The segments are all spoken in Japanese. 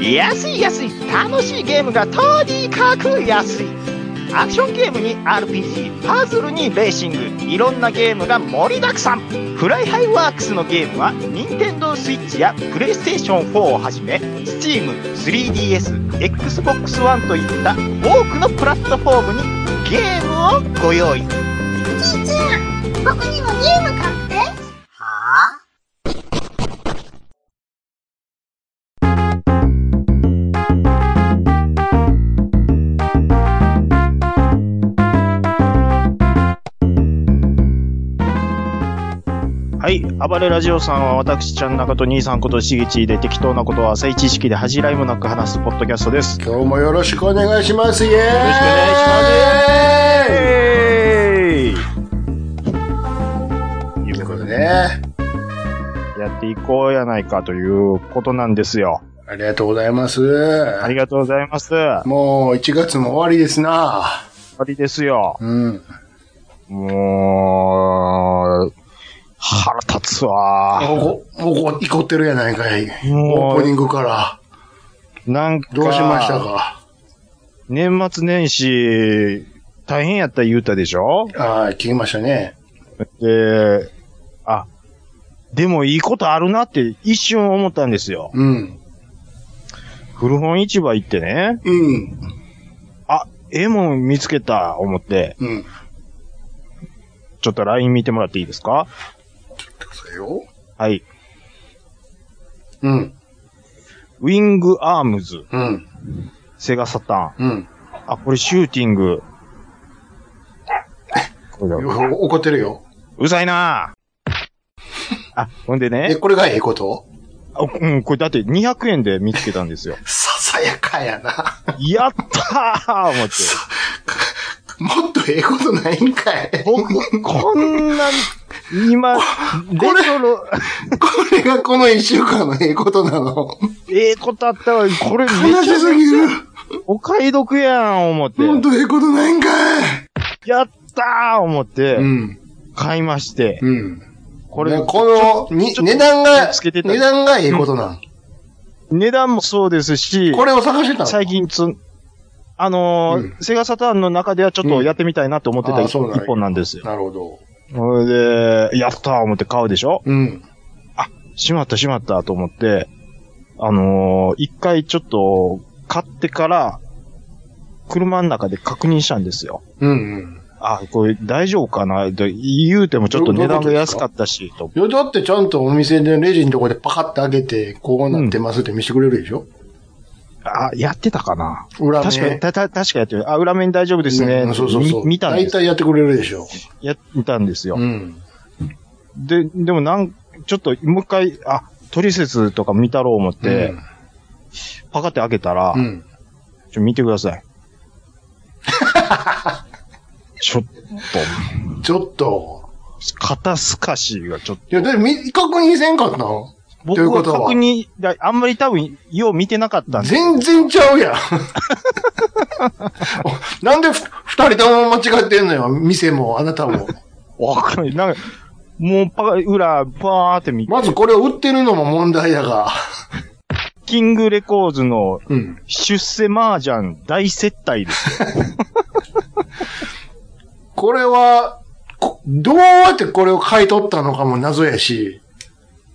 安い安い楽しいゲームがとにかく安いアクションゲームに RPG パズルにレーシングいろんなゲームが盛りだくさんフライハイワークスのゲームは NintendoSwitch や PlayStation4 をはじめ Steam3DSXbox One といった多くのプラットフォームにゲームをご用意じいちゃん僕にもゲーム買ってははい。暴れラジオさんは私、ちゃん中と兄さんことしげちで適当なことは浅い知識で恥じらいもなく話すポッドキャストです。今日もよろしくお願いしますイエーイよろしくお願いしえますということでね、ー、やっていこうやないかということなんですよ。ありがとうございます。ありがとうございます。終もう1月も終わりですな。わりですよ。うん。もう、腹立つわ。もうこ、もうこ、怒ってるやないかい。もうオープニングから。なんか、どうしましたか年末年始、大変やった言うたでしょはい、聞きましたね。で、あ、でもいいことあるなって一瞬思ったんですよ。うん。古本市場行ってね、うん。あ、ええもん見つけた、思って、うん。ちょっと LINE 見てもらっていいですかそうよ。はい。うん。ウィングアームズ、うん。セガサタうん。ーン。あ、これシューティング。これだよ怒ってるよ。うるさいなあ、ほんでえ、ね、これがええことあうん、これだって200円で見つけたんですよ。 ささやかやな。やったー思って。もっとええことないんかい。ここんなに、今、 レトロ、れがこの一週間のええことなの。ええことあったわ。これめちゃ悲めちしすゃぎる。お買い得やん、思って。もっとええことないんかい。やったー、思ってう、ん。買いまして。うん。こねれ、この、に、ちょっと値段が、つけてた値段がええことなん。値段もそうですし、これを探してたの最近つ、あのーセガサターンの中ではちょっとやってみたいなと思ってうんたあー一そうなんや一本なんですよ。なるほど。それで、やったー思って買うでしょうん。しまったしまったと思って、あのー一回ちょっと買ってから、車の中で確認したんですよ。うんうん。あ、これ大丈夫かなで言うてもちょっと値段が安かったし、と。いや、だってちゃんとお店でレジのとこでパカッて開けて、こうなってますって見せてくれるでしょ、あ、やってたかな裏面。確かに、た、た、確かやってる。あ、裏面大丈夫ですね。うんそうそうそう。み見たんで大す。体やってくれるでしょ。やったんですよ。うん。で、でもなん、ちょっともう一回、あ、トリセツとか見たろう思って、パカって開けたら、うん、うん。ちょ、見てください。 ちょっと、ちょっと。肩透かしがちょっと、いや、でも、み確認せんかったの僕というはことは確認、だあんまり多分、よう見てなかったんで、全然ちゃうやん。おなん でふ二人とも間違ってんのよ。店も、あなたも。わかんない。なんか、もうパカ、裏、パーって見、まずこれを売ってるのも問題やが。キングレコーズのうん。出世麻雀大接待です。これは、こどうやってこれを買い取ったのかも謎やし、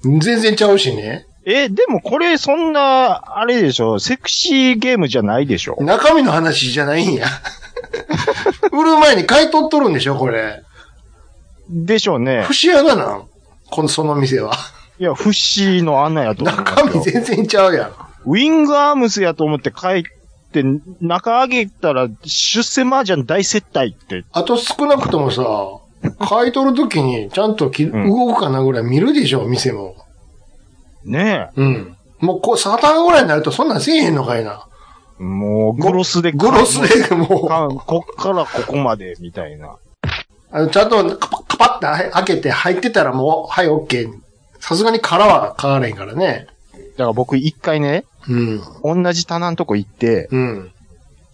全然ちゃうしね。え、でもこれそんな、あれでしょ、セクシーゲームじゃないでしょ中身の話じゃないんや。 売る前に買い取っとるんでしょ、これ。でしょうね不。思議やがな。この、その店は。いや、フッシーの穴やと思います中身よ。全然ちゃうやん。ウィングアームスやと思って帰って、中上げたら、出世麻雀大接待って。あと少なくともさ、買い取るときにちゃんとき、ん動くかなぐらい見るでしょ、店も。ねうん。もうこう、サタンぐらいになるとそんなんせえへんのかいな。え。もう、グロスで。グロスで、もう。かこっからここまで、みたいな。あの、ちゃんとカパカパってはい開けて入ってたらもう、はい、オッケー。さすがに殻は変われへんからね。だから僕一回ね、うん。同じ棚のとこ行って、うん。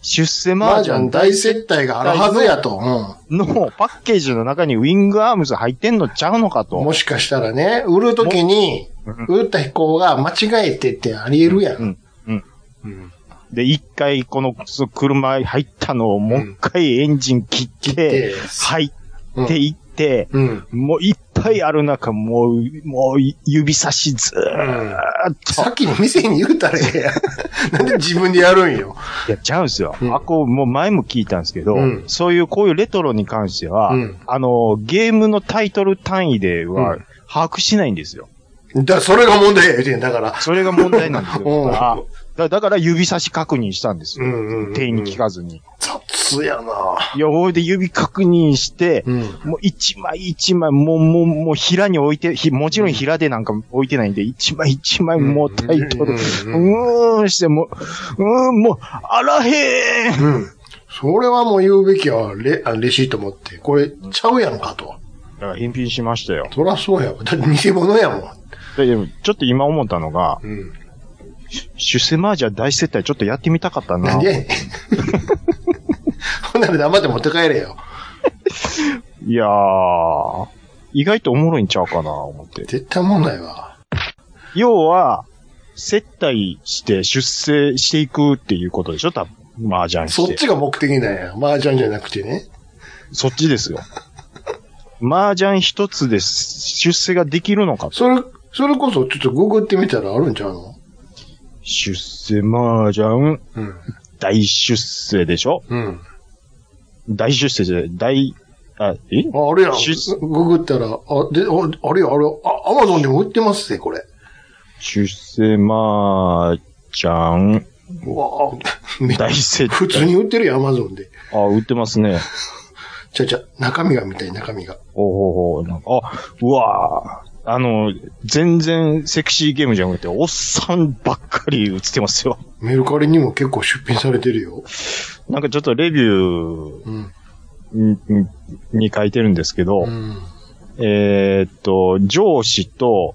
出世麻麻雀雀大接待があるはずやと。うのパッケージの中にウィングアームス入ってんのちゃうのかん。と。もしかしたらね、売るときに、売った飛行が間違えてってあり得るやん。うんうんうん。で、一回このそう車に入ったのをもう一回エンジン切切っ、ってて、入っていって、うん。もういっぱいある中、もう、もう指差しずうーっん。と。さっきの店に言うたらええやん。なん で自分でやるんよ。やっちゃうんですよ。うんあ、こう、もう前も聞いたんですけど、うんそういう、こういうレトロに関しては、うんあの、ゲームのタイトル単位では、う把握しないんですよ。だからそれが問題や言うてんだから。それが問題なんですおよ。うだからだだから指差し確認したんですうよ。んうんうん。店員に聞かずに。雑やな。いや、ほいで指確認して、うん。もう一枚一枚、もう、もう、もう平に置いて、ひもちろん平でなんか置いてないんで、一枚一枚もうタイトル、ううんうんーんして、もう、うーん、もう、あらへんうん。それはもう言うべきはレ、あレシート持って、これちゃうやんかと。だから返品しましたよ。そらそうやわ。だって偽物やもん。ででもちょっと今思ったのが、うん。出世マージャー大接待ちょっとやってみたかったな。なんでや ねん。ほんなら黙って持って帰れよ。いやー、意外とおもろいんちゃうかな、思って。絶対問題は。要は、接待して出世していくっていうことでしょ多分。麻雀して。そっちが目的なんや。麻雀じゃなくてね。そっちですよ。麻雀一つで出世ができるのかと。それ、それこそちょっとググってみたらあるんちゃうの出世麻雀、うん。大出世でしょうん。大出世じゃない、大、あ、えあ、あれや出ん。ググったら、あ、で、ああれや、あれ、あ、アマゾンでも売ってますね、これ。出世麻雀、うわあ、めっちゃ大接待。普通に売ってるよ、アマゾンで。あ、売ってますね。ちゃちゃ、中身が見たい、中身が。おうおうおうなんか、あ、うわぁ。あの、全然セクシーゲームじゃなくて、おっさんばっかり映ってますよ。メルカリにも結構出品されてるよ。なんかちょっとレビュうん。ーにに書いてるんですけど、うん。えーっと、上司と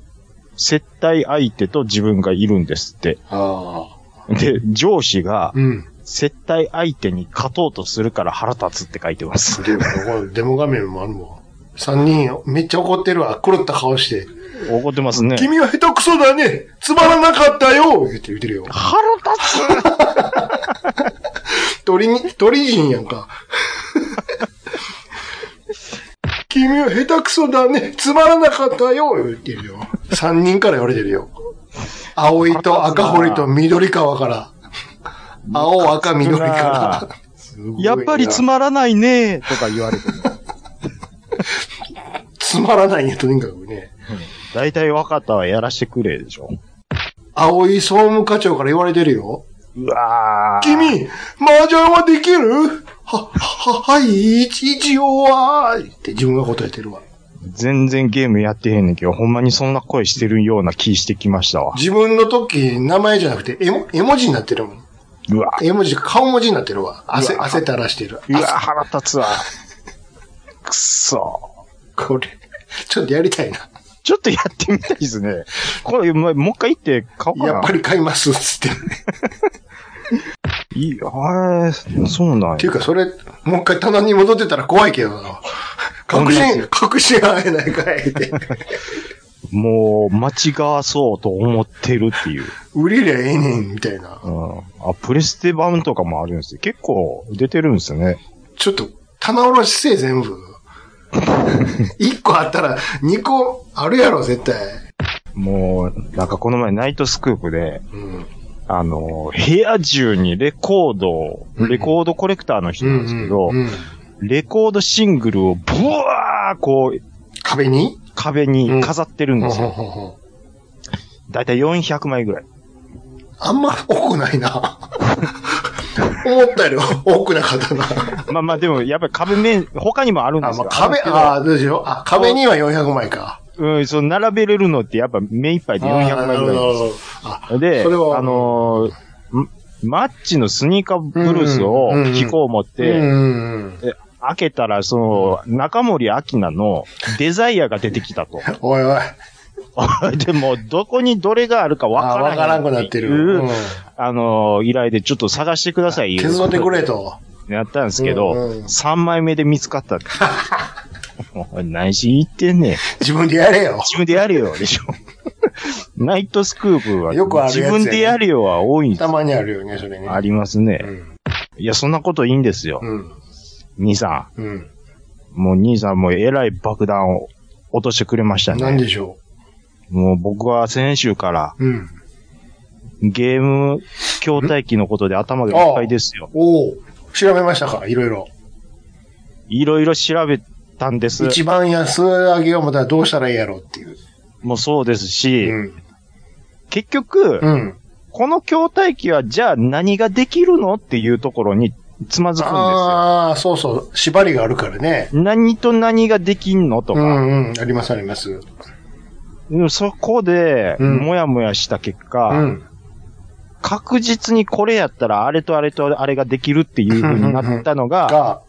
接待相手と自分がいるんですって。ああ。で、上司がうん。接待相手に勝とうとするから腹立つって書いてます。で、これデモ画面もあるもん。三人、めっちゃ怒ってるわ。狂った顔して。 怒ってますね。君は下手くそだねつまらなかったよ言って言ってるよ。腹立つ鳥に、鳥人やんか。 君は下手くそだねつまらなかったよ言ってるよ。三人から言われてるよ。青いと赤堀と緑川から。青、赤、緑から。すご いなやっぱりつまらないねとか言われてる。つまらないんや、とにかくね。大体分かったわ、やらしてくれでしょ。青い総務課長から言われてるよ。うわー。君、麻雀はできるは、は、はい、一応は、って自分が答えてるわ。全然ゲームやってへんねんけど、ほんまにそんな声してるような気してきましたわ。自分の時、名前じゃなくて、絵も絵文字になってるもん。うわ絵文字、顔文字になってるわ。汗、汗垂らしてる。うわ腹立つわ。くっそこれ、ちょっとやりたいな。ちょっとやってみたいですね。これ、もうもう一回行って買おうかな。やっぱり買います、つって。っいい、あーそうなんていや。うか、それ、もう一回棚に戻ってたら怖いけどな。確信、確信が会えないかい って。もう、間違わそうと思ってるっていう。売れりゃええねん、みたいな。うん。あ、プレステ版とかもあるんですよ。結構出てるんですよね。ちょっと、棚卸しせえ、全部。一個あったら、二個あるやろ、絶対。もう、なんかこの前ナイトスクープで、うん。あの、部屋中にレコードを、うんレコードコレクターの人なんですけど、うんうんレコードシングルをブワーこう、壁に壁に飾ってるんですよ。ほんほんほんだいたい400枚ぐらい。あんま多くないな。 思ったより多くなかったな。まあまあでも、やっぱり壁面、他にもあるんであ、すまあ、よ。壁、ああ、どうしよう。あ、壁には400枚か。うん、その並べれるのってやっぱ目いっぱいで400枚ぐらいなんですよ。あで、それはあのーんマッチのスニーカーブルースをうんうん聞こう思っー、うんて、うんうん。開けたら、その、中森明菜のデザイアが出てきた と。おいおい。でも、どこにどれがあるかわあからわん。からんくなっていうる。うんあのー依頼でちょっと探してください。削ってくれ。と。やったんですけど、うんうん3枚目で見つかったって。おい何しに行ってんねん。自分でやれよ。 自分でやるよ、でしょ。ナイトスクープは、よくあるやつやね自分でやるよは多いんですたまにあるよね、それね。ありますね。いや、そんなこといいんですよ。うん。兄さうん。うん。ん。もう兄さんもえらい爆弾を落としてくれました何ね。でしょもう僕は先週からう。うん。ゲーム筐体機のことで頭がいっぱいですよ。おお調べましたかいろいろ。いろいろ調べたんです。一番安上げをまたらどうしたらいいやろうっていう。もうそうですし、うん。結局、うん。この筐体機はじゃあ何ができるのっていうところにつまずくんですよ。ああ、そうそう。縛りがあるからね。何と何ができんのとうか、んうん。ありますあります。でもそこで、うんもやもやした結果、うん。確実にこれやったらあれとあれとあれができるっていう風になったのが、 が、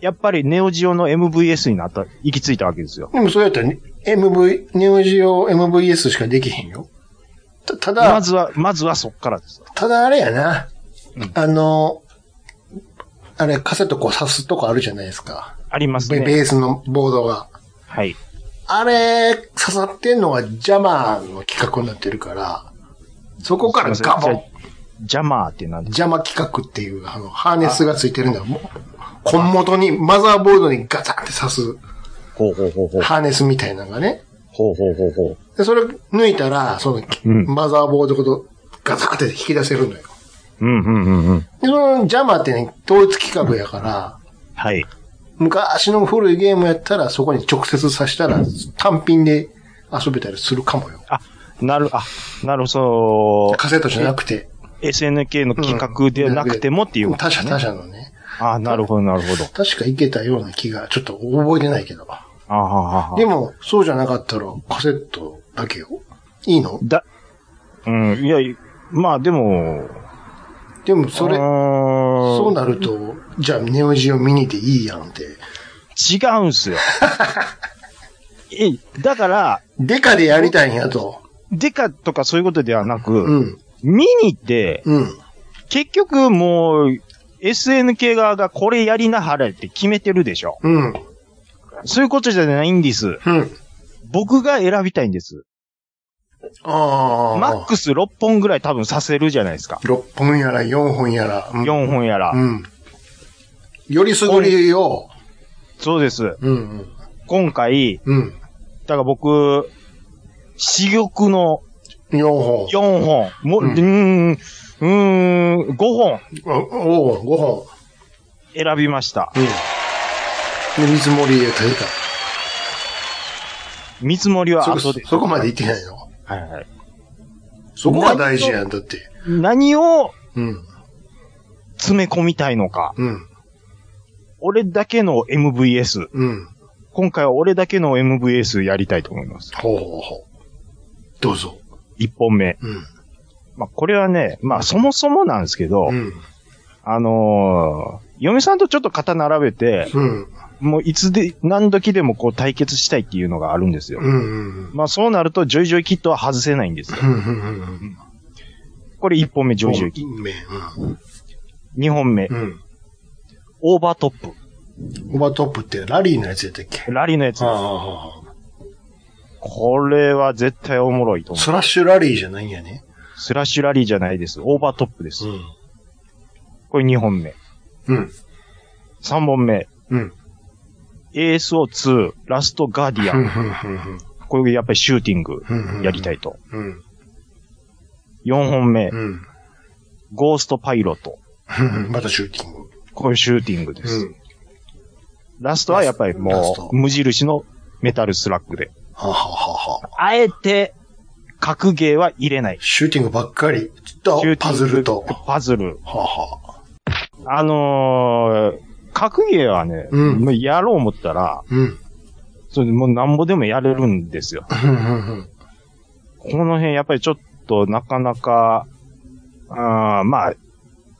やっぱりネオジオの MVS になった、行き着いたわけですよ。でもそうやったらね、MV、ネオジオ MVS しかできへんよ。たただ、まずは、まずはそっからです。ただあれやな。うんあの、あれ、カセットこう刺すとこあるじゃないですか。ありますベね。ベースのボードが。はい。あれ、刺さってんのが邪魔の企画になってるから、そこからガボじゃンあジャマーってなんで邪魔企画っていう、あの、ハーネスがついてるんだ。もう、根元に、マザーボードにガチャンって刺ほうほうほうほす、。ハーネスみたいなのがね。ほうほうほうほう。で、それ抜いたら、その、うんマザーボードごとガチャって引き出せるのよ。うんうんうんうん。で、その邪魔ってね、統一企画やから、はい。昔の古いゲームやったら、そこに直接刺したら、単品で遊べたりするかもよ。あ、なる、あ、なるほカセットじゃなくて。ど。SNK の企画でなくてもっていうこと他ね、社、他社のね。あ、なるほど、なるほど。確かいけたような気が、ちょっと覚えてないけど。あはははでも、そうじゃなかったら、カセットだけよ。いいのだ、うん、いや、まあでも、でも、それう、ーんそうなると、じゃあ、ネオジオミニでいいやんって。違うん すよ。え、だから、デカでやりたいんやと。デカとかそういうことではなうく、ん、ミニって、うん。結局もう、SNK 側がこれやりなはれって決めてるでしょ。うん。そういうことじゃないんです。うん。僕が選びたいんです。ああ。マックス6本ぐらい多分させるじゃないですか。 6本やら4本やら。うん4本やら。うん。よりすぐりを。そうです。うん。今回、うん。だから僕、珠玉の4本。 4本、も、ううんーん、うーん、5本あおう、5本。選びました。うん。で見積もりで足り見積もりた。はそ後こ、で。そこまで行ってないの。はいはい。そこが大事やん、だって。何をうん。詰め込みたいのか。うん。俺だけの MVS。うん。今回は俺だけの MVS やりたいと思います。ほうほうほう。どうぞ。 1本目。うん。まあ、これはね、まあ、そもそもなんですけど、うん。あのー嫁さんとちょっと肩並べて、うん。もういつで、何時でもこう対決したいっていうのがあるんですよ。うん。うん。まあそうなると、ジョイジョイキットは外せないんですよ。うん。うん。これ1本目、ジョイジョイキッうん。うん。ト。2本目、うん。オーバートッオーバートップってラリーのやつやったっけプ。ラリーのやつ。ああ。これは絶対おもろいと思う。スラッシュラリーじゃないんやね。スラッシュラリーじゃないです。オーバートップです。ん。これ2本目。うん。 3本目、うん。 ASO2、ラストガーディうアン。ん。うん。これやっぱりシューティングうん。やりい。たいと。うん。 4本目う、ん。ゴーストパイロット。 またシューティング。これシューティングです。ん。ラストはやっぱりラスもトう、無印のメタルスラックで。はははは。あえて、格ゲーは入れない。シューティングばっかり。とシュー、ティパングズルと。パズル。はは。あのー、格ゲーはね、うんもうやろう思ったら、うん。それでもうなんぼでもやれるんですよ。うん。この辺やっぱりちょっとなかなか、あーまあ、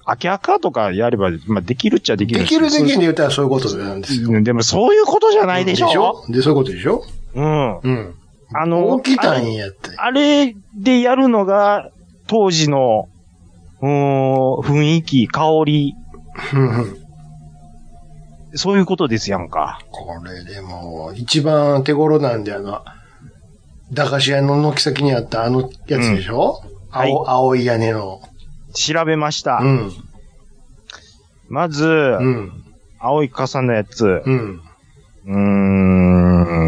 アキアカとかやれば、まあできるっちゃできるでんすけきどるできんで言ったらそういうことなんですよ。うんでもそういうことじゃないでしょで、そういうことでしょうん。うん。あの、起きたんやって。あれでやるのが、当時の、うーん、雰囲気、香り、うんうん。そういうことですやんか。これでも、一番手頃なんで、あの、駄菓子屋の軒先にあったあのやつでしょ、はい青、青い屋根の。調べました。うん。まず、うん。青い傘のやつ。うん。うー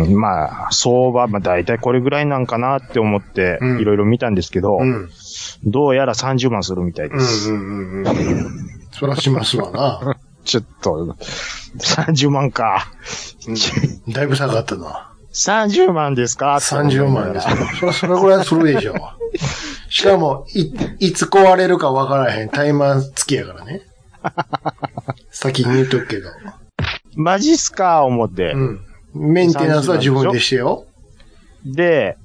ん、まあ、相場、まあ大体これぐらいなんかなって思ってう、んいろいろ見たんですけど、うん。どうやら30万するみたいうん。うです。ん。うん。そらしますわな。ちょっと、30万か。だいぶ下がったな。 30万ですか30万ですか。よ。そら、それぐらいするでしょう。しかも、い、いつ壊れるかわからへんタイマー付きやからね。先に言っとくけど。マジっすか思ってう。ん。メンテナンスは自分でしてよ。で、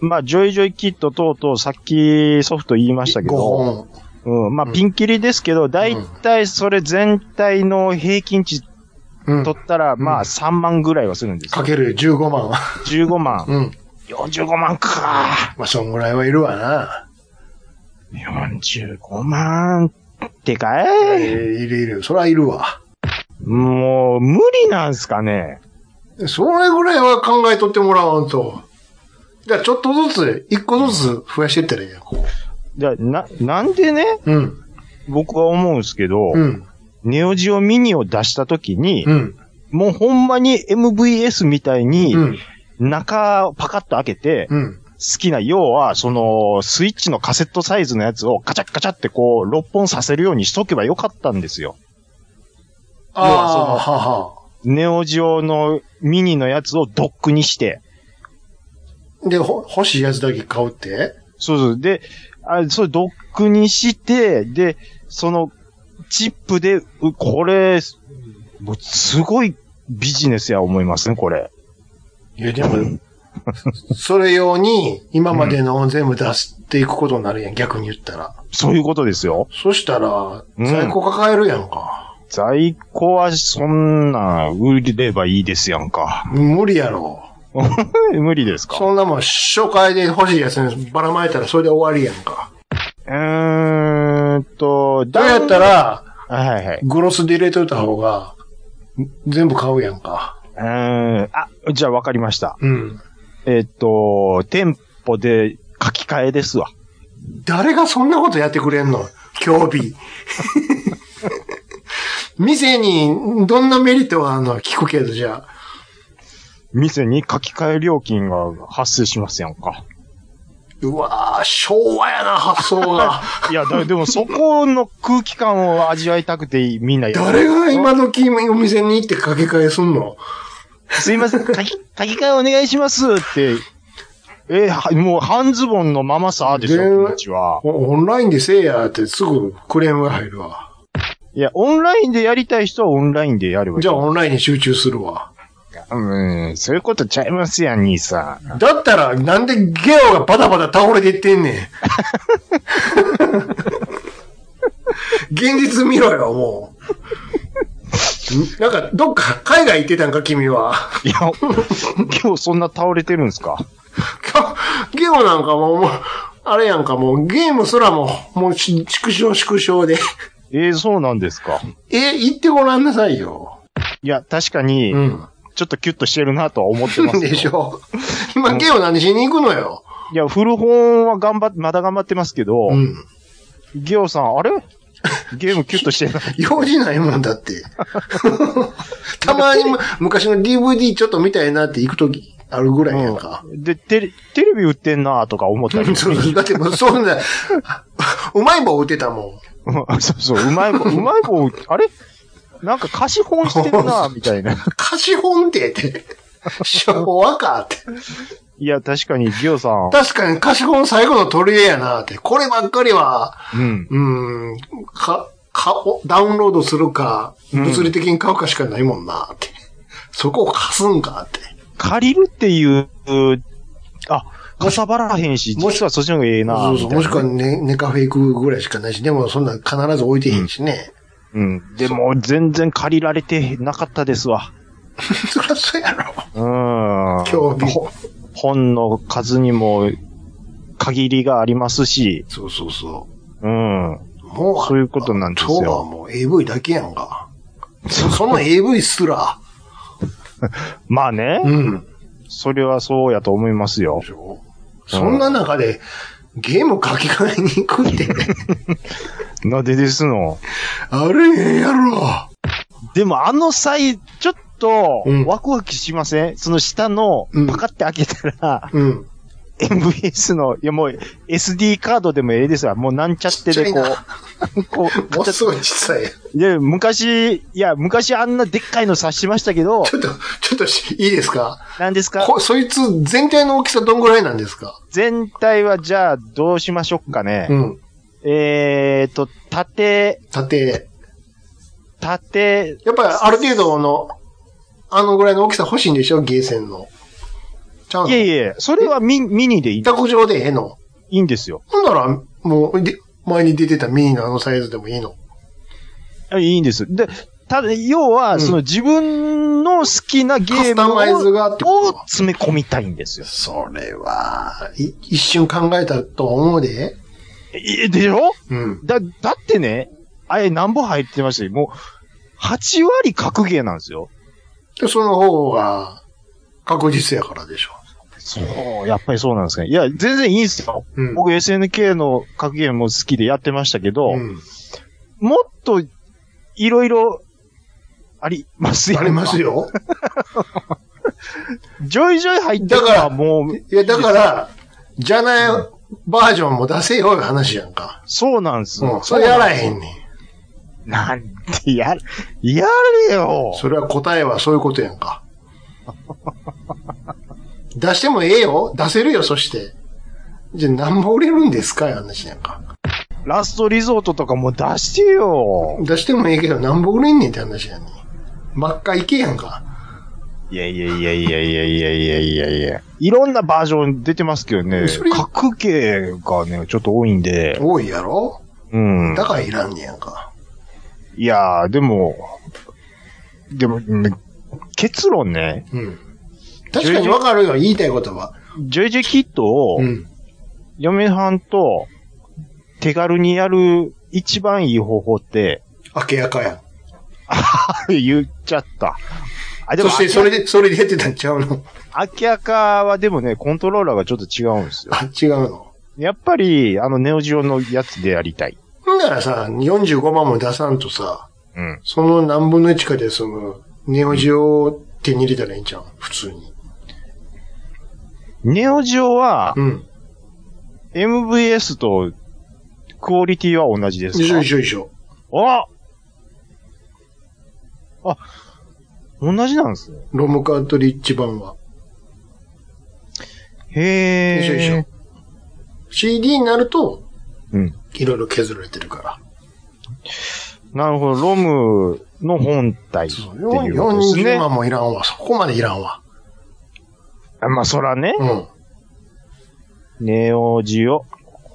まあ、ジョイジョイキット等々、さっきソフト言いましたけ5ど、本。うん、まあ、うんピンキリですけど、だいたいそれ全体の平均値うん。取ったら、んまあ、3万ぐらいはするんですよか。ける15万。 15万。うん。 45万か。まあ、そんぐらいはいるわな。 45万ってかえいーいるいる。そらいるわ。もう、無理なんすかねそれぐらいは考えとってもらわんと。じゃあ、ちょっとずつ、一個ずつ増やしていったらいいや、こじゃあな、なんでね、う。うん。僕は思うんですけど、うん。ネオジオミニを出した時にう、ん。もうほんまに MVS みたいにう、ん。中をパカッと開けて、うん。好きな、要は、その、スイッチのカセットサイズのやつをカチャッカチャってこう、6本させるようにしとけばよかったんですよ。ああ、要はははネオジオのミニのやつをドックにして、で、ほ欲しいやつだけ買うってそうそう。で、あそれドックにして、で、その、チップで、うこれ、もうすごいビジネスや思いますね、これ。いや、でも、 それ用に、今までの全部出していくことになるやん、逆に言ったら。そういうことですよ。そしたら、うん在庫抱えるやんか。在庫はそんな、売ればいいですやんか。無理やろ。無理ですかそんなもん、初回で欲しいやつにばらまいたらそれで終わりやんか。うーんと、だやったら、はいはいはい。グロスで入れといた方が、全部買うやんか。うーん。あ、じゃあ分かりました。うん。えっ、と、店舗で書き換えですわ。誰がそんなことやってくれんの興味。 店にどんなメリットがあるの聞くけど、じゃあ。店に書き換え料金が発生しますやんか。うわぁ、昭和やな、発想 が。いや、だでもそこの空気感を味わいたくてみんなやる誰が今時お店に行って掛け替えすんのすいません、書き、書き換えお願いしますって。えーはもう半ズボンのままさでしでょ、気持ちは。おオンラインでせえやってすぐクレームが入るわ。いや、オンラインでやりたい人はオンラインでやればいい。じゃあオンラインに集中するわ。うん、そういうことちゃいますやん、兄さん。だったらなんでゲオがバタバタ倒れていってんねん。現実見ろよ、もう。なんか、どっか海外行ってたんか、君は。いや、今日そんな倒れてるんですかゲオなんかもう、もうあれやんか、もうゲームすらも、もうし縮小縮小で。えー、そうなんですか。え、行ってごらんなさいよ。いや、確かにう、ん。ちょっとキュッとしてるなとは思ってますよ。でしょ。今、ゲオ何しに行くのよ。いや、古本は頑張っ、まだ頑張ってますけど、うん。ギオさん、あれゲームキュッとしてない。用事ないもん だって。たまにむ昔の DVD ちょっと見たいなって行くときあるぐらいやんか。で、テレ、テレビ売ってんなとか思ったり。そうそうだってもうそんな、うまい棒打てたもうん そうそう、うまい棒、うまい棒、あれなんか貸し本してる なみたいな。ん。貸し本ってって。昭和かって。いや、確かにギオさ ん、確かに貸し本最後の取り柄やなって。こればっかりは、うん。うーん、か、か、おダウンロードするか、うん物理的に買うかしかないもんなって。そこを貸すんかって。借りるっていう、あ、かさばらへんし、もし実はそっちの方がええなそうそう。もしくはみたいなね、ネカフェ行くぐらいしかないし、でもそんなん必ず置いてへんしね。 うん。でも、全然借りられてなかったですわ。そりゃそうやろ。うん。今興味。本の数にも限りがありますし、そうそうそうん。う。もう、そういうことなんですよそうはもう AV だけやんか。そその AV すら。まあね、うん。それはそうやと思いますよで。しょそんな中で、ゲーム書き換えに行 くって、なんでですの。あれへんやろ。でもあの際、ちょっとうん、ワクワクしません、その下のうん、パカって開けたら、 うん。 MVS の、いやもう SD カードでもええですわ。もうなんちゃってでこちう、っ こう、もうすごい小さい。で、昔、いや、昔あんなでっかいの察しましたけど、ちょっと、ちょっとし、いいですか何ですかこそいつ全体の大きさどんぐらいなんですか全体はじゃあどうしましょうかね。うん。えーと、縦、縦。縦、やっぱりある程度の、あのぐらいの大きさ欲しいんでしょゲーセンの。ちゃういえのいえ、それはミミニでいい委託上でええの。いいんですよ。ほんなら、もう、で前に出てたミニのあのサイズでもいいの。いいんです。で、ただ、要うは、んその自分の好きなゲカスータムマイズをがってこをと詰め込みたいんですよ。それは、い一瞬考えたとは思うで。え、でしょうん。だ、だってね、あれ何本入ってましたもう、8割格ゲーなんですよ。でその方が、確実やからでしょ。そう、やっぱりそうなんですね。いや、全然いいんですよ。うん。僕 SNK の格ゲームも好きでやってましたけど、うんもっといろいろありますよ。あります。よ。 ジョイジョイ入ってだからもう、いや、だ から、じゃないバージョンも出せよいう話やんか。そうなんですうよん。。それやらへんねん。なんてやる、やれよ。それは答えはそういうことやんか。 出してもええよ。出せるよ、そして。じゃあ何も売れるんですかいう話やんか。ラストリゾートとかも出してよ。出してもええけど何も売れんねんって話やんねん。ばっかいけやんか。いやいやいやいやいやいやいやいやいや。いろんなバージョン出てますけどねそれ。格ゲーがね、ちょっと多いんで。多いやろうん。だからいらんねやんか。いやー、でも、でも、ね結論ね、うん。確かにわかるよ、言いたいことは。ジョイジョイキットをう、ん。嫁はんと手軽にやる一番いい方法って、 明けやかやん。言っちゃった。あ、でそも、してそれで、それでやってたんちゃうのアキアカはでもね、コントローラーがちょっと違うんですよ。あ、違うの。やっぱり、あの、ネオジオのやつでやりたい。ほんならさ、45万も出さんとさ、うん。その何分の1かでその、ネオジオを手に入れたらいいんじゃん普通に。ネオジオは、うん。 MVS と、クオリティは同じです一緒か一緒一緒。ああ、同じなんですね。ロムカートリッジ版は。へー。一緒一緒。CD になると、うん。いろいろ削られてるから。なるほど。ロムの本体っていそう。うことです40ね。万もいらんわ。そこまでいらんわ。あまあ、そらね。うん。ネオジオ。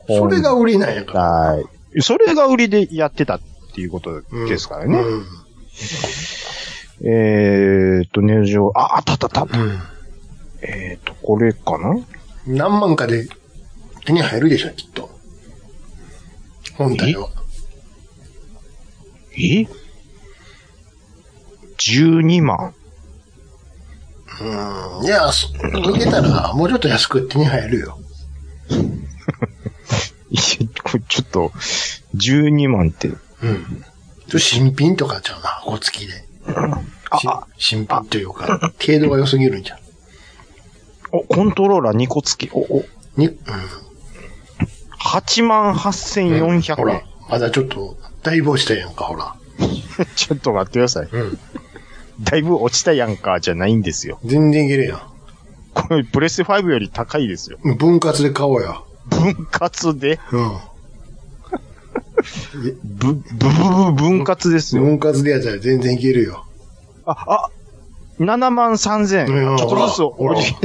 それが本売りなんやから。体。それが売りでやってたっていうことうんですからうね。ん。えーっと、ネオジオ。あ、あったあったあった。うん。えーっと、これかな何万かで手に入るでしょ、きっと。本体は。え ?12 万。うん。いや、そ見てたら、もうちょっと安く手に入るよ。いやこれちょっと、12万って。うん。ちょ新品とかちゃうな、箱付きで。しあ新品というか、程度が良すぎるんじゃん。お、コントローラー2個付き。お、お、に、うん。 8万8400ほ円。ら、まだちょっと、だいぶ落ちたやんか、ほら。ちょっと待ってください。うん。だいぶ落ちたやんか、じゃないんですよ。全然いけるやんこれ、プレステ5より高いですよ。。分割で買おうや。分割で、うん。ぶ、ぶ、ぶ、ぶ分割ですよ。分割でやったら全然いけるよ。あ、あ、7万3000。うんちょっとずつほらおじ、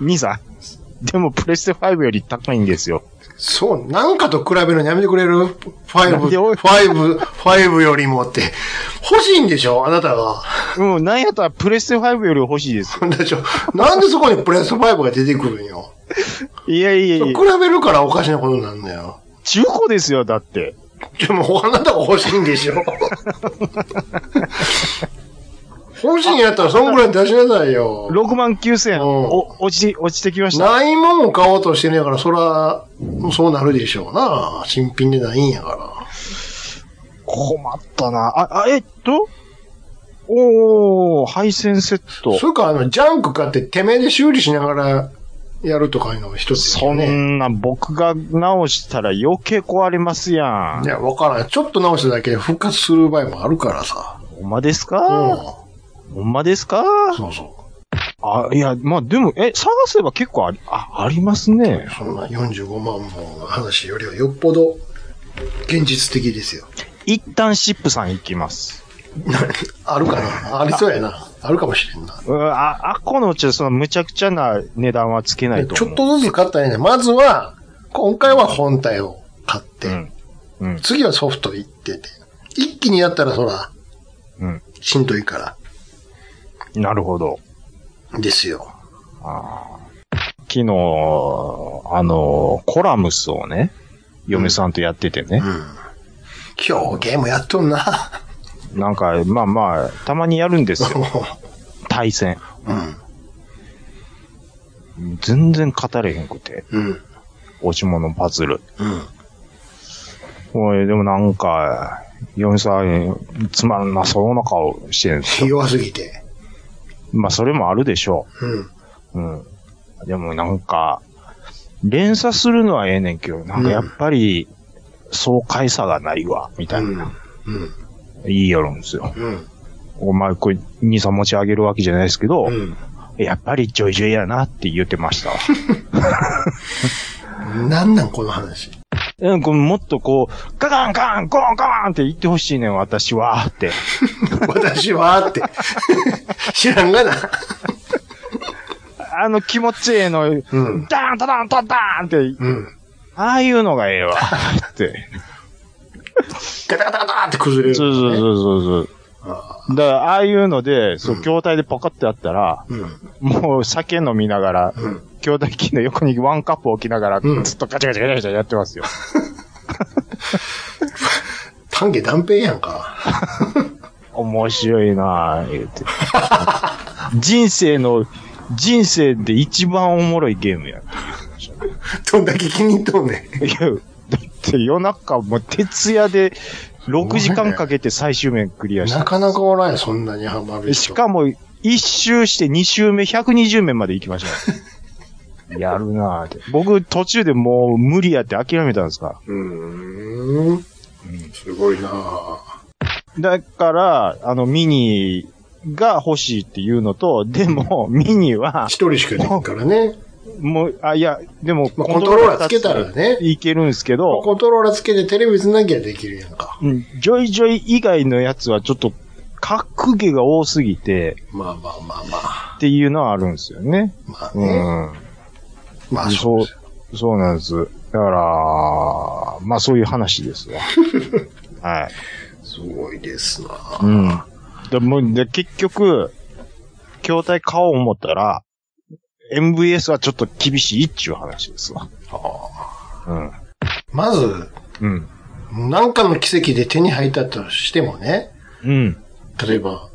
兄さん。でも、プレステ5より高いんですよ。そう、なんかと比べるのやめてくれるフなんで ?5、俺ファイブ、ファイブよりもって。欲しいんでしょあなたが。うん、なんやったらプレステ5より欲しいです。なんでしょなんでそこにプレステ5が出てくるんよ。いやいや比いや、べるからおかしなことなんだよ。中古ですよ、だって。でも、あなたが欲しいんでしょ欲しいんやったらそんぐらい出しなさいよ。 6万9000、うんお落ちて、落ちてきました。ないもんを買おうとしてんねやから、そら、そうなるでしょうな。新品でないんやから。困ったな。あ、あ、えっとおー、配線セット。それか、あの、ジャンク買って、てめえで修理しながらやるとかいうのも一つですそよね。んな、僕が直したら余計壊れますやいん。や、わからん。ちょっと直しただけで復活する場合もあるからさ。ほんまですうん。かほんまですかそうそあ、いや、まあでも、え、探せば結構あり、あ、ありますねう。。そんな45万も話よりはよっぽど現実的ですよ。一旦シップさん行きます。 あるかなありそうやな。あるかもしれんな。うん、あ、あっこのうちはその無茶苦茶な値段はつけないとち思う。ょっとずつ買ったらいいね。まずは、今回は本体を買って、うんうん次はソフト行ってて。一気にやったらそら、うんしんどいかなるほど。ら。ですよ。あー昨日、あの、コラムスをね、嫁さんとやっててねうん。。今日ゲームやっとんな。なんか、まあまあ、たまにやるんです よ。対戦。うん。全然語れへんくて。うん。落ち物パズル。うん。おい、でもなんか、嫁さん、つまんなそうな顔してるんですよ。弱すぎて。まあ、それもあるでしょうん。う。うん。でもなんか、連鎖するのはええねんけど、なんかやっぱり、爽快さがないわ、みたいな。うん。言いよるんですよ。うん。お前、これ、兄さん持ち上げるわけじゃないですけど、うん。やっぱりジョイジョイやなって言ってましたわ。 なんなんこの話。 うん、こうもっとこう、ガガンガン、ゴンゴンって言ってほしいねん、私は、って。私はって。 知らんがな。あの気持ちええの、うん。ダーン、ダダン、ダダーンって、うん。ああいうのがええわ、って。ガタガタガタって崩れる。そうそうそうそうあそう。だから、ああいうので、そうう、ん筐体でパカってあったら、うん。もう酒飲みながら、うん。筐体機の横にワンカップ置きながら、うんずっとガチャガチャガチャガチャやってますよ。丹下断平やんか。 面白いなぁ、言うて。 人生の、人生で一番おもろいゲームや。どんだけ気に入っとんねん。いや、だって夜中もう徹夜で6時間かけて最終面クリアしなた。かなかおらんよ、そんなにハマる人。しかも1周して2周目、120面まで行きました。 やるなぁって。僕途中でもう無理やって諦めたんですかうーん。すごいなぁ。ら。だから、あのミニが欲しいっていうのと、で もミニは、一人しかできんからね。もう、あ、いや、でもまあ、コントローラーつけたらねいけるんですけど、コントローラーつけてテレビつなぎゃできるやんか。うんジョイジョイ以外のやつはちょっと格ゲが多すぎてまあまあまあまあ。っていうのはあるんですよね。まあうね。ん。まあそそううですよ。、そうなんです。だから、まあそういう話です わ。はい。すごいですなぁ。うん。でもうで結局、筐体買おう思ったら、MVS はちょっと厳しいっちゅう話ですわ。うん。まず、うん。なんかの奇跡で手に入ったとしてもね。うん。例えば、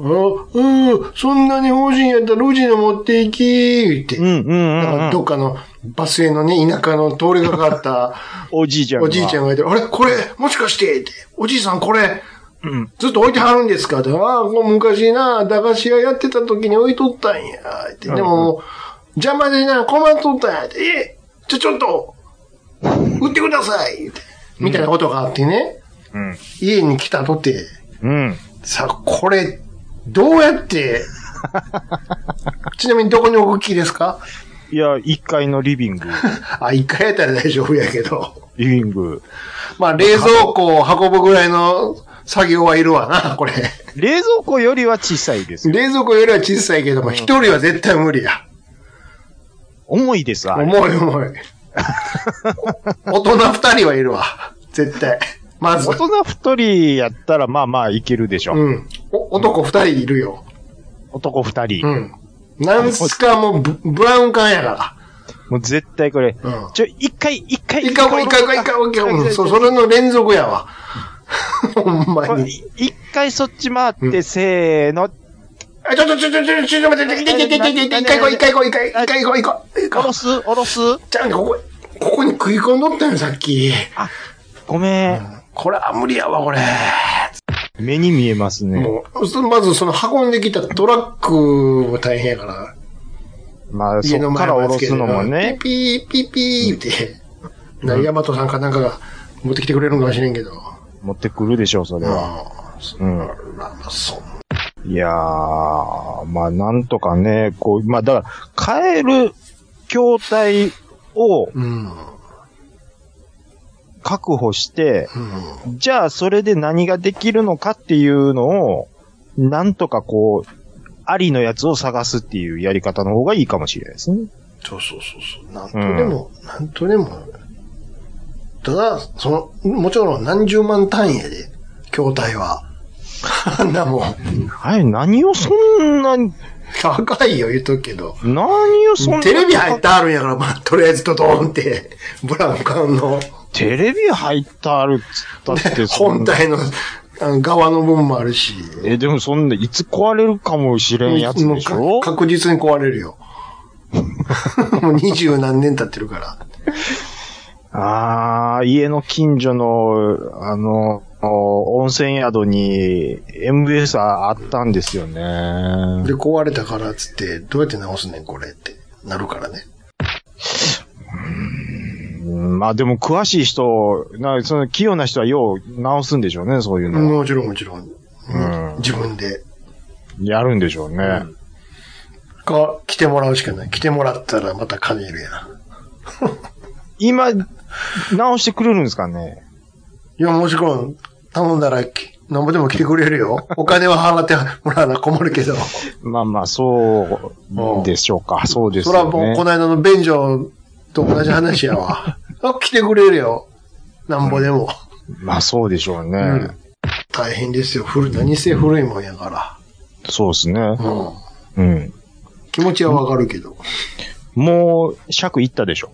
あ、うん、そんなに法人やったら路地に持って行きーって。うん。うん。なんかうどん。っかのバスへのね、田舎の通りがかった おじいちゃんが。おじいちゃんがいて、あれこれ、もしかしてっておじいさんこれ、うん。ずっと置いてはるんですかって、ああ、もう昔な、駄菓子屋やってた時に置いとったんや。ってでももう、邪魔でな、困っとったんや。ってえ、ちょ、ちょっと、売ってくださいってみたいなことがあってね、うん。家に来たとて、うん。さあ、これ、どうや って、ちなみにどこに置く気ですかいや、1階のリビング。あ、一回やったら大丈夫やけど。リビング。まあ、冷蔵庫を運ぶぐらいの作業はいるわな、 これ。冷蔵庫よりは小さいです。冷蔵庫よりは小さいけども、一人は絶対無理や。重いです、あれ。重い重い。 大人二人はいるわ。絶対。まず大。人太りやったら、まあまあいけるでしょ。うん。お男二人いるよ。男二人、うん。なんすかもうブ、ブラウン管やかもう絶対これ。ら。うん。ちょ、一回、一回。一回、一回、一回、一回、一回、うん。そう、それの連続やわ。ほんま これに。一回そっち回っうて、せーの。あちょ、ちょ、ちょ、ちょ、ちょ、ちょ、ちょ、待って、で、で、で、で、で、で、一回行こう、一回行こう、一回、一回行こう、一回行こう。お一回行ころすおろすうちゃんとここ、ここに食い込んどったよ、さっき。ごめん。これは無理やわ、これ。目に見えますね。もう、そまずその運んできたトラックも大変やから。まあ、そ家のっか前らまおでろつけてすのもね。ピーピーピーピーって。な、ヤマトさんかなんかが持ってきてくれるんかもしれんけど。持ってくるでしょう、それは。ああ、そうん。ら、まあ、そんいやー、まあなんとかね、こう、まあだから、変える筐体をうん。うん。確保して、じゃあそれで何ができるのかっていうのを、なんとかこう、ありのやつを探すっていうやり方の方がいいかもしれないですね。そうそうそうそう。なんとでも、なんとでも。ただ、その、もちろん何十万単位やで、筐体は。 あんなもん。はい、何をそんなに、高いよ、言うとくけど。何をそんなテレビ入ってあるんやから、まあ、とりあえずドドーンって、 ブラウン管のテレビ入ったあるっつったって、そん本な体のあの側の分もあるし。え、でもそんな、いつ壊れるかもしれんやつでしもょうか確実に壊れるよ。 もう二十何年経ってるから。ああ、家の近所の、あの、お温泉宿に MBS あったんですよね。で、壊れたからっつって、どうやって直すねん、これって。なるからね。うんまあでも詳しい人、なその器用な人はよう直すんでしょうね、そういうのは。もちろんもちろん。うん自分で。やるんでしょうね。か、来てもらうしかない。来てもらったらまた金いるやん。今、直してくれるんですかね。いや、もちろん、頼んだら、きなんぼでも来てくれるよ。お金は払ってもらわな困るけど。まあまあ、そうでしょうか。そうですそよらね。もう、この間の便所と同じ話やわ。あ来てくれるよ。なんぼでも。まあそうでしょうね。うん大変ですよ。古い、何せ古いもんやかそうですね。ら。うん。うん。気持ちはわかるけど。 もう、尺いったでしょ。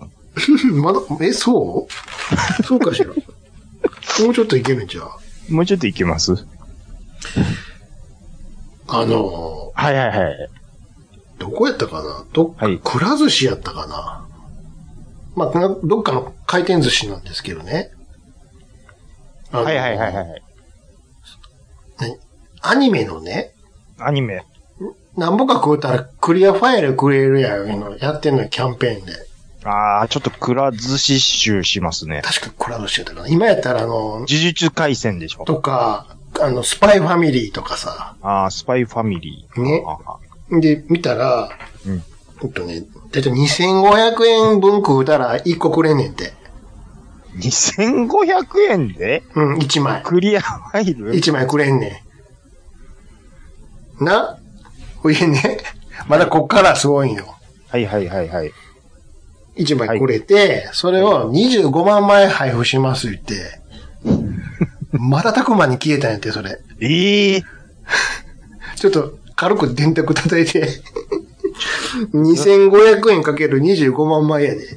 まだ、え、そうそうかしら。もうちょっとイケメンじゃうもうちょっといけますあのはいはいはい。ー、どこやったかなどっか、はいくら寿司やったかなまあ、などっかの回転寿司なんですけどね。あのはいはいはいはい。アニメのね、アニメ。なんぼか食うたらクリアファイルくれるやん、いうのやってんのよキャンペーンで。ああ、ちょっとくら寿司集しますね。確かくら寿司やったかな今やったらあの、呪術回戦でしょ。とか、あの、スパイファミリーとかさ、ああ、スパイファミリー。ねああで、見たら、うんほんとね、だいたい2500円分食うたら1個くれんねんて。 2500円でうん、1枚。クリアファイル1枚くれんねん。なほいでね、 まだこっからすごいんよ。はいはいはいはい。 1枚くれて、それを25万枚配布します言って、瞬く間に消えたんやって、それ。ええちょっと軽く電卓叩いて、2500円かける25万枚やで。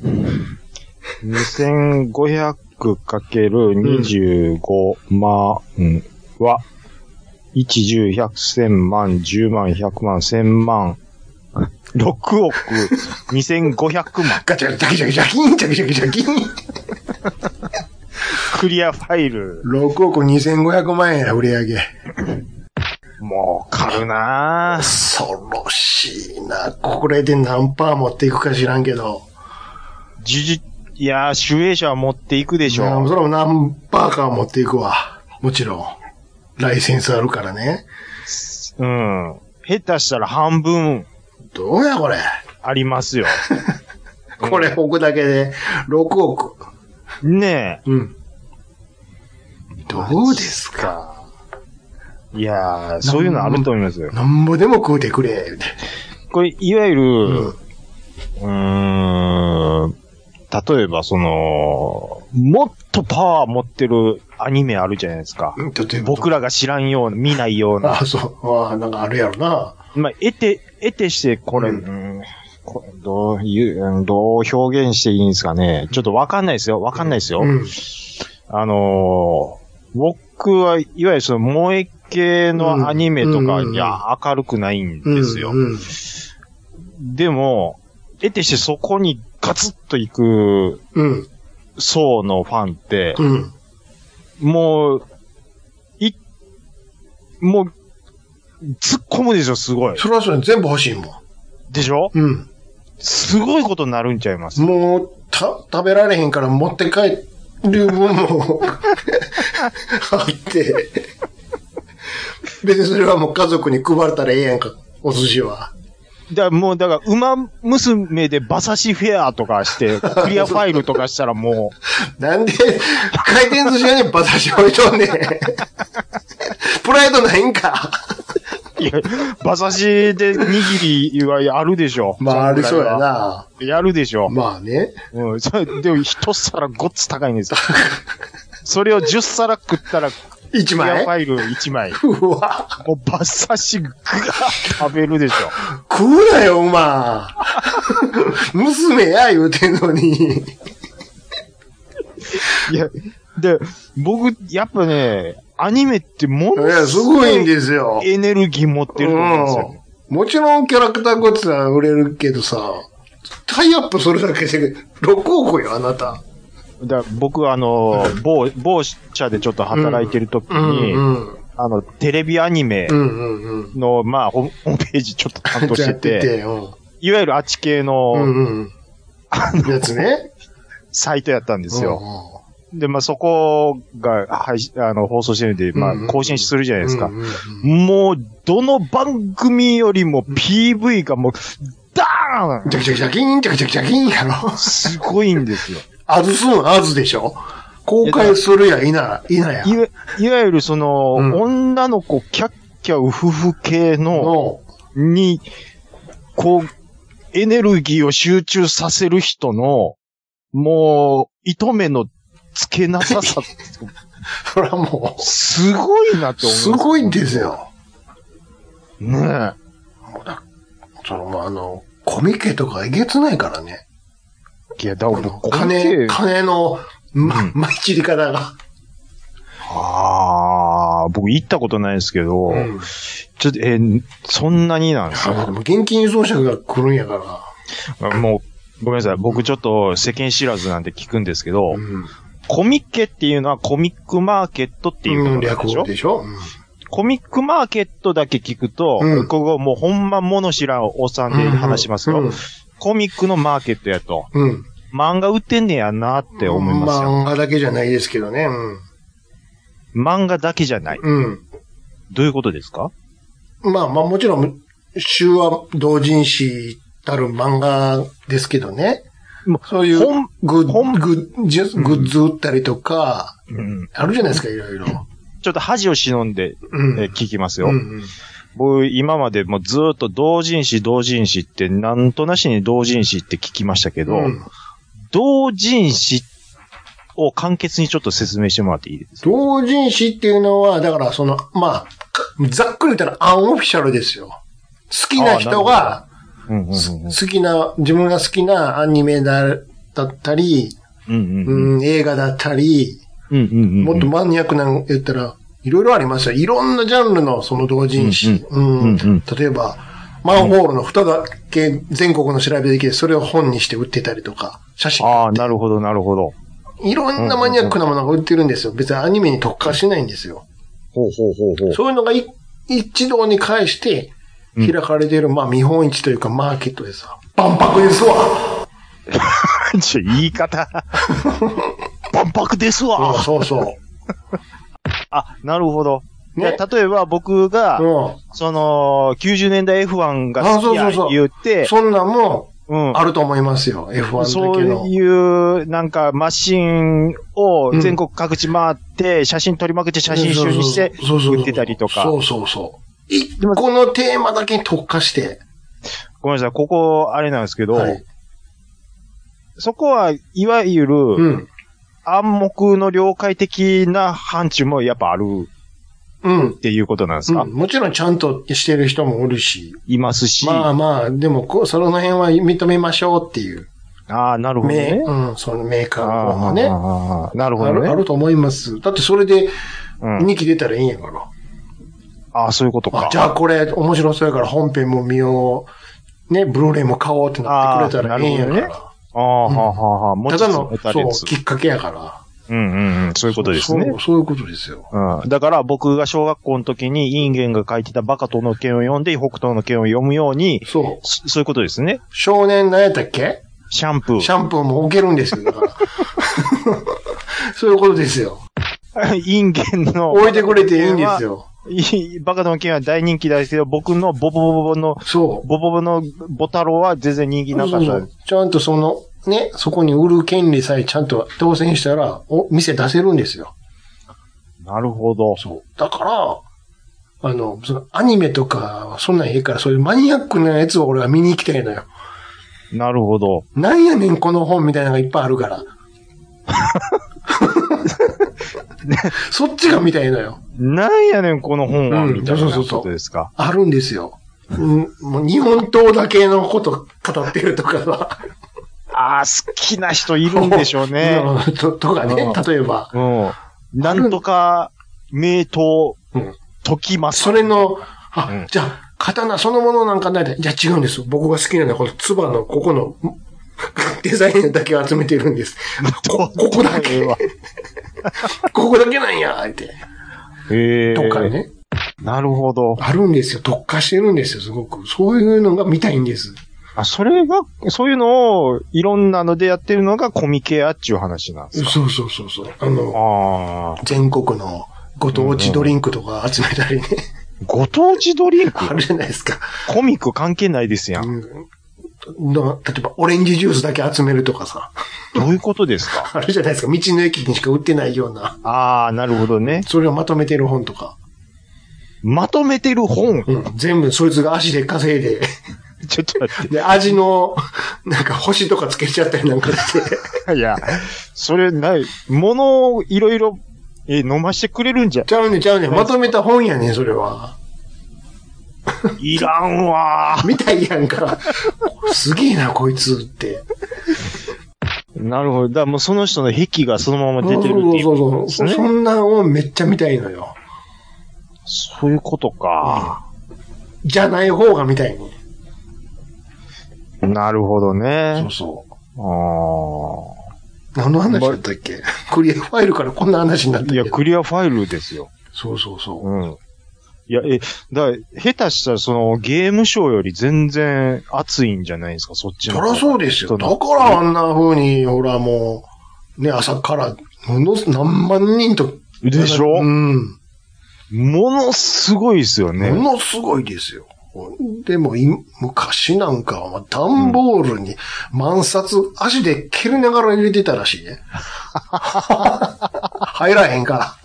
2500かける25万は、一十百千万、十万、百万、千万、六億、二千五百万、ガチャガチャガチャガチャキーン、ジャキジャキジャキーン。クリアファイル。 6億2500万円や、売り上げ。もう、かるなぁ。恐ろしいな。これで何パー持っていくか知らんけど。じじ、いやー、主営者は持っていくでしいやょ。それも何パーかは持っていくわ。もちろん。ライセンスあるからね。うん。下手したら半分どうや、これ。ありますよ。これ置くだけで6億。ねうん。どうですかえ。いやー、そういうのあると思いますよ。なんぼでも食うてくれ、言うて。これ、いわゆる、うんうーん、例えばその、もっとパワー持ってるアニメあるじゃないですか。うん。例えば僕らが知らんような、見ないよう な。あ、そう。あなんかあるやろな。まあ、得て、得てして、これ、ううんこれどういう、うんどう表現していいんですかね。ちょっとわかんないですよ。わかんないですよ。うん。あのー僕はいわゆるその萌え系のアニメとかうんには明るくないんですよ。うんうんでも、得てしてそこにガツッと行くうん。層のファンって、うん。もう、い、もう、突っ込むでしょ、すごい。それはそれ全部欲しいもん。でしょうん。すごいことになるんちゃいます。もう、た、食べられへんから持って帰る分も あって。別にそれはもう家族に配れたらええやんか、お寿司は。だからもう、だから、馬娘で馬刺しフェアとかして、クリアファイルとかしたらもう、なんで、回転寿司屋にバタシ置いとんねん。プライドないんか。 いや、馬刺しで握りはあるでしょ。まあ、ありそうやんなな。ぐらいは。やるでしょ。まあね。うん、それでも一皿ごっつ高いんですよ。それを10皿食ったら、ク一リア枚ファイル1枚。うわ。もう馬刺しぐわー食べるでしょ。食うなよ、馬。 娘や言うてんのに。いや、で、僕、やっぱね、アニメってもいのや、すごいんですよ。エネルギー持ってると思うんですよ。うんもちろんキャラクターグッズは売れるけどさ、タイアップそれだけで6億 よ、あなた。だから僕、あの、某、某社でちょっと働いてる時に、うん。あの、テレビアニメうんうんうん。の、まあ、ホホームページちょっと担当して て、うん。いわゆるあっち系うのんうん。やつね。サイトやったんですよ。よ。で、まあ、そこが配信、あの、放送してるんで、まうんうんあ、更新するじゃないですかうん。うんうんもう、どの番組よりも PV がもう、ダーンジャキジャキジャキーン、ジャキジャキジャキーンやろ。すごいんですよ。あずすん、あずでしょ。公開するや、いな、 いなや。いわいわゆるその、うん女の子キャッキャウフフ系の、の、に、こう、エネルギーを集中させる人の、もう、糸目のつけなさ さ、それはもすごいなっう、て思う。すごいんですよ。ねえ。その、まあ、あの、コミケとかえげつないからね。いや、だから僕、金、こ金の、まうん、まいちり方が。ああ、僕行ったことないですけど、うん。ちょっと、えーそんなになんですあでも現金輸送車が来るんやから。かもう、ごめんなさい。僕ちょっと世間知らずなんで聞くんですけど、うん。コミケっていうのはコミックマーケットっていうことなん略でしょ、語でしょコミックマーケットだけ聞くと、うんここもうほんま物知らんおっさんで話しますよ、うんコミックのマーケットやと。うん。うん漫画売ってんねやなって思いますよ。漫画だけじゃないですけどね。うん。漫画だけじゃない。うん。どういうことですかまあまあもちろん、週は同人誌たる漫画ですけどねも。そういう本グ本ッグッジュグッズ売ったりとか、うん、あるじゃないですか、いろいろ。ちょっと恥を忍んで、うえん。ー聞きますよ。うん僕、今までもうずーっと同人誌、同人誌って、なんとなしに同人誌って聞きましたけうど、ん。うん同人誌を簡潔にちょっと説明してもらっていいですか同人誌っていうのは、だからその、まあ、ざっくり言ったらアンオフィシャルですよ。好きな人ああなるほどうんが、うんす好きな、自分が好きなアニメだだったり、うんうんうんうん、映画だったり、うんうんうんもっとマニアックなの言ったら、いろいろありますよ。いろんなジャンルのその同人誌。んうんうん例えば、マンホールの蓋だけ全国の調べできて、それを本にして売ってたりとか、写真。ああ、なるほど、なるほど。いろんなマニアックなものが売ってるんですよ。別にアニメに特化しないんですよ。ほうほうほう ほう。そういうのがい一堂に会して、開かれてる、まあ見本市というかマーケットですわ。万博ですわちょ、言い方。万博ですわ。うんそうそう。あ、なるほど。いやね例えば僕が、うその、90年代 F1 が好きあそやうそうそう言っん。て、そんなんもうんあると思いますよ。F1 そだけうの。いう、なんか、マシンを全国各地回って、写真撮りまくって写真集にして、そうそうそう売ってたりとかそうそうそう。一でも個のテーマだけに特化して。ごめんなさい、ここ、あれなんですけど、はい。そこはいわゆうる、ん。暗黙の了解的な範疇もやっぱあるうん。っていうことなんですうか、ん、もちろんちゃんとしてる人もおるし。いますし、まあまあ、でもこう、その辺は認めましょうっていう。ああ、なるほどメねー、。うん、そのメーカーの方あもあ、ね。ああなるほあどる、あね。ると思います。だってそれで、うん。 2期出たらいいんやから。ああ、そういうことあか。じゃあこれ面白そうやから本編も見よう。ね、ブルーレイも買おうってなってくれたらいいんやかあーなるら。ああ、はあ、はあ、はあ、もたちだろのん、、そう、きっかけやから。うんうんうん、そういうことですね。そうそういうことですよ。うん。だから僕が小学校の時にインゲンが書いてたバカとの剣を読んで、北斗の剣を読むように、そう。そそういうことですね。少年何やったっけシャンプシャンプーも置けるんですよ、だから。 そういうことですよ。ー。 インゲンの。置いてくれていいんですよ。い。 バカとの剣は大人気ですけど、僕のボボボボの、そう。ボボボのボタロウは全然人気なかっそたうそう。ちゃんとその、ね、そこに売る権利さえちゃんと当選したら、お、店出せるんですよ。なるほど。そう。だから、あの、そのアニメとか、そんなんええから、そういうマニアックなやつを俺は見に行きたいのよ。なるほど。なんやねん、この本みたいなのがいっぱいあ るから。そっちが見たいのよ。なんやねん、この本は、うんみたいなそうそうそうことですか。あるんですよ。うん、もう日本刀だけのこと語ってるとかさ。ああ、好きな人 いるんでしょう ね。うんととかね、うん例えば。うん。なんとか、名刀うん、時政。それの、あ、うんじゃあ、刀そのものなんかないで、じゃあ違うんです。僕が好きなのはこのつばのここの、 んデザインだけを集めてるんです。こここだけ、ここだけなんや、って。ええとかね。なるほど。あるんですよ。特化してるんですよ、すごく。そういうのが見たいんです。あ、それが、そういうのを、いろんなのでやってるのがコミケアっていう話なんですか。そうそうそうそう。あの、ああ。全国のご当地ドリンクとか集めたりね。ご当地ドリンクあるじゃないですか。コミック関係ないですやん。うんの例えば、オレンジジュースだけ集めるとかさ。どういうことですかあるじゃないですか。道の駅にしか売ってないような。ああ、なるほどね。それをまとめてる本とか。まとめてる本。うん。全部そいつが足で稼い で、ちょっと待っで、味の、なんか星とかつけちゃったりなんかして。 て。いや、それない。ものをいろいろ、え、飲ましてくれるんじゃ。ちゃうねんちゃうねんまとめた本やねんそれは。いらんわみたいやんか。すげえな、こいつって。なるほど。だからもうその人の癖がそのまま出てるっていうそうことそでうすそう。ね。そんなもんめっちゃ見たいのよ。そういうことか。じゃない方が見たいね。なるほどね。そう。あ何の話だったっけクリアファイルからこんな話になっあ。たいけや、ど。クリアファイルですよ。そうそうそう。うん。いや、え、だから下手したらそのゲームショーより全然熱いんじゃないですか、そっちのそ方りが。ゃそうですよ。人だのからあんな風に、ほらもう、ね、朝から、ものす何万人と。でしょうん。ものすごいですよね。ものすごいですよ。でも、い昔なんかは、段ボールに万冊足で蹴りながら入れてたらし いね。入らへんか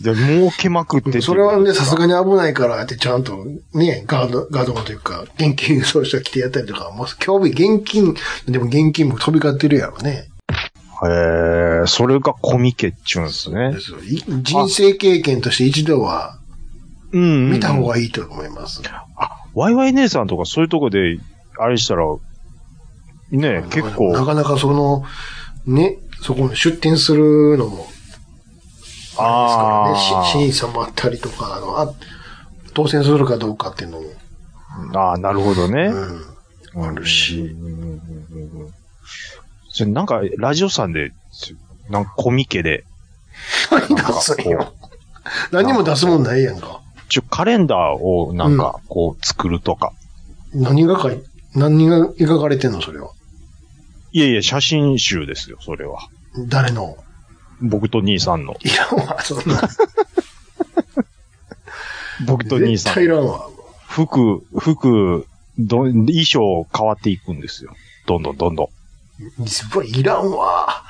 いや、儲けまくっててら。それはね、さすがに危ないから、ってちゃんとね、ガード、ガードマンというか、現金輸送車来てやったりとか、もう、興味、現金、でも現金も飛び交ってるやろね。へえ、それがコミケっちゅうんですねで。すよい人生経験として一度はうん、うん。見た方がいいと思います。ワイワイ姉さんとかそういうとこで、あれしたら、ねえ、結構、なかなかその、ね、そこに出店するのも、ですからね、しあ審査もあったりとか、あの、あ当選するかどうかっていうのも、ーあー、なるほどね。うん、あるし、うんうんうんうんそれなんか、ラジオさんで、なんかコミケで、何なんか出すんこよ。何も出すもんないやんか。う、ちょ、カレンダーをなんか、こう、作るとか。何がかい、何が描かれてんの、それは。いやいや、写真集ですよ、それは。誰の僕と兄さんの。いらんわ、そんな。僕と兄絶さ対いん。らんわ。服、服、ど、衣装変わっていくんですよ。どんどんどんどん。すごいいらんわ。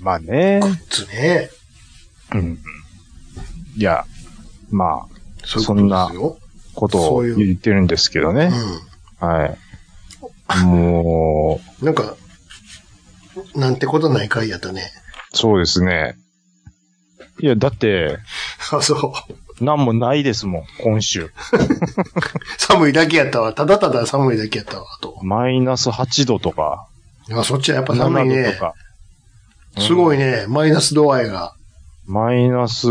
まあね。つね。うん。いや、まあ、そういうことですよ。ことをそういう言ってるんですけどね。はい。もう、うん。なんか、なんてことない回やったね。 そうですね。いや、だって、あ、そう。なんもないですもん、今週。寒いだけやったわ。ただただ寒いだけやったわ、と。マイナス8度とか、あそっちはやっぱ寒い7度ねと。か。すごいね、マイナス度合いが。マイナス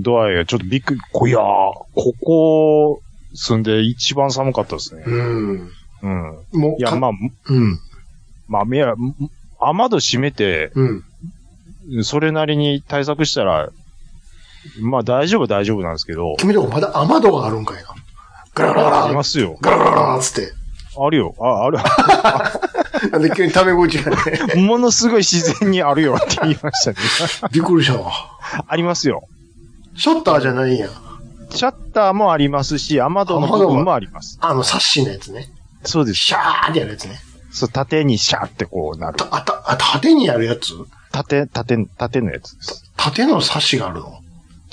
度合いがちょっとびっくり、こいやー、ここ住んで一番寒かったですね。うん。うん。もう、いや、かまあ、うん。まあ、いや、雨戸閉めて、うん。それなりに対策したら、まあ大丈夫は大丈夫なんですけど、君とこまだ雨戸があるんかいな。ガラガラありガラ、ますよ。ガラガラガラっつっあるよ。あ、ある。 て。なんで急にタメ口がね、ものすごい自然にあるよって言いましたね。びっくりしたわ。ありますよ。ショッターじゃないんや。シャッターもありますし、雨戸の部分もあります。あの、サッシーのやつね。そうです。シャーってやるやつね。そう、縦にシャーってこうなる。た、あた、あ、縦にやるやつ縦、縦、縦のやつです。縦のサッシがあるの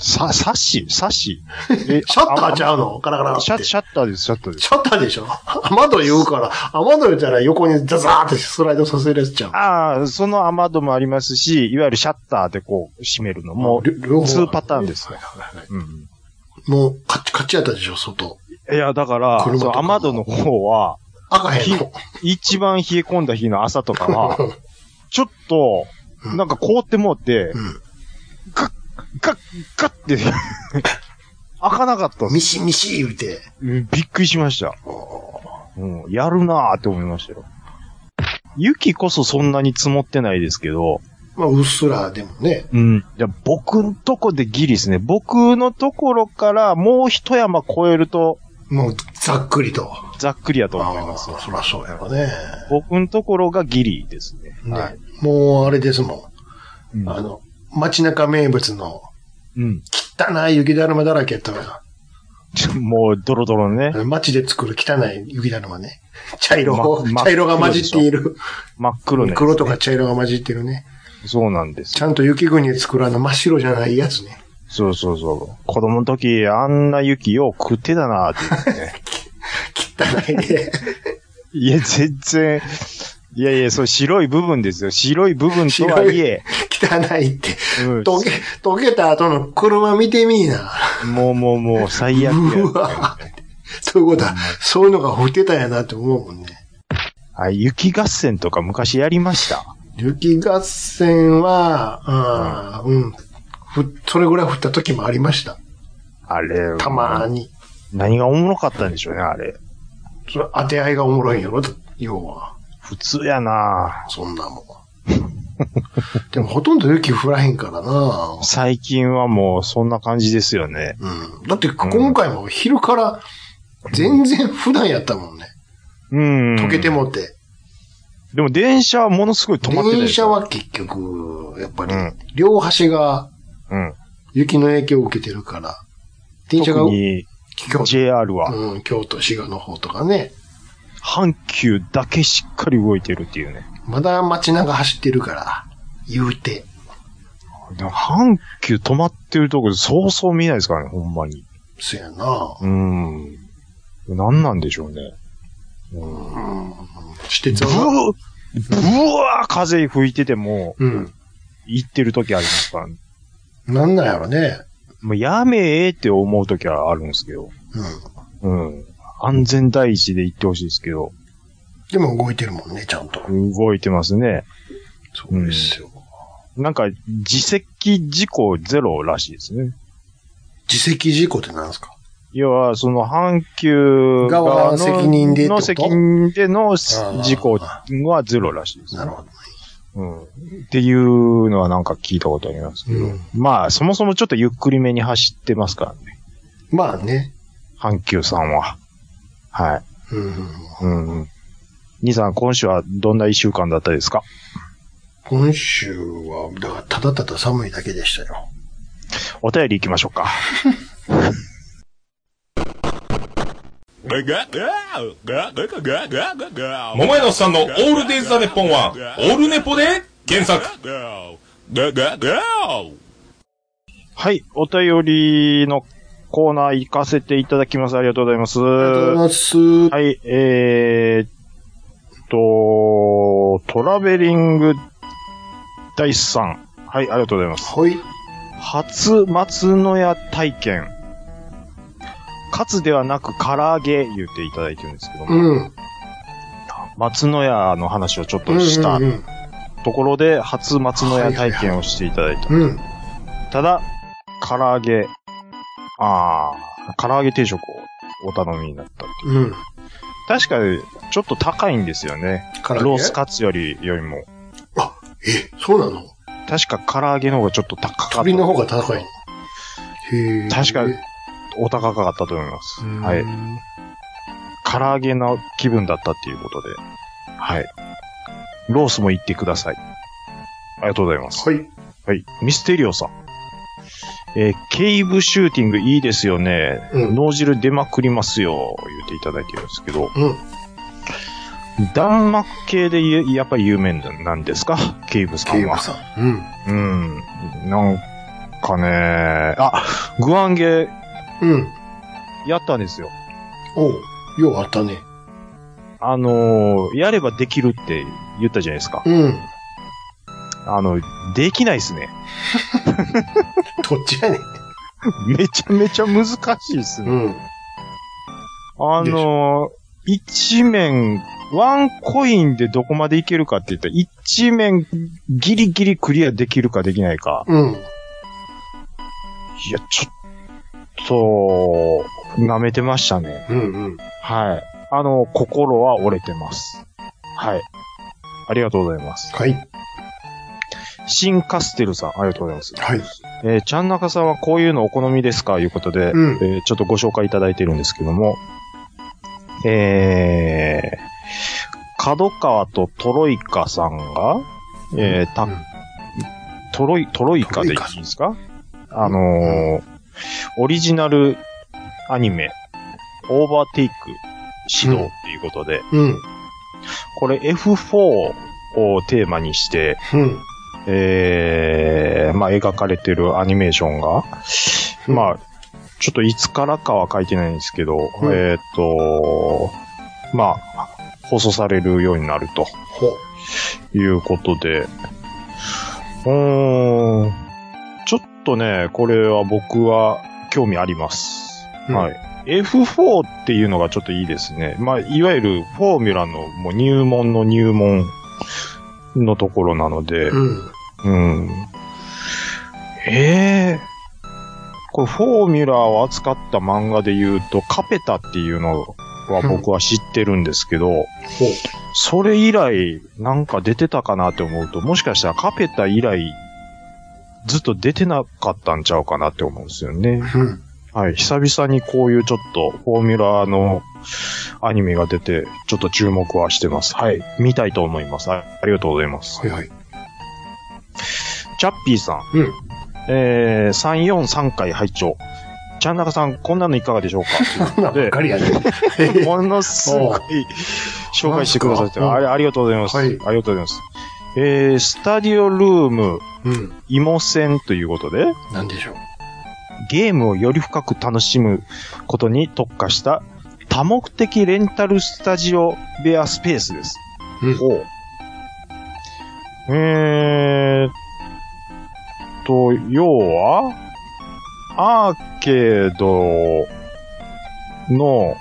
さ、サッシサッシ えシャッターあちゃうのガラガラあっシャて。シシャッターです、シャッターです。ャッターでしょ雨戸言うから、雨戸言ったら横にザザーってスライドさせるやつちゃう。ああ、その雨戸もありますし、いわゆるシャッターでこう閉めるのも、り両2パターンです。はいはいはうんいもう、カッチカチやったでしょ外。いや、だから、そ車とかの雨戸の方は、赤へんの。一番冷え込んだ日の朝とか は、ちょっと、うんなんか凍ってもうて、うんガッ、ガッ、ガッ って、開かなかったっすミシミシ言うて。うんびっくりしました。うん、やるなーって思いましたよ。雪こそそんなに積もってないですけど、まあ、うっすらでもね。うん。じゃ僕のとこでギリですね。僕のところからもう一山越えると、もう、ざっくりと。ざっくりやとあ思います。あ、そらそうやろね。僕のところがギリですね。ねはい。もう、あれですもうんん。あの、街中名物のうん。汚い雪だるまだらけやったわもう、ドロドロのね、よ。街で作る汚い雪だるまね。茶色を、ま茶色が混じっている。真っ黒ね。黒とか茶色が混じってるね。そうなんですちゃんと雪国で作るあの真っ白じゃないやつね。そうそうそう。子供の時、あんな雪よう食ってたなーって。 汚いで。いや、全然、いやいや、そう、白い部分ですよ。白い部分とは白いいえ、汚いって。うん溶け、溶けた後の車見てみーな。もうもうもう、最悪や。うわそういうことは、そういうのが降ってたんやなって思うもんね。あ雪合戦とか昔やりました。雪合戦は、あーうん。ふ、それぐらい降った時もありました。あれ、たまーに。何がおもろかったんでしょうね、あれ。それ当て合いがおもろいんやろと、要は。普通やなそんなもん。 でもほとんど雪降らへんからな最近はもう、そんな感じですよね。うん。だって今回も昼から、全然普段やったもんね。うん。溶けてもって。でも電車はものすごい止まってたで電し車ょ。は結局、やっぱりうん、両端がうん。雪の影響を受けてるから、電車が特に京 JR は、うん、京都、滋賀の方とかね、阪急だけしっかり動いてるっていうね。まだ街中走ってるから、言うて。でも阪急止まってるとこそうそう見ないですからね、ほんまに。そやなうーん。何なんでしょうね。うん。うん。私鉄ブは、ーブワー風吹いてても、うん。行ってる時ありますから、なんなんやろね。もうやめえって思う時はあるんですけど。うん。うん。安全第一で行ってほしいですけど、でも動いてるもんね、ちゃんと。動いてますね。そうですよ。なんか、自責事故ゼロらしいですね。自責事故ってなんですか要は、その、阪急側のの責任でってことの責任での事故はゼロらしいです、なるほど。うん。っていうのはなんか聞いたことありますけど。うんまあ、そもそもちょっとゆっくりめに走ってますからね。まあね。阪急さんは。はい。うんうんうん。うんうん。兄さん、今週はどんな一週間だったですか今週は、だからただただ寒いだけでしたよ。お便り行きましょうか。桃屋のお桃屋のおっっささんんののオオーールルデデイイザザネネポポンンはは、オオーールルネネポポでで検検索索。はい。お便りのコーナー行かせていただきます。ありがとうございます。ありがとうございます。はい、えー、っと、トラベリング大師さん。はい、ありがとうございます。はい。初松の屋体験。カツではなく唐揚げ言っていただいてるんですけども、うん。松の屋の話をちょっとしたうんところで、初松の屋体験をしていただいた。うんうん。ただ、唐揚げ、ああ、唐揚げ定食をお頼みになった。うん。確かに、ちょっと高いんですよね。唐揚げロースカツより、よりも。え、そうなの確か唐揚げの方がちょっと高かった。鳥の方が高い。へえ。確かにお高かったと思います。うんはい。。唐揚げの気分だったっていうことで。はい。ロースも行ってください。ありがとうございます。はい。はい。ミステリオさん。えーケイブシューティングいいですよね。うん脳汁出まくりますよ。言っていただいてるんですけど。うん。弾幕系でゆやっぱり有名なんですかケイブさケんイブは。さん。うん。うん。なんかね、あ、グアンゲうん。やったんですよ。おう。ようあったね。あのーやればできるって言ったじゃないですか。うん。あの、できないですね。 どっちやねん。めちゃめちゃ難しいですね。うん。あのー一面、ワンコインでどこまでいけるかって言ったら、一面ギリギリクリアできるかできないか。うん。いや、ちょっと、舐めてましたね。うんうん。はい。あの、心は折れてます。はい。ありがとうございます。はい。シンカステルさん、ありがとうございます。はい。えー、ちゃんなかさんはこういうのお好みですかいうことで、うんえーちょっとご紹介いただいてるんですけども、えー、角川とトロイカさんが、えーたうんトロイ、トロイカでいいんですかあのーオリジナルアニメ、オーバーテイク指導っていうことで、うん。これ F4 をテーマにして、うん。えー、まあ、描かれてるアニメーションが、まあ、ちょっといつからかは書いてないんですけど、うんえーっ、と、まあ、放送されるようになるとほう。いうことで、うーん、ちょっとね、これは僕は興味あります。うんはい。F4 っていうのがちょっといいですね。まあ、いわゆるフォーミュラのもう入門の入門のところなので、うん。うん。ええこれ、フォーミュラーを扱った漫画で言うと、カペタっていうのは僕は知ってるんですけど、ほう。それ以来、なんか出てたかなって思うと、もしかしたらカペタ以来、ずっと出てなかったんちゃうかなって思うんですよね。うん。はい。久々にこういうちょっと、フォーミュラーのアニメが出て、ちょっと注目はしてます。はい。見たいと思います。あありがとうございますは。いはい。チャッピーさん。うん。えー、3、4、3回拝聴。ちゃんなかさん、こんなのいかがでしょう かなんばっかりやね。ものすごい紹介してくださってなあんすかれありがとうございます。はいありがとうございます。えー、スタディオルーム、うん。イモ戦ということで、なんでしょう。ゲームをより深く楽しむことに特化した多目的レンタルスタジオベアスペースです。うんほうえーっと、要は、アーケードの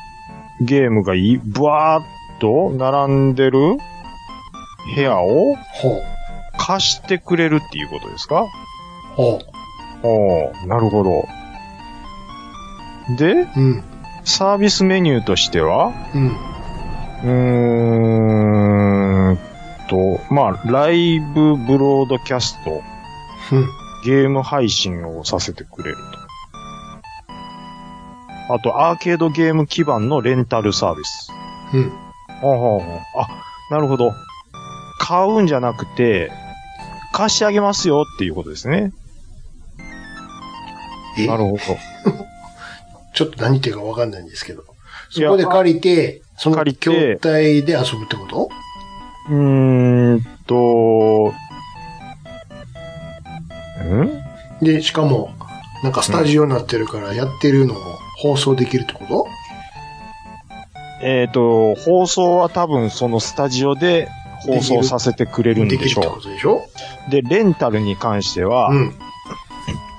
ゲームがいぶわーっと並んでる部屋をほう。貸してくれるっていうことですかほおーなるほど。で、う。うん。サービスメニューとしては、うん。うーんと、まあ、ライブブロードキャスト、うん。ゲーム配信をさせてくれると。あと、アーケードゲーム基盤のレンタルサービス。うん。ほうほうほうあ、なるほど。買うんじゃなくて、貸し上げますよっていうことですね。えなるほど。ちょっと何言ってるかわかんないんですけど。いそやこで借りて、その借りて筐体で遊ぶってことうーんと、んで、しかも、なんかスタジオになってるから、やってるのを放送できるってこえっ、と、放送は多分そのスタジオで放送させてくれとるんでできしるってょことでしょう。で、レンタルに関しては、うん。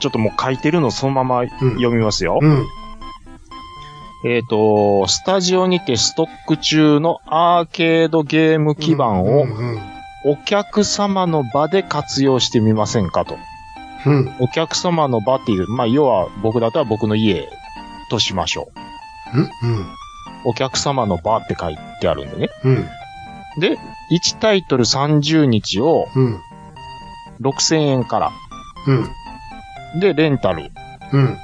ちょっともう書いてるのそのままうん。読みますよ。うん。えっ、と、スタジオにてストック中のアーケードゲーム基盤うをんうん。お客様の場で活用してみませんかと。うん。お客様のバッティング、まあ、要は僕だとは僕の家としましょう。うん。お客様の場って書いてあるんでね。うん。で、1タイトル30日をうん。 6000円から。うん。で、レンタル。うん。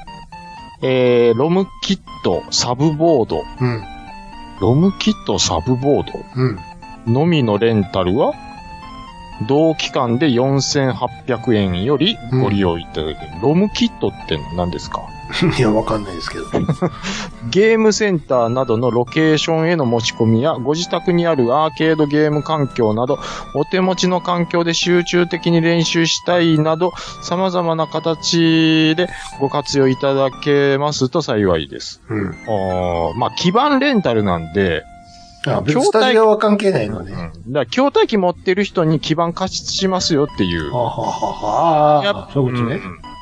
えー、ロムキット、サブボード。うん。ロムキット、サブボードうん。のみのレンタルは、同期間で4800円よりご利用いただける。ロムキットって何ですかいや、わかんないですけど。ゲームセンターなどのロケーションへの持ち込みや、ご自宅にあるアーケードゲーム環境など、お手持ちの環境で集中的に練習したいなど、様々な形でご活用いただけますと幸いです。うん。あーまあ、基盤レンタルなんで、あ、別に筐体スタジオは関係ないのうね。ん、はだから、筐体機持ってる人に基盤貸ししますよっていうあ。はあはあやああ。そういうことね。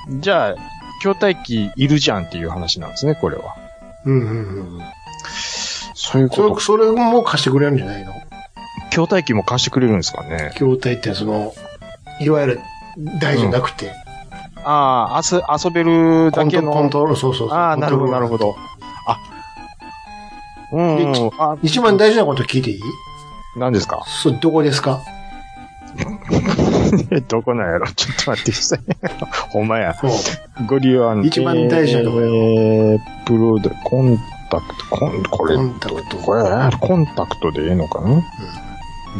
うんじゃあ、筐体機いるじゃんっていう話なんですね、これは。うんうんうん。そういうそこれ、それも貸してくれるんじゃないのと、筐体機も貸してくれるんですかね。筐体ってその、いわゆる台じゃなくて、ああ、あす、遊べるコだンけトコンの。トロール、そうそうそう。ああ、なるほど、なるど。ほど。あ、うん、うんでちあ、一番大事なこと聞いていい何です かそれどこですかどこなんやろちょっと待ってください。ほんまや。そう。ご利用案一番大事なとこよえー、プロで、コンタクト、コン、これコ、ンタクト。これ、コンタクトでええのかな、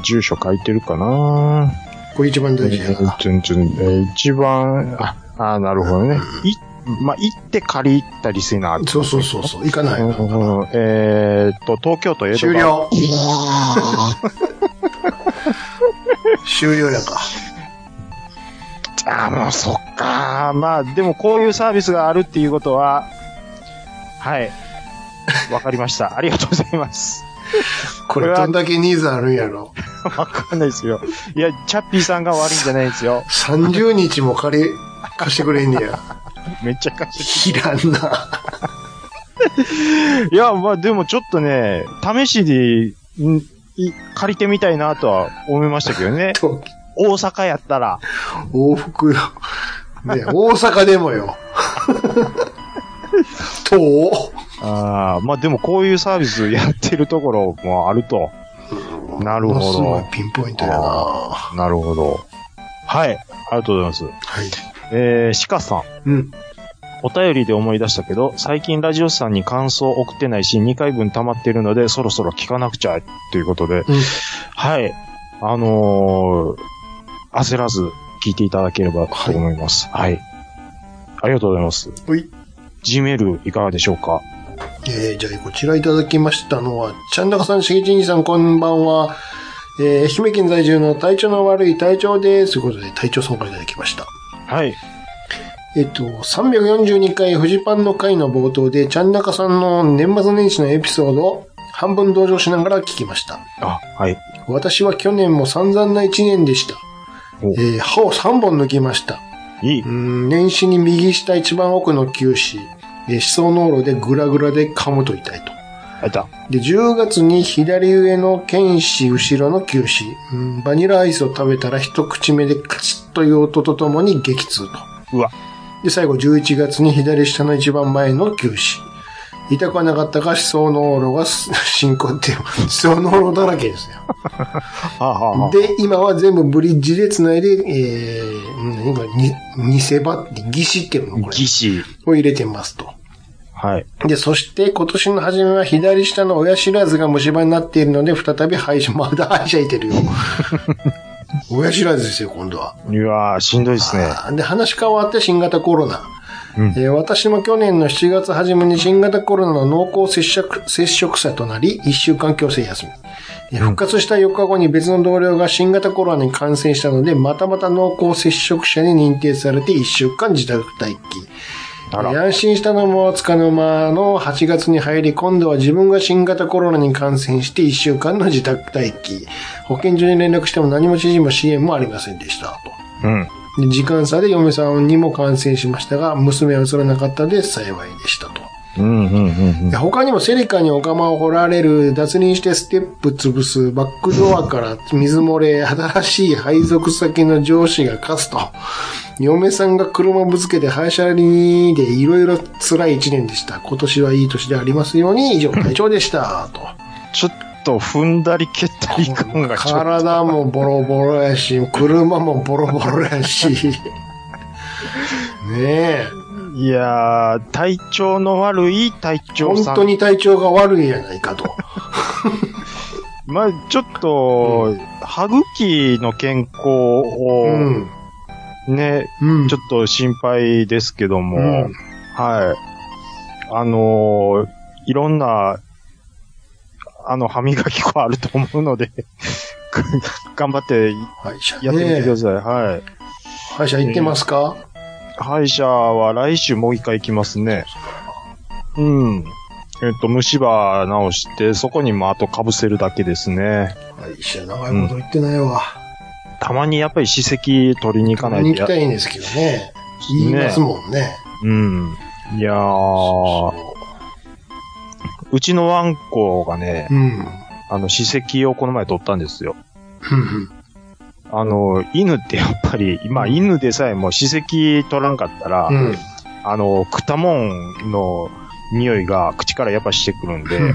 住所書いてるかなこれ一番大事えやーな。ちゅんちゅんえー一番、あ、あーなるほどね。い、まあ、行って借りたりせなあかんそうそうそうそう。行かない。うんうんえーっと、東京都江戸終川了。終了やか。あー、もうそっかー。まあ、でもこういうサービスがあるっていうことは、はい。わかりました。ありがとうございます。ここれれはどんだけニーズあるんやろ。わかんないですけど。いや、チャッピーさんが悪いんじゃないんですよ。 30日も借り、貸してくれんねや。めっちゃかしいらんな。い。いや、まあでもちょっとね、試しに、んい借りてみたいなとは思いましたけどね。と大阪やったら。往復よ。ね、大阪で もよ。と、あーまあでもこういうサービスやってるところもあると。なるほどものすごいピンポイントやな。はなるほど。はい。ありがとうございます。い。えー、鹿さん。うん。お便りで思い出したけど、最近ラジオスさんに感想を送ってないし、2回分溜まってるので、そろそろ聞かなくちゃ、ということで、はい。あのー、焦らず聞いていただければと思います。はい。ありがとうございます。ほい。 g メールいかがでしょうかえー、じゃあ、こちらいただきましたのは、ちゃんだかさん、しげちんじさん、こんばんは。えー、愛媛県在住の体調の悪い体調です。ということで、体調さんからいただきました。はい。えっと、342回フジパンの回の冒頭で、ちゃんだかさんの年末年始のエピソードを半分同情しながら聞きました。あ、はい。私は去年も散々な1年でしたお。えー歯を3本抜きました。いいうー。ん年始に右下一番奥の臼歯、えー、歯槽膿漏でグラグラで噛むと痛いと。あいた。で、10月に左上の剣士後ろの球士、うんバニラアイスを食べたら一口目でカチッという音とともに激痛と。うわ。で、最後11月に左下の一番前の球士。痛くはなかったが、小脳炉がす進行って、小脳炉だらけですよ。はあ、はあはあ、で、今は全部ブリッジで繋いで、えー、うん今、に、偽場って、義士っていうのこれ技師。を入れてますと。はい。で、そして今年の初めは左下の親知らずが虫歯になっているので、再び歯医者、まだ歯医者いてるよ。親知らずですよ、今度は。いやー、しんどいですね。あーで、話変わって新型コロナ。うんえー私も去年の7月初めに新型コロナの濃厚接触接触者となり、1週間強制休み。えー復活した4日後に別の同僚が新型コロナに感染したので、またまた濃厚接触者に認定されて1週間自宅待機。あら。安心したのもつかの間の8月に入り、今度は自分が新型コロナに感染して1週間の自宅待機。保健所に連絡しても何も指示も支援もありませんでした。うん。とで時間差で嫁さんにも感染しましたが、娘は映らなかったので幸いでしたと。うんうんうんうんいや他にもセリカにお釜を掘られる、脱輪してステップ潰す、バックドアから水漏れ、新しい配属先の上司が勝つと、嫁さんが車ぶつけて廃車にでいろいろ辛い一年でした。今年はいい年でありますように、以上、隊長でした、と。 ちょっと踏んだり蹴ったり感がちょっと。体もボロボロやし、車もボロボロやし。 ねえ。いやー、体調の悪い体調さ本ん。当に体調が悪いやないかと。まあ、ちょっと、歯茎の健康をう、ん。ね、うん。ちょっと心配ですけども、うんはい。あのーいろんな、あの、歯磨き粉あると思うので、 頑張って歯医者やってみてくだね。さい。はい。歯医者行ってますか、歯医者は来週もう一回行きますね。うん。えっと、虫歯直して、そこにもあと被せるだけですね。歯医者長いこと行ってないわ。たまにやっぱり歯石取りに行か行ないにと行きやたいんですけどね。言いますもんね。うん。いやー、うちのワンコがね、うん。うんあの、歯石をこの前取ったんですよ。うん。あの、犬ってやっぱり、今犬でさえも歯石取らんかったら、うん。あの、食ったもんの匂いが口からやっぱしてくるんで、うん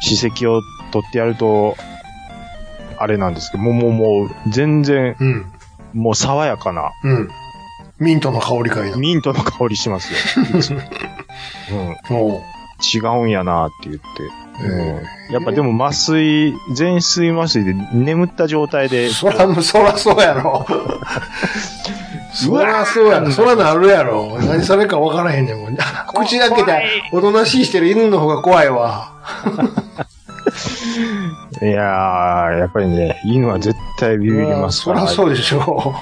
歯石を取ってやると、あれなんですけど、もう、もう、もう、全然、うん。もう爽やかな、うん。ミントの香りかいな。ミントの香りします よ。うん、おう違うんやなって言って。えうん、やっぱでも麻酔、全身麻酔で眠った状態で、そら、そらそうやろ。そらそうやろ。そらなるやろ。何されるか分からへんね んもん。口開け怖てい、おとなしいしてる犬の方が怖いわ。いやー、やっぱりね、犬は絶対ビビりますそからら。そうでしょ。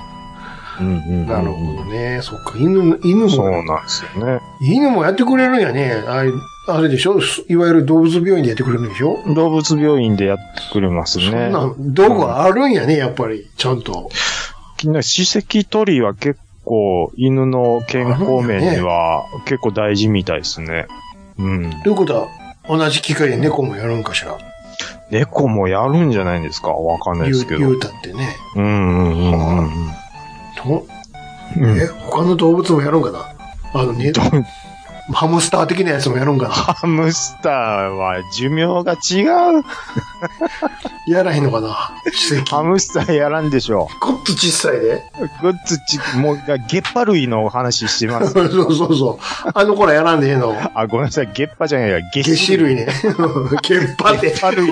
うんうんうん。なるほどね。そっか、犬、犬そうも、なんですよね。犬もやってくれるんやね。あれあれでしょいわゆる動物病院でやってくれるんでしょ動物病院でやってくれますそんね。な、道具あるんやね、やっぱり。ちゃんと。きな歯石取りは結構犬の健康面には結構大事みたいですね。うん。ということは、同じ機会で猫もやるんかしら。猫もやるんじゃないんですかわかんない言でう、すけ言ど。うたってね。うんうんうんうんうん。とうんえ、他の動物もやるんかなあのね、ハムスター的なやつもやるん かなハムスターは寿命が違う。やらへんのかな歯石。ハムスターやらんでしょこっと小さいで。 う。ごっつち、もう、ゲッパ類の話してます。 そうそうそう。あの頃やらんでええの。あ、ごめんなさい。ゲッパじゃないや。ゲ下シ種類 ね。ゲッパってゲッ、パ類。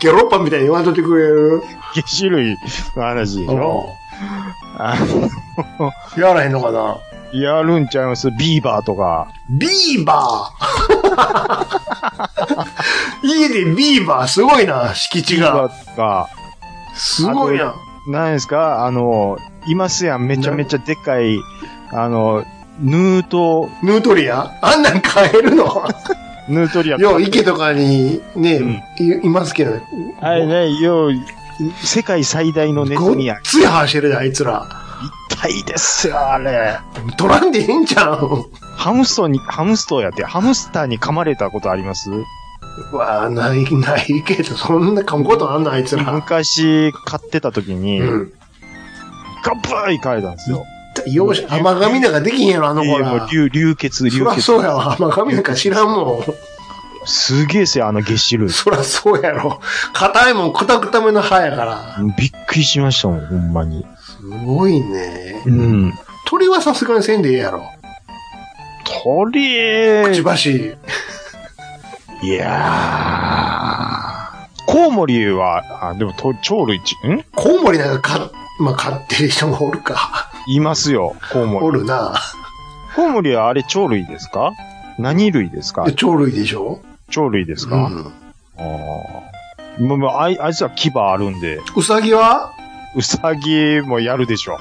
ゲロッパみたいに言わんとってくれるゲシ類の話でしょ。あやらへんのかなやるんちゃいますビーバーとか。ビーバ ー家でビーバーすごいな、敷地ビーバが。ーとか。すごいな。何ですかあの、いますやん。めちゃめちゃでかい、あの、ヌート、ヌートリアあんなん買え るのヌートリア。よう、池とかにね、うんいいますけどね。あれね、よう、世界最大のネごズっミやん。つい走るで、あいつら。痛いですよ、あれ。取らんでいいんじゃ ん。ハムストに、ハムストやって、ハムスターに噛まれたことありますわあ、ない、ないけど、そんな噛むことあんの、あいつら。昔、買ってた時に、うん。ガブーイ噛れたんですよ。容赦、甘髪なんかできへんやろ、あのい子やもうら。流流血、そ流ら血。そうやわ。甘髪なんか知らんもん。すげえせよ、あのゲシル。そらそうやろ。硬いもん砕くための歯やから。びっくりしましたもん、ほんまに。すごいね。うん。鳥はさすがにせんでええやろ。鳥くちばし。いやー。コウモリは、あ、でも、と鳥類ち、んコウモリなんかか、まあ、飼ってる人もおるか。いますよ、コウモおリ。るな。コウモリはあれ鳥類ですか何類ですかで鳥類でしょ鳥類ですうか、ん。ああ。もう、もうあい、あいつは牙あるんで、うさぎはウサギもやるでしょ。